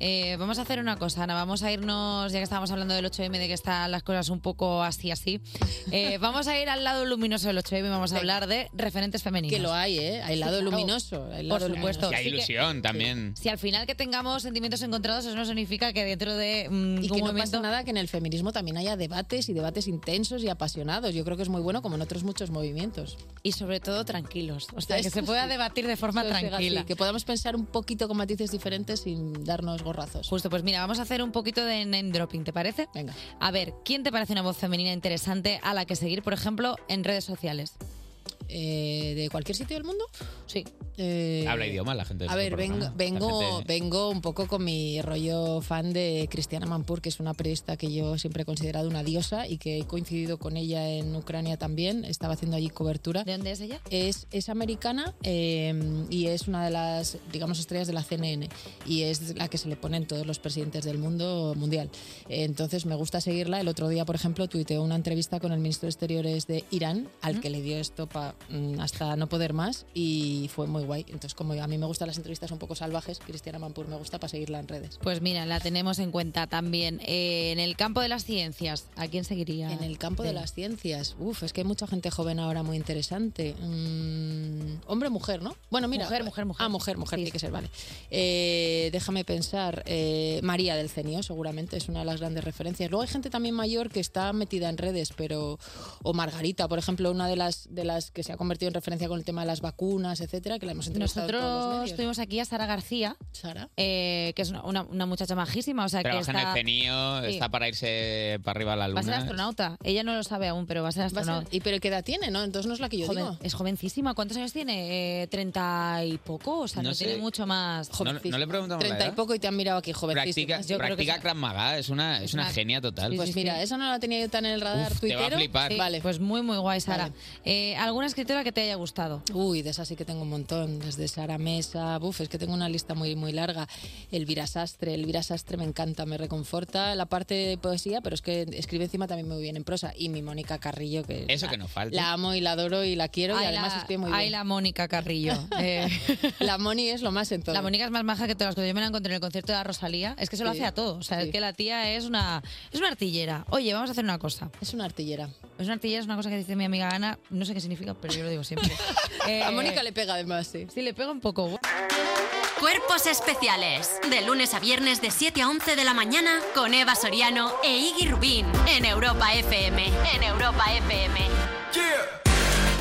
S2: Eh, vamos a hacer una cosa, Ana. Vamos a irnos, ya que estábamos hablando del 8M, de que están las cosas un poco así, así. Eh, vamos a ir al lado luminoso del 8M y vamos a hablar de referentes femeninos.
S20: Que lo hay, ¿eh? Hay lado luminoso, hay lado
S2: Por supuesto.
S3: Y hay
S2: Así que-
S3: ilusión también.
S2: Si al final que tengamos sentimientos encontrados, eso no significa que dentro de
S20: Y
S2: mm, un
S20: que no
S2: momento
S20: pasa nada que en el feminismo también haya debates y debates intensos y apasionados. Yo creo que es muy bueno como en otros muchos movimientos.
S2: y sobre todo tranquilos. O sea, que se pueda debatir de forma
S20: Sosega, sí,
S2: tranquila.
S20: que podamos pensar un poquito con matices diferentes sin darnos gorrazos.
S2: Justo, pues mira, vamos a hacer un poquito de name dropping, ¿te parece?
S20: Venga.
S2: A ver, ¿quién te parece una voz femenina interesante a la que seguir, por ejemplo, en redes sociales?
S20: eh, ¿De cualquier sitio del mundo? Eh,
S2: Sí.
S3: Habla idiomas la gente. de
S20: A
S3: este
S20: ver, vengo,
S3: programa.
S20: vengo,
S3: La gente-
S20: vengo un poco con mi rollo fan de Cristiana Mampur, que es una periodista que yo siempre he considerado una diosa y que he coincidido con ella en Ucrania también. Estaba haciendo allí cobertura.
S2: ¿De dónde es ella?
S20: Es, es americana eh, y es una de las, digamos, estrellas de la CNN y es la que se le ponen todos los presidentes del mundo mundial. Entonces me gusta seguirla. El otro día, por ejemplo, tuiteó una entrevista con el ministro de Exteriores de Irán, al que le dio esto pa- mm, hasta no poder más y fue muy guay. Entonces, como a mí me gustan las entrevistas un poco salvajes, Cristiana Mampur me gusta para seguirla en redes.
S2: Pues mira, la tenemos en cuenta también. Eh, en el campo de las ciencias, ¿a quién seguiría?
S20: En el campo de las ciencias, uff, es que hay mucha gente joven ahora muy interesante. Mm, hombre, mujer, ¿no? Bueno, mira.
S2: Mujer, mujer,
S20: Ah, mujer, mujer, tiene que ser, vale. Eh, déjame pensar. eh, María del Cenio, seguramente, es una de las grandes referencias. Luego hay gente también mayor que está metida en redes, pero. O Margarita, por ejemplo, una de las, de las que se ha convertido en referencia con el tema de las vacunas, etcétera, que la hemos entrevistado en todos los
S2: Nosotros
S20: medios.
S2: tuvimos aquí a Sara García, eh,
S20: Sara.
S2: que es una, una- una muchacha majísima, o sea que
S3: Trabaja en el
S2: está,
S3: CENIO,
S2: Sí.
S3: está para irse para arriba a la
S2: va a ser
S3: luna.
S2: astronauta. Ella no lo sabe aún, pero va a ser
S20: Va a ser-
S2: astronauta.
S20: ¿Y pero qué edad tiene? No, entonces no es la que yo
S2: Joven-
S20: digo.
S2: Es jovencísima. ¿Cuántos años tiene? Eh, Treinta y poco. O sea, no,
S3: No sé.
S2: tiene mucho más.
S3: No- no- no le preguntamos la
S20: Treinta y
S3: edad.
S20: poco y te han mirado aquí, jovencísima.
S3: Practica, practica Krav Maga, es una, es una
S20: una-
S3: genia total.
S20: Pues mira, esa no la tenía yo tan en el radar
S3: Uf, te va a
S20: tuitero.
S3: flipar. Sí,
S20: Vale.
S2: Pues muy, muy guay, Sara. Eh, ¿Alguna escritora que te haya gustado?
S20: Uy, de esas sí que tengo un montón. Desde Sara Mesa, buf, es que tengo una lista muy, muy larga. Elvira Sastre, Elvira Sastre me encanta, me reconforta la parte de poesía, pero es que escribe encima también muy bien en prosa. Y mi Mónica Carrillo, que
S3: Eso
S20: la,
S3: que nos falta.
S20: la amo y la adoro y la quiero y
S2: Ay,
S20: además
S2: la-
S20: escribe muy
S2: ay,
S20: bien.
S2: la Mónica Carrillo. Eh,
S20: la Moni es lo más en todo.
S2: La Mónica es más maja que todas las cosas. Yo me la encontré en el concierto de la Rosalía. Es que se lo
S20: Sí.
S2: hace a todo. O sea, es
S20: Sí.
S2: que la tía es una, es una artillera. Oye, vamos a hacer una cosa.
S20: Es una artillera.
S2: Es una artillera, es una cosa que dice mi amiga Ana. No sé qué significa, pero yo lo digo siempre.
S20: A Mónica le pega además, sí.
S2: Eh, Sí, le pega un poco.
S4: Cuerpos especiales. De lunes a viernes de 7 a 11 de la mañana con Eva Soriano e Iggy Rubín en Europa FM. En Europa FM.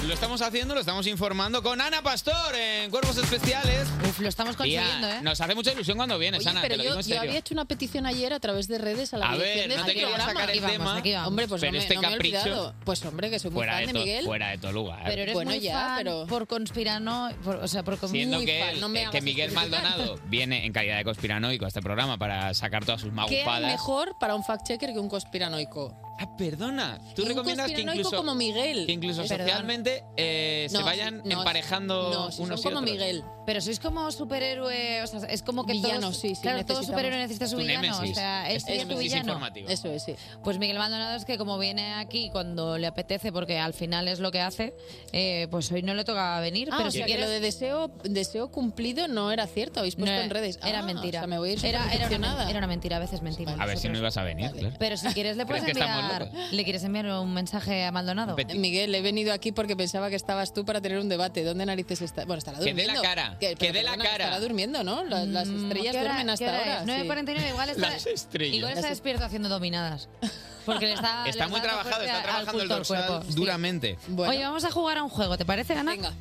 S3: Lo estamos haciendo, lo estamos informando con Ana Pastor en Cuerpos Especiales.
S2: Uf, lo estamos
S20: consiguiendo, ¿eh?
S3: Nos hace mucha ilusión cuando vienes,
S20: Oye,
S3: Ana,
S20: pero
S3: te lo
S20: yo,
S3: digo en
S20: yo
S3: serio.
S20: había hecho una petición ayer a través de redes a la
S3: A ver,
S20: dirección de
S3: no
S20: este
S3: te quiero
S20: programa.
S3: sacar el
S20: Aquí vamos,
S3: tema.
S20: aquí vamos. Hombre, pues
S3: Pero
S20: no me,
S3: este
S20: no me he
S3: capricho-
S20: olvidado. Pues hombre, que soy muy
S3: fuera,
S20: fan
S3: de
S20: de
S3: to-
S20: Miguel.
S3: fuera de todo lugar.
S2: Pero eres
S20: Bueno,
S2: muy
S20: ya,
S2: fan
S20: pero-
S2: por conspirano, por- o sea, por con-
S3: Siendo
S2: muy
S3: que,
S2: fan,
S3: él-
S2: no me
S3: eh, que
S2: hagas
S3: Miguel
S2: explicar.
S3: Maldonado viene en calidad de conspiranoico a este programa para sacar todas sus
S20: ¿Qué hay
S3: magufadas.
S20: mejor para un fact-checker que un conspiranoico?
S3: Ah, perdona. Tú
S20: un
S3: recomiendas que
S20: conspiranoico
S3: incluso,
S20: como Miguel.
S3: que incluso
S20: Perdón.
S3: socialmente eh, se
S20: No,
S3: vayan
S20: sí, no,
S3: emparejando
S20: no, sí, son
S3: unos y
S20: como
S3: otros.
S20: Miguel.
S2: Pero sois como superhéroe, o sea, es como que
S20: Villano,
S2: todos-
S20: sí, sí,
S2: claro, todo
S20: necesitamos.
S2: superhéroe necesita su
S20: Tu
S2: villano,
S20: némesis.
S2: o sea, él
S20: Es
S2: sería tu
S20: némesis
S2: villano.
S20: informativa. Eso es, sí.
S2: Pues Miguel Maldonado es que como viene aquí cuando le apetece, porque al final es lo que hace, eh, pues hoy no le toca venir,
S20: Ah,
S2: pero
S20: o
S2: si
S20: sea, que
S2: quieres-
S20: lo de deseo, deseo cumplido no era cierto. Habéis puesto
S2: No,
S20: en redes.
S2: era
S20: Ah,
S2: mentira.
S20: o sea, me voy a ir
S2: era, era, una,
S20: superdecepcionada.
S2: era una mentira, a veces mentimos.
S3: A ver si no ibas a venir, claro.
S2: Pero si quieres le
S3: ¿Crees
S2: puedes
S3: que estamos
S2: enviar, le quieres enviar un mensaje a Maldonado.
S20: Miguel, he venido aquí porque pensaba que estabas tú para tener un debate. ¿Dónde narices está? Bueno, estará
S2: Que dé
S20: durmiendo.
S2: la cara, que
S20: pero
S2: dé la
S20: perdona,
S2: cara.
S20: Estará durmiendo, ¿no? Las, las
S3: Mm,
S20: estrellas
S2: ¿Qué hora-
S20: duermen hasta
S2: qué hora
S20: ahora.
S2: es? 9.49, igual está,
S20: Las estrellas.
S2: igual está
S20: Las-
S2: despierto haciendo dominadas. Porque le está, le
S3: Está muy
S2: dando
S3: trabajado,
S2: fuerte
S3: está
S2: al
S3: trabajando el
S2: culto del
S3: dorsal
S2: cuerpo.
S3: duramente.
S2: Oye, vamos a jugar a un juego, ¿te parece, Ana? Venga.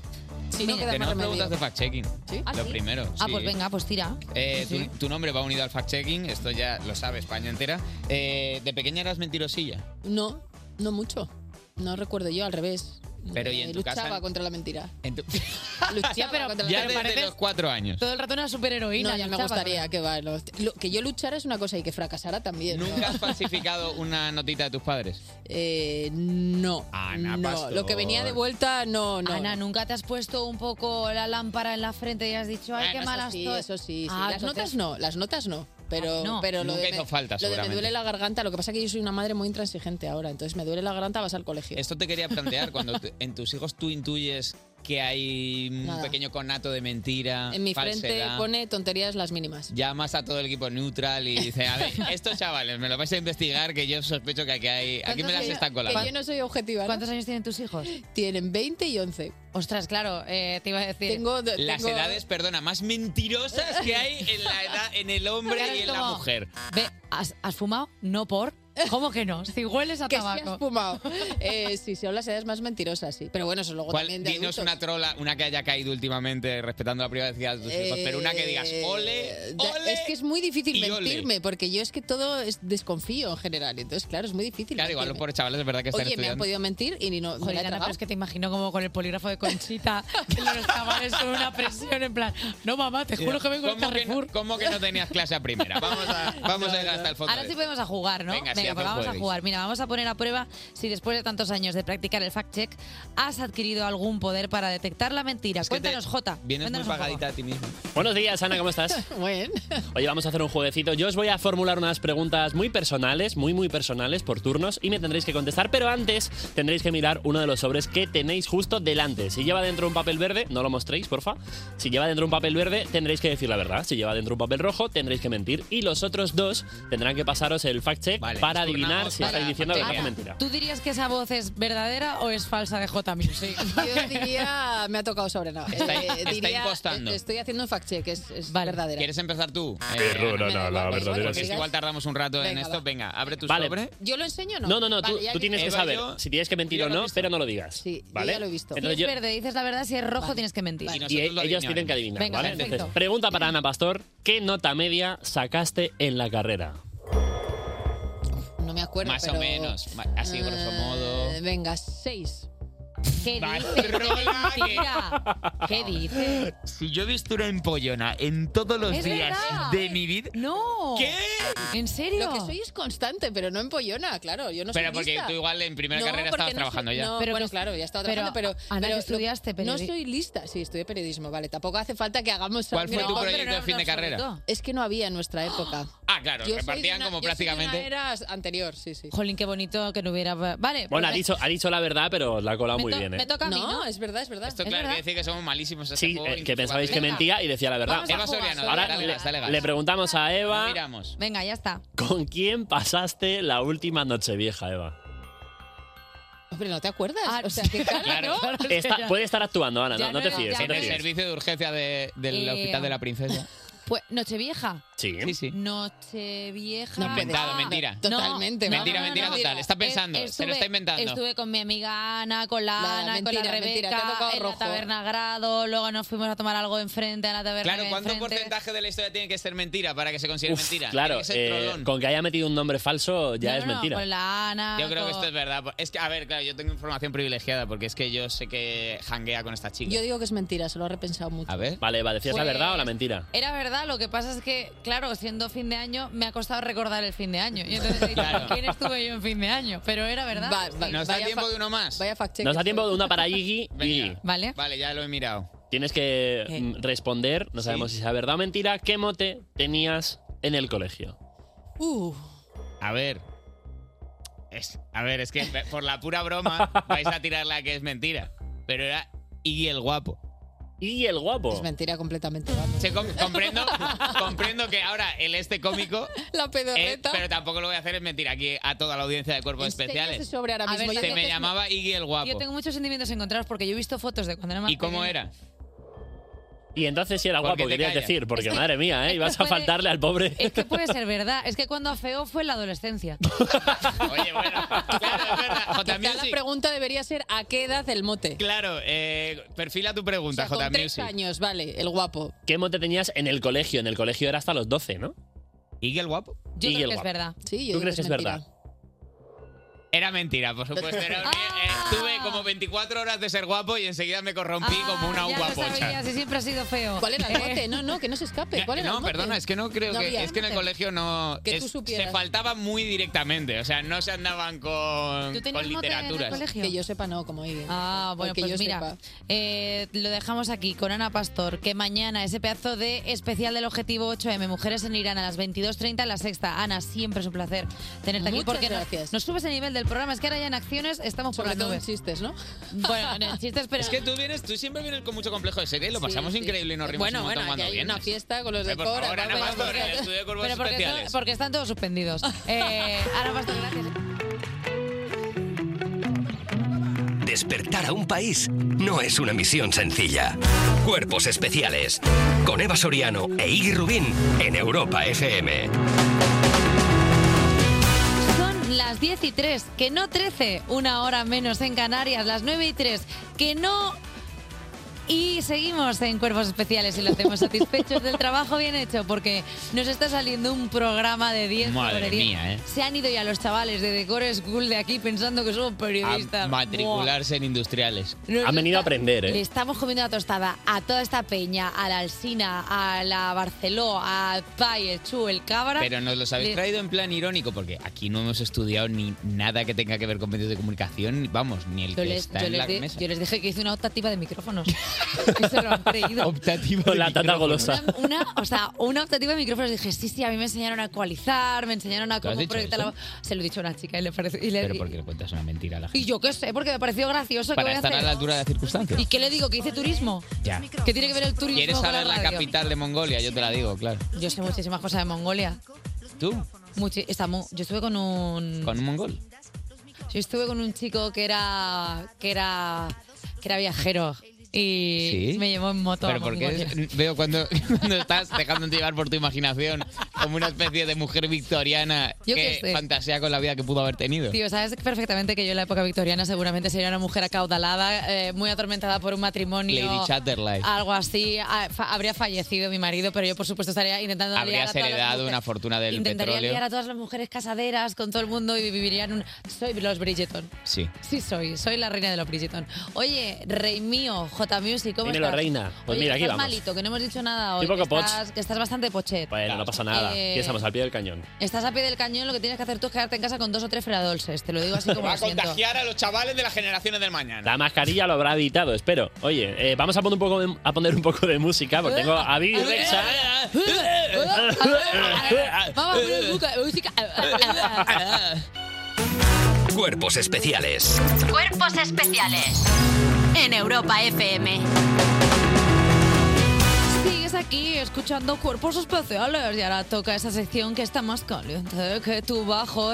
S3: Tenemos preguntas de fact-checking.
S2: ¿Ah,
S3: Lo
S2: sí?
S3: primero.
S2: Ah,
S3: sí.
S2: pues venga, pues tira.
S3: Eh, tu, tu nombre va unido al fact-checking, esto ya lo sabe España entera. Eh, de pequeña eras mentirosilla,
S20: No, no mucho. No recuerdo yo, al revés.
S3: pero y
S20: Eh,
S3: en tu
S20: luchaba
S3: casa...
S20: contra la mentira.
S3: en tu-
S20: Luchaba contra la
S3: ya
S20: mentira.
S3: desde los cuatro años.
S2: Todo el rato una superheroína.
S20: No, ya me
S2: luchaba,
S20: gustaría que va. lo- lo- que yo luchara es una cosa y que fracasara también. ¿no?
S3: ¿Nunca has falsificado una notita de tus padres?
S20: Eh, no.
S3: Ana
S20: no,
S3: Pastor.
S20: lo que venía de vuelta, no, no.
S2: Ana, ¿nunca te has puesto un poco la lámpara en la frente y has dicho,
S3: Ah,
S2: ay, qué
S20: Bueno,
S2: mala
S20: eso sí,
S2: estoy?
S20: eso sí, sí.
S2: Ah,
S20: las
S2: entonces-
S20: notas no, las notas no. Pero,
S2: Ah, no.
S20: pero lo,
S3: Nunca
S20: de
S3: hizo
S20: me,
S3: falta,
S20: lo de me
S3: seguramente.
S20: duele la garganta, lo que pasa es que yo soy una madre muy intransigente ahora, entonces me duele la garganta, vas al colegio.
S3: Esto te quería plantear, cuando te- en tus hijos tú intuyes que hay un
S20: Nada.
S3: pequeño conato de mentira,
S20: en mi frente
S3: falsedad.
S20: pone tonterías las mínimas.
S3: Llamas a todo el equipo neutral y dices, a ver, estos chavales, me lo vais a investigar que yo sospecho que aquí hay... Aquí me las
S20: Que yo-
S3: están colando.
S20: Que yo no soy objetiva.
S2: ¿Cuántos años tienen tus hijos?
S20: Tienen 20 y 11.
S2: Ostras, claro, eh, te iba a decir.
S20: Tengo,
S3: Las
S20: tengo-
S3: edades, perdona, más mentirosas que hay en la edad, en el hombre
S2: Claro,
S3: y
S2: es
S3: en la
S2: como-
S3: mujer.
S2: Ve, ¿has, has fumado? No por. ¿Cómo que no? Si hueles a
S20: Que sí
S2: tabaco.
S20: has fumado. Eh, sí, son las edades más mentirosas, sí. Pero bueno, eso luego
S3: ¿Cuál-
S20: también de
S3: dinos
S20: adultos.
S3: una trola, una que haya caído últimamente respetando la privacidad de tus hijos,
S20: Eh,
S3: pero una que digas, ole,
S20: da-
S3: ole.
S20: Es que es muy difícil
S3: y ole.
S20: mentirme, porque yo es que todo es- desconfío en general. Entonces, claro, es muy difícil.
S3: Claro, igual los
S20: mentirme.
S3: pobres chavales es verdad que están
S20: Oye, me han
S3: estudiando.
S20: podido mentir y ni no. me
S2: Joder,
S20: la he
S2: Ana, pero
S20: tragado.
S2: es que te imagino como con el polígrafo de Conchita, que los chavales con una presión en plan, no mamá, te juro que vengo al
S3: ¿Cómo que,
S2: Carrefour.
S3: no, cómo que no tenías clase a primera? Vamos a, vamos a ir hasta el fondo.
S2: Ahora
S3: de
S2: sí
S3: esto.
S2: podemos a jugar, ¿no?
S3: Venga, sí,
S2: Venga, pues
S3: no
S2: vamos a
S3: juegues.
S2: jugar. Mira, vamos a poner a prueba si después de tantos años de practicar el fact-check has adquirido algún poder para detectar la mentira. Cuéntanos, Jota.
S3: Vienes muy
S2: cuéntanos un poco.
S3: pagadita a ti mismo.
S15: Buenos días, Ana, ¿cómo estás?
S20: Muy bien.
S15: Oye, vamos a hacer un jueguecito. Yo os voy a formular unas preguntas muy personales, muy, muy personales por turnos y me tendréis que contestar, pero antes tendréis que mirar uno de los sobres que tenéis justo delante. Si lleva dentro un papel verde, no lo mostréis, porfa. Si lleva dentro un papel verde, tendréis que decir la verdad. Si lleva dentro un papel rojo, tendréis que mentir. Y los otros dos tendrán que pasaros el fact-check
S3: nos
S15: para adivinar
S3: turnamos
S15: si
S3: para
S15: estáis diciendo la
S3: fact-check.
S15: verdad o
S3: Ana,
S15: mentira.
S2: ¿Tú dirías que esa voz es verdadera o es falsa de J Music?
S20: Yo diría, me ha tocado sobre nada.
S2: Está-
S3: está impostando.
S20: Eh, estoy haciendo un fact-check, es, es verdadera.
S3: ¿Quieres empezar tú?
S15: Error, Ana, la
S3: Ana,
S15: verdadera
S3: Porque
S15: sí.
S3: si igual tardamos un rato en
S20: Venga,
S3: esto,
S20: va.
S3: venga, abre tu
S15: Vale.
S3: sobre.
S20: ¿Yo lo enseño o no?
S15: No, no, no, tú,
S20: Vale, ya
S15: tú
S20: yo-
S15: tienes que
S3: Eva,
S15: saber
S3: yo-
S15: si tienes que mentir o no, pero no lo digas. Sí, ¿vale?
S20: ya lo he visto.
S2: Si
S15: Entonces
S2: es
S15: yo-
S2: verde, dices la verdad. Si es rojo, tienes que mentir.
S15: Y e- ellos tienen que adivinar,
S2: Venga,
S15: ¿vale?
S2: perfecto.
S15: Entonces, pregunta para Ana Pastor, ¿qué nota media sacaste en la carrera?
S20: No me acuerdo,
S15: Más o
S20: pero-
S15: menos,
S3: ma- así, grosso modo.
S20: Eh, Venga, seis.
S2: ¿Qué
S3: Barcelona,
S2: dices? Mentira. ¿Qué dices?
S3: Si yo he visto una empollona en todos los
S20: Es
S3: días
S20: verdad.
S3: de mi vida.
S20: ¡No!
S3: ¿Qué?
S2: ¿En serio?
S20: Lo que soy es constante, pero no empollona, claro. Yo no soy
S3: Pero porque
S20: lista.
S3: tú igual en primera
S20: No,
S3: carrera
S20: porque
S3: estabas
S20: no
S3: trabajando
S20: soy-
S3: ya.
S20: no,
S3: Pero
S20: bueno,
S3: que-
S20: claro, ya estaba
S3: pero,
S20: trabajando, pero...
S2: Ana,
S20: pero
S2: ¿qué
S20: lo-
S2: estudiaste?
S20: No
S2: Periodi-
S20: soy lista, sí, estudié periodismo, vale. Tampoco hace falta que hagamos...
S3: ¿Cuál fue
S20: sangre.
S3: tu No, proyecto pero de no, fin de no, carrera? absoluto.
S20: Es que no había en nuestra época.
S3: Ah, claro,
S20: Yo soy de
S3: repartían
S20: una-
S3: como
S20: yo soy de una
S3: prácticamente.
S20: era anterior, sí, sí.
S2: Jolín, qué bonito que no hubiera... Vale.
S15: Bueno,
S2: pues
S15: ha dicho, ha dicho la verdad, pero la cola
S2: me
S15: muy
S2: to-
S15: bien,
S2: Me
S15: ¿eh?
S2: toca a mí,
S20: No,
S2: ¿no?
S20: es verdad, es verdad.
S3: Esto claro, quiere decir que somos malísimos. en
S15: Sí,
S3: este juego
S15: eh,
S3: y
S15: que pensabais que
S3: Venga.
S15: mentía y decía la verdad.
S3: Vamos a Eva jugar. Soriano,
S15: Ahora
S3: dale, dale,
S15: le,
S3: dale gas.
S15: le preguntamos a Eva,
S3: Miramos.
S2: Venga, ya está.
S15: ¿con quién pasaste la última noche vieja, Eva?
S20: Hombre, ¿no te acuerdas?
S2: Ah,
S20: o sea, que claro,
S3: Claro.
S20: ¿no?
S15: Está- puede estar actuando, Ana,
S20: Ya
S15: no, no
S20: no
S15: te
S20: era-
S15: fíes,
S20: ya
S15: no
S3: En
S15: te
S3: el
S15: fíes.
S3: servicio de urgencia de- del
S2: Eh,
S3: hospital de la princesa.
S2: Pues Nochevieja.
S15: Sí.
S3: Sí, sí.
S2: Nochevieja.
S3: No, inventado, mentira.
S20: Totalmente,
S2: no,
S3: mentira,
S2: no, no,
S3: mentira
S2: no.
S3: total. Está pensando,
S2: Eh,
S3: se lo está
S2: estuve-
S3: inventando.
S2: Estuve con mi amiga Ana, con la
S20: Nada,
S2: Ana, con
S20: mentira,
S2: la Rebeca,
S20: mentira, te ha tocado
S2: en
S20: rojo.
S2: la taberna Grado, luego nos fuimos a tomar algo enfrente a la taberna
S3: Claro,
S2: de
S3: ¿cuánto
S2: enfrente.
S3: porcentaje de la historia tiene que ser mentira para que se considere
S15: Uf,
S3: mentira? Tiene
S15: claro,
S3: que ser
S15: eh,
S3: trolón.
S15: con que haya metido un nombre falso ya
S2: No,
S15: es
S2: no, no,
S15: mentira.
S2: con la Ana.
S3: Yo creo que
S2: con-
S3: esto es verdad. Pues, Es que, a ver, claro, yo tengo información privilegiada porque es que yo sé que janguea con esta chica.
S20: Yo digo que es mentira, se lo he repensado mucho.
S3: A ver.
S15: Vale, Eva, ¿decías la
S2: Pues-
S15: verdad o la mentira?
S2: Era verdad, lo que pasa es que, claro, siendo fin de año, me ha costado recordar el fin de año. Y entonces he dicho,
S15: Claro.
S2: ¿quién estuve yo en fin de este año? Pero era verdad.
S20: Va- va-
S3: Nos da
S20: vaya
S3: tiempo
S20: fa-
S3: de uno más.
S20: Vaya fact
S15: Nos da tiempo de una para Iggy. Iggy.
S2: Vale.
S3: Vale, ya lo he mirado.
S15: Tienes que mm, responder, no sabemos si es verdad o mentira, qué mote tenías en el colegio.
S3: A ver. Es, a ver, es que pe- por la pura broma vais a tirar la que es mentira. Pero era Iggy el guapo.
S15: Iggy el guapo.
S20: Es mentira completamente. vamos.
S3: Se com- comprendo, comprendo que ahora el este cómico.
S20: La
S3: eh,
S20: pedorreta.
S3: pero tampoco lo voy a hacer, es mentir aquí a toda la audiencia de cuerpos
S2: Este
S3: especiales.
S20: sobre ahora
S2: A
S20: mismo.
S2: ver,
S3: Se
S20: Yo creo
S3: me
S20: que es-
S3: llamaba Iggy el
S2: Yo
S3: guapo.
S2: tengo muchos sentimientos encontrados porque yo he visto fotos de cuando era más
S3: ¿Y cómo
S2: pequeña.
S3: era?
S15: Y entonces sí era
S3: Porque
S15: guapo,
S3: te
S15: querías
S3: callas.
S15: decir, porque madre mía, ¿eh?
S2: que
S15: Ibas a
S2: puede-
S15: faltarle al pobre.
S2: Es que puede ser verdad. Es que cuando afeó fue en la adolescencia.
S3: J
S20: Quizá la
S3: Music.
S20: pregunta debería ser ¿a qué edad el mote?
S3: Claro, eh, perfila tu
S20: O
S3: pregunta,
S20: sea, con
S3: J
S20: tres
S3: Music.
S20: años, vale, el guapo.
S15: ¿Qué mote tenías en el colegio? En el colegio era hasta los 12, ¿no?
S3: ¿Iggy el guapo?
S2: Yo
S15: Iggy
S2: creo
S15: el
S2: que es
S15: guapo.
S2: verdad.
S20: Sí, yo
S15: ¿Tú
S20: digo
S15: crees que es
S20: mentira.
S15: verdad?
S3: Era mentira, por supuesto. Era un-
S2: Ah.
S3: eh, Tuve como 24 horas de ser guapo y enseguida me corrompí como una
S2: Ah, ya lo
S3: guapocha.
S2: sabía, si siempre ha sido feo.
S20: ¿Cuál era el
S2: Eh,
S20: mote? No, no, que no se escape. ¿Cuál era
S3: No,
S20: el mote?
S3: perdona, es que no creo
S20: No
S3: que.
S20: había
S3: Es que en el
S20: mote.
S3: colegio no.
S20: Que tú
S3: es- se
S20: supieras.
S3: faltaba muy directamente. O sea, no se andaban con,
S2: ¿Tú tenías
S3: con
S2: mote en el
S3: literaturas.
S2: colegio?
S20: Que yo sepa no, como Iggy.
S2: Ah, bueno,
S20: que
S2: pues
S20: yo
S2: mira,
S20: sepa.
S2: eh, lo dejamos aquí con Ana Pastor, que mañana ese pedazo de especial del Objetivo 8M, Mujeres en Irán, a las 22.30 en la sexta. Ana, siempre es un placer tenerte aquí
S20: Muchas
S2: porque nos-
S20: gracias.
S2: Nos, subes el nivel del programa. Es que ahora ya en acciones estamos por
S20: Sobre
S2: las
S20: todo en
S2: nubes.
S20: chistes, ¿no?
S2: Bueno, en chistes, pero...
S3: Es que tú vienes, tú siempre vienes con mucho complejo de serie y lo pasamos
S20: Sí, sí.
S3: increíble y nos rimos
S20: Bueno,
S3: un montón
S20: bueno, aquí
S3: cuando
S20: hay una
S3: vienes.
S20: fiesta con los
S3: Hombre,
S20: de
S3: por
S20: Cora.
S3: favor, Ana
S20: vamos,
S3: Pastor, en el
S20: vamos.
S3: estudio de Cuervos
S2: Pero porque,
S3: Especiales.
S2: to- porque están todos suspendidos. Eh, Ana Pastor, gracias.
S1: Despertar a un país no es una misión sencilla. Cuerpos especiales con Eva Soriano e Iggy Rubín en Europa FM.
S2: Son las 10 y 3, que no 13, una hora menos en Canarias, las 9 y 3, que no Y seguimos en Cuerpos Especiales y lo hacemos satisfechos del trabajo bien hecho porque nos está saliendo un programa de 10
S3: Madre
S2: sobre 10.
S3: mía, ¿eh?
S2: Se han ido ya los chavales de Decor School de aquí pensando que somos periodistas.
S3: A matricularse en industriales.
S2: Nos
S15: Han venido a
S2: está-
S15: aprender,
S2: Le
S15: ¿eh?
S2: estamos comiendo la tostada a toda esta peña, a la Alsina, a la Barceló, a Pai, el Chu, el Cabra.
S3: Pero nos los habéis
S2: Le-
S3: traído en plan irónico, porque aquí no hemos estudiado ni nada que tenga que ver con medios de comunicación, ni- vamos, ni el
S2: Yo
S3: que
S2: les,
S3: está
S2: yo
S3: en
S2: les
S3: la
S2: di-
S3: mesa.
S2: yo les dije que hice una optativa de micrófonos. Eso lo han creído.
S15: Con la tata golosa.
S2: Una, o sea, una optativa de micrófonos. Dije, sí, sí, a mí me enseñaron a ecualizar, me enseñaron a
S3: ¿Tú has
S2: cómo
S3: dicho
S2: proyectar la
S3: eso?
S2: voz. Se lo he dicho a una chica y le pareció. Y, le-
S3: Pero porque le cuentas una mentira a la gente.
S2: y yo qué sé, porque me pareció gracioso. ¿qué
S3: Para
S2: voy a
S3: estar a
S2: hacer?
S3: la altura de las circunstancias.
S2: ¿Y qué le digo? ¿Que hice turismo?
S3: Ya.
S2: ¿Qué tiene que ver el turismo
S3: ¿Quieres
S2: con la
S3: saber la
S2: radio?
S3: capital de Mongolia? Yo te la digo, claro.
S2: Yo sé muchísimas cosas de Mongolia.
S3: ¿Tú?
S2: Muchi- estamos, yo estuve con un.
S3: ¿Con un mongol?
S2: Yo estuve con un chico que era. que era. que era viajero. Y
S3: ¿Sí?
S2: me llevó en moto. a
S3: Pero porque
S2: Mongolia.
S3: es- veo cuando, cuando estás dejándote llevar por tu imaginación como una especie de mujer victoriana
S2: Yo
S3: que
S2: qué sé.
S3: fantasea con la vida que pudo haber tenido.
S2: Tío, sabes perfectamente que yo en la época victoriana seguramente sería una mujer acaudalada, eh, muy atormentada por un matrimonio.
S3: Lady Chatterley.
S2: Algo así. Ah, fa- habría fallecido mi marido, pero yo por supuesto estaría intentando liar a
S3: Habrías
S2: todas las
S3: heredado
S2: mujeres.
S3: una fortuna del
S2: Intentaría liar
S3: petróleo.
S2: a todas las mujeres casaderas con todo el mundo y vivirían un... Soy los Bridgeton.
S3: Sí.
S2: Sí soy, soy la reina de los Bridgeton. Oye, rey mío, J Music, ¿cómo
S15: Dímelo,
S2: estás?
S15: reina. Pues
S2: Oye,
S15: mira, aquí
S2: que estás
S15: vamos.
S2: malito, que no hemos dicho nada hoy.
S15: Estoy poco
S2: que,
S15: poch. Pues.
S2: estás, que estás bastante pochet.
S15: Bueno, no pasa nada.
S2: Eh,
S15: Aquí estamos al pie del cañón.
S2: Estás a pie del cañón, lo que tienes que hacer tú es quedarte en casa con dos o tres fradolses, te lo digo así como
S3: Va
S2: lo
S3: a
S2: siento.
S3: contagiar a los chavales de las generaciones del mañana.
S15: La mascarilla lo habrá editado, espero. Oye, eh, vamos a poner un poco de, a poner un poco de música,
S2: Eh.
S15: porque Ah, pues tengo a Vivi Rexa.
S2: Vamos a poner música- música.
S1: Cuerpos especiales.
S4: Cuerpos especiales en Europa FM.
S2: Sigues aquí escuchando cuerpos especiales y ahora toca esa sección que está más caliente que tú bajo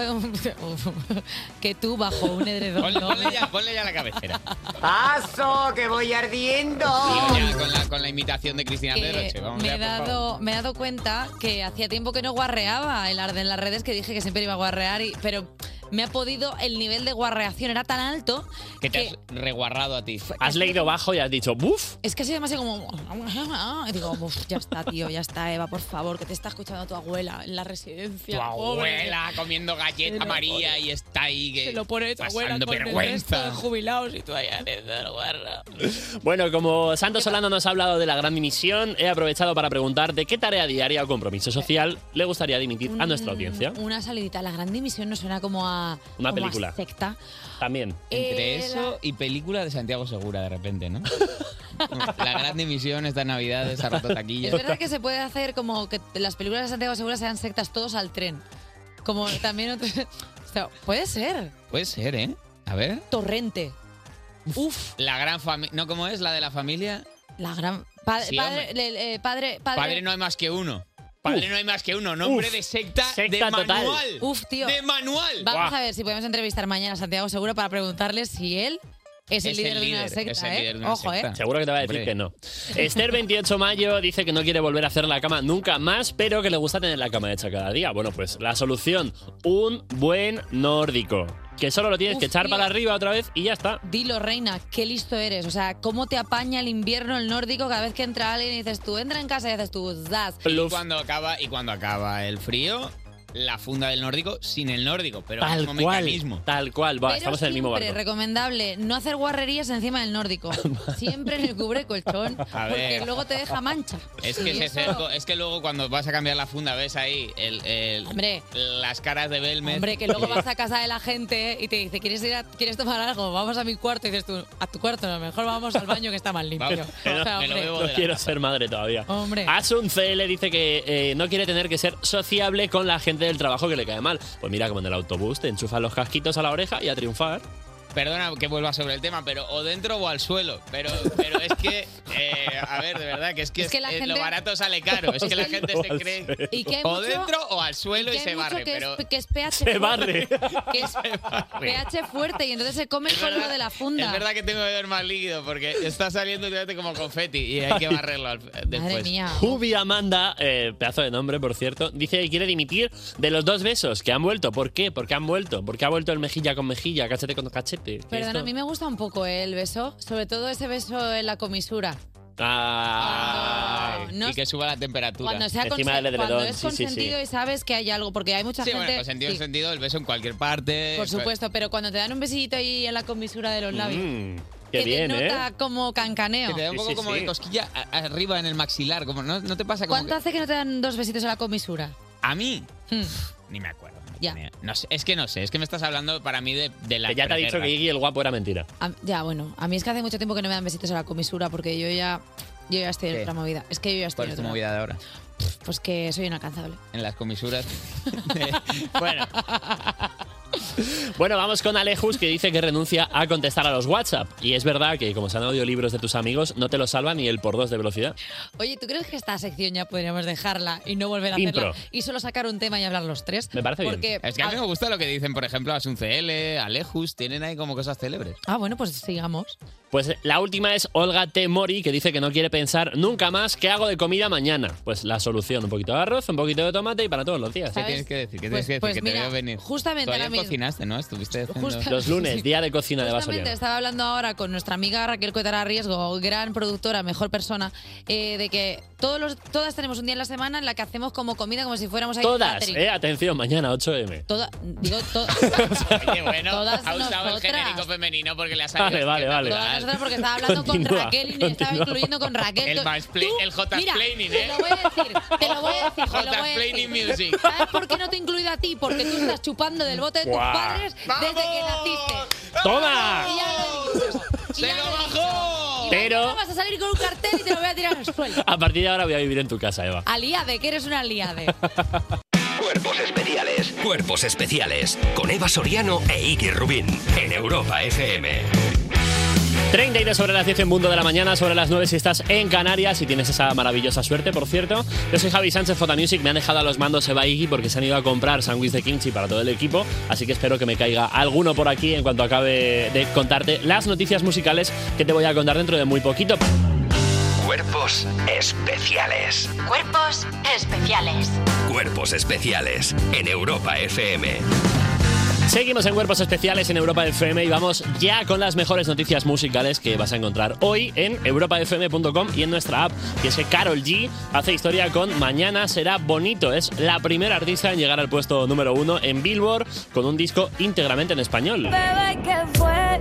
S2: que tú bajo un edredón.
S3: Ponle, ponle ya, ponle ya la cabecera.
S2: ¡Paso! ¡Que voy ardiendo!
S3: Tío, ya, con, la, con la imitación de Cristina
S2: que
S3: Pedroche. Vamos
S2: me,
S3: ya,
S2: he
S3: por favor.
S2: dado, me he dado cuenta que hacía tiempo que no guarreaba el arde en las redes, que dije que siempre iba a guarrear, y- pero me ha podido, el nivel de guarreación era tan alto
S3: Que te has reguarrado a ti.
S15: Has leído bajo y has dicho, ¡buf!
S2: Es que ha sido demasiado como. Y digo, "Uf, ya está, tío, ya está, Eva, por favor, que te está escuchando tu abuela en la residencia.
S3: Tu
S2: pobre".
S3: abuela comiendo galleta
S2: Se lo
S3: María y está ahí que
S2: Se lo pone tu abuela
S3: pasando
S2: con el resto de
S3: vergüenza.
S2: jubilados y tú eh. allá desde el guarro.
S15: Bueno, como Santos Solano nos ha hablado de la gran dimisión, he aprovechado para preguntar de qué tarea diaria o compromiso
S2: Eh.
S15: social le gustaría dimitir a
S2: Mm,
S15: nuestra audiencia.
S2: Una salidita. La gran dimisión no suena como a.
S15: Una
S2: como a
S15: película.
S2: secta.
S15: También.
S3: Entre
S2: Eh,
S3: eso y película de Santiago Segura de repente, ¿no? la gran dimisión esta Navidad, esa rato taquilla.
S2: Es verdad que se puede hacer como que las películas de Santiago Segura sean sectas todos al tren. Como también otro- o sea, puede ser.
S3: Puede ser, ¿eh? A ver.
S2: Torrente. Uf.
S3: La gran familia. ¿No cómo es? ¿La de la familia?
S2: La gran. Padre,
S3: Sí,
S2: padre,
S3: hombre.
S2: le- eh, padre, padre.
S3: Padre no hay más que uno. Padre
S15: Uf.
S3: no hay más que uno. Nombre
S15: Uf.
S3: de secta,
S15: Secta
S3: de
S15: total.
S3: manual.
S2: Uf, tío.
S3: De manual.
S2: Vamos
S3: Buah.
S2: a ver si podemos entrevistar mañana a Santiago Segura para preguntarle si él es el líder de una
S15: es
S2: secta,
S15: el
S2: ¿eh?
S15: líder de una
S2: Ojo, ¿eh?
S15: secta. Seguro que te va a decir
S3: Hombre.
S15: que no. Esther 28 Mayo dice que no quiere volver a hacer la cama nunca más, pero que le gusta tener la cama hecha cada día. Bueno, pues la solución, un buen nórdico. Que solo lo tienes
S2: Uf,
S15: que echar
S2: tío.
S15: para arriba otra vez y ya está.
S2: Dilo, reina, qué listo eres. O sea, cómo te apaña el invierno el nórdico cada vez que entra alguien y dices tú, entra en casa y haces tú, zas.
S3: Y cuando acaba, y cuando acaba el frío, la funda del nórdico sin el nórdico, pero
S15: Tal
S3: mismo
S15: cual,
S3: mecanismo.
S15: Tal cual, va,
S2: Pero
S15: estamos en el mismo
S2: siempre
S15: barco.
S2: recomendable no hacer guarrerías encima del nórdico. siempre en el cubre colchón,
S3: A
S2: porque
S3: ver.
S2: luego te deja mancha.
S3: Es que,
S2: Y
S3: se
S2: eso-
S3: cerco- es que luego cuando vas a cambiar la funda ves ahí el, el-
S2: Hombre.
S3: las caras de Belmez.
S2: Hombre, que luego vas a casa de la gente y te dice, ¿quieres ir a- quieres tomar algo? Vamos a mi cuarto. Y dices tú, a tu cuarto, no, mejor vamos al baño que está más limpio. O sea, hombre.
S15: no quiero ser madre todavía.
S2: Hombre.
S15: Asunce le dice que eh, no quiere tener que ser sociable con la gente del trabajo que le cae mal. Pues mira, como en el autobús, te enchufan los casquitos a la oreja y a triunfar.
S3: Perdona que vuelva sobre el tema, pero o dentro o al suelo. Pero, pero es que, eh, a ver, de verdad, que es que,
S2: Es que la
S3: eh,
S2: gente-
S3: lo barato sale caro. Es que la gente se
S15: O al
S3: cree
S15: suelo.
S2: Y que hay
S3: o
S2: mucho-
S3: dentro o al suelo
S2: Que
S3: y
S2: hay
S3: se
S2: mucho
S3: barre.
S2: que
S3: Pero
S2: es, que es pH
S15: Se barre.
S2: Que es pH fuerte y entonces se come con lo de la funda.
S3: es verdad que tengo que ver más líquido porque está saliendo últimamente como confeti y hay que barrerlo al- eh, después.
S15: Jubi Amanda, eh, pedazo de nombre, por cierto, dice que quiere dimitir de los dos besos que han vuelto. ¿Por qué? Porque han vuelto. Porque ha vuelto el mejilla con mejilla, cachete con cachete. fuerte. que
S2: Perdón,
S15: esto-
S2: a mí me gusta un poco eh, el beso, sobre todo ese beso en la comisura.
S3: Ay,
S2: no-
S3: y que suba la temperatura.
S2: Cuando, sea consen- cuando es consentido y sabes que hay algo, porque hay mucha
S3: Sí,
S2: gente...
S3: bueno, consentido, eh,
S2: sí,
S3: consentido, el beso en cualquier parte. pues-
S2: por supuesto, pero cuando te dan un besillito ahí en la comisura de los labios,
S3: Mm,
S2: que te
S15: ¿eh?
S2: nota como cancaneo.
S3: Que te da un poco como de cosquilla a- arriba en el maxilar. Como, ¿no, no te pasa como
S2: ¿Cuánto hace Hmm. que no te dan dos besitos en la comisura?
S3: que- A mí, ni me acuerdo.
S2: Ya.
S3: No sé, es que no sé, es que me estás hablando para mí de, de la.
S15: Que ya te ha dicho que Iggy el guapo era mentira.
S2: A- ya, bueno, a mí es que hace mucho tiempo que no me dan besitos a la comisura porque yo ya, yo ya estoy en
S3: ¿Qué?
S2: otra movida. Es que yo ya estoy
S3: ¿Cuál
S2: en
S3: es tu
S2: otra.
S3: movida de ahora?
S2: Pues que soy inalcanzable.
S3: En las comisuras.
S15: Bueno, vamos con Alejus que dice que renuncia a contestar a los WhatsApp. Y es verdad que como se han audiolibros de tus amigos, no te lo salva ni el por dos de velocidad.
S2: Oye, ¿tú crees que esta sección ya podríamos dejarla y no volver a hacerla?
S3: Impro.
S2: Y solo sacar un tema y hablar los tres.
S3: Me parece
S2: porque,
S3: Es que a mí me gusta lo que dicen, por ejemplo, Asunce L, Alejus, tienen ahí como cosas célebres.
S2: Ah, bueno, pues sigamos.
S15: Pues la última es Olga T. Mori, que dice que no quiere pensar nunca más qué hago de comida mañana. Pues la solución, un poquito de arroz, un poquito de tomate y para todos los días.
S2: ¿Sabes? tienes que
S3: decir? ¿Qué
S2: Pues-
S3: tienes que decir?
S2: pues
S3: que
S2: mira,
S3: te veo venir.
S2: justamente
S3: Tú ayer
S2: ahora mismo-
S3: cocinaste, ¿no? Estuviste haciendo-
S2: Justa-
S15: Los lunes, día de cocina de
S2: Justamente
S15: Basoria.
S2: estaba hablando ahora con nuestra amiga Raquel Cuetara Riesgo, gran productora, mejor persona, eh, de que todos los, todas tenemos un día en la semana en la que hacemos como comida como si fuéramos ahí
S15: Todas,
S2: catering.
S15: eh, atención, mañana 8M.
S2: Toda- digo, to-
S3: Qué bueno,
S2: Todas
S3: ha usado
S2: nosotras.
S3: el genérico femenino porque le ha salido.
S15: Vale, vale, vale.
S2: todas nosotras porque estaba hablando con
S15: Continúa,
S2: Raquel y me estaba
S15: continúa.
S2: incluyendo con Raquel.
S3: El,
S2: Yo-
S3: mansplain- el
S2: Mira,
S3: J-Planning,
S2: te
S3: ¿eh?
S2: lo voy a decir, te lo voy a decir, te lo voy a decir.
S3: J-Planning Music.
S2: ¿Sabes por qué no te he incluido a ti? Porque tú estás chupando del bote de tus
S15: Guau.
S2: padres desde que naciste.
S15: ¡Toma!
S2: Y ya lo he dicho. Y
S3: ¡Se
S2: ya
S3: lo
S2: he dicho.
S3: bajó!
S2: Y
S15: Pero-
S2: mañana vas a salir con un cartel y te lo voy a tirar al suelo.
S15: A partir de ahora voy a vivir en tu casa, Eva.
S2: Aliade, que eres una aliade.
S1: Cuerpos especiales. Cuerpos especiales. Con Eva Soriano e Iggy Rubín. En Europa FM.
S15: 32 sobre las 10 en Mundo de la Mañana, sobre las 9 si estás en Canarias y tienes esa maravillosa suerte, por cierto. Yo soy Javi Sánchez, Fotamusic, me han dejado a los mandos Eva y Iggy porque se han ido a comprar sándwich de kimchi para todo el equipo, así que espero que me caiga alguno por aquí en cuanto acabe de contarte las noticias musicales que te voy a contar dentro de muy poquito.
S1: Cuerpos especiales.
S4: Cuerpos especiales.
S1: Cuerpos especiales. En Europa FM.
S15: Seguimos en Cuerpos Especiales en Europa FM y vamos ya con las mejores noticias musicales que vas a encontrar hoy en europafm.com y en nuestra app. Y es que Carol G hace historia con Mañana será bonito. Es la primera artista en llegar al puesto número uno en Billboard con un disco íntegramente en español.
S17: Bebé, ¿qué fue?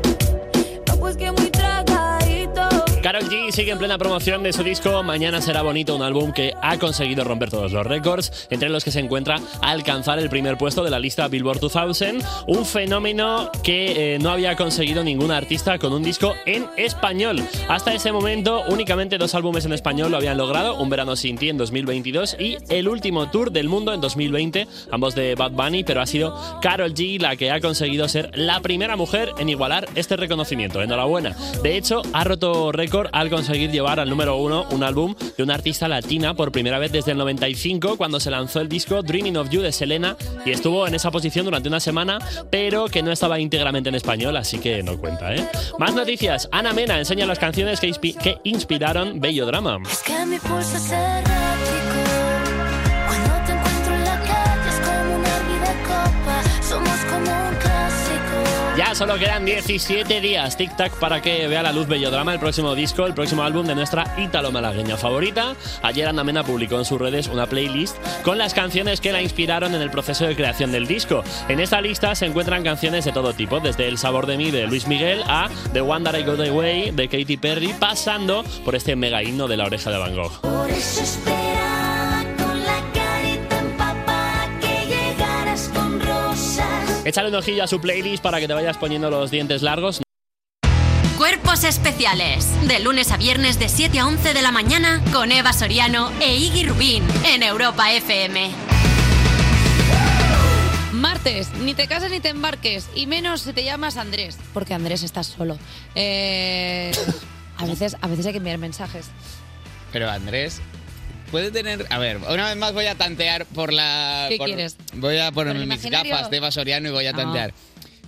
S17: No, pues que muy tragadito.
S15: Carol G sigue en plena promoción de su disco Mañana será bonito, un álbum que ha conseguido romper todos los récords, entre los que se encuentra alcanzar el primer puesto de la lista Billboard 2000, un fenómeno que eh, no había conseguido ningún artista con un disco en español. Hasta ese momento, únicamente dos álbumes en español lo habían logrado, Un verano sin ti en 2022 y El último tour del mundo en 2020, ambos de Bad Bunny, pero ha sido Carol G la que ha conseguido ser la primera mujer en igualar este reconocimiento. Enhorabuena. De hecho, ha roto récord al conseguir llevar al número uno un álbum de una artista latina por primera vez desde el 95, cuando se lanzó el disco Dreaming of You de Selena y estuvo en esa posición durante una semana, pero que no estaba íntegramente en español, así que no cuenta, ¿eh? Más noticias. Ana Mena enseña las canciones que, inspi- que inspiraron Bello Drama.
S17: Que mi pulso es errático. Cuando te encuentro en la calle es como una vida copa. Somos como un clásico.
S15: Ya solo quedan 17 días, tic tac, para que vea la luz Bellodrama, el próximo disco, el próximo álbum de nuestra ítalo malagueña favorita. Ayer Ana Mena publicó en sus redes una playlist con las canciones que la inspiraron en el proceso de creación del disco. En esta lista se encuentran canciones de todo tipo, desde El sabor de mí de Luis Miguel a The One That I Got Away de Katy Perry, pasando por este mega himno de la oreja de Van Gogh.
S17: Por eso esperaba con la carita empapada que llegaras con rosas.
S15: Échale un ojillo a su playlist para que te vayas poniendo los dientes largos.
S4: Cuerpos especiales. De lunes a viernes de 7 a 11 de la mañana con Eva Soriano e Iggy Rubín en Europa FM.
S2: Martes, ni te cases ni te embarques, y menos si te llamas Andrés, porque Andrés estás solo. Eh, a, veces, a veces hay que enviar mensajes.
S3: Pero Andrés, puede tener. A ver, una vez más voy a tantear por la.
S2: ¿Qué
S3: por-
S2: quieres?
S3: Voy a
S2: ¿Por el
S3: ponerme mis
S2: imaginario?
S3: gafas de Eva Soriano y voy a
S2: Ah.
S3: tantear.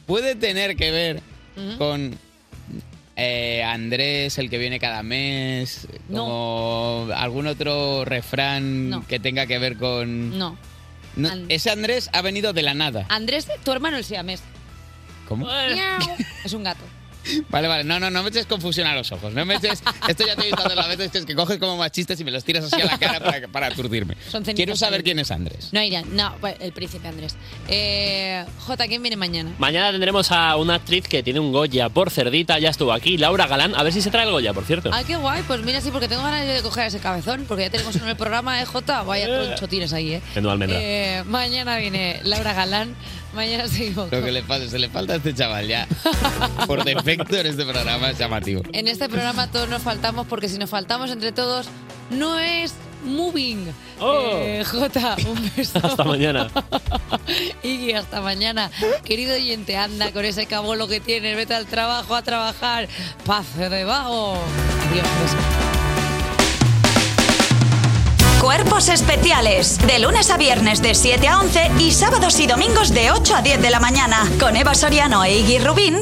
S3: Puede tener que ver
S2: Ujú.
S3: con. eh, Andrés, el que viene cada mes, como algún otro refrán
S2: No.
S3: que tenga que ver con...
S2: No.
S3: No,
S2: And-
S3: ese Andrés ha venido de la nada.
S2: Andrés, tu hermano el siamés.
S3: ¿Cómo?
S2: Miau. Es un gato.
S3: Vale, vale, no, no, no me eches confusión a los ojos. No me eches. Esto ya te he visto hacer las veces que, es que coges como machistas y me los tiras así a la cara para, para aturdirme.
S2: Son cenizas
S3: Quiero saber
S2: caídas.
S3: quién es Andrés.
S2: No, Irán, no, bueno, el príncipe Andrés. Eh, Jota, ¿quién viene mañana?
S15: Mañana tendremos a una actriz que tiene un Goya por cerdita, ya estuvo aquí, Laura Galán. A ver si se trae el Goya, por cierto.
S2: Ay, qué guay, pues mira, sí, porque tengo ganas de coger ese cabezón, porque ya tenemos uno en el programa, ¿eh, Jota? Vaya troncho tienes ahí, ¿eh?
S15: Menudo almendra.
S2: Eh, mañana viene Laura Galán, mañana seguimos.
S3: Lo que le falta, se le falta a este chaval ya. Por defecto en este programa es llamativo.
S2: En este programa todos nos faltamos porque si nos faltamos entre todos no es moving.
S15: Oh.
S2: Eh, Jota, un beso.
S15: Hasta mañana.
S2: Y hasta mañana. Querido oyente, anda con ese cabolo que tienes. Vete al trabajo a trabajar. Pase de vago. Adiós.
S19: Cuerpos especiales. De lunes a viernes de 7 a 11 y sábados y domingos de 8 a 10 de la mañana. Con Eva Soriano e Iggy Rubín.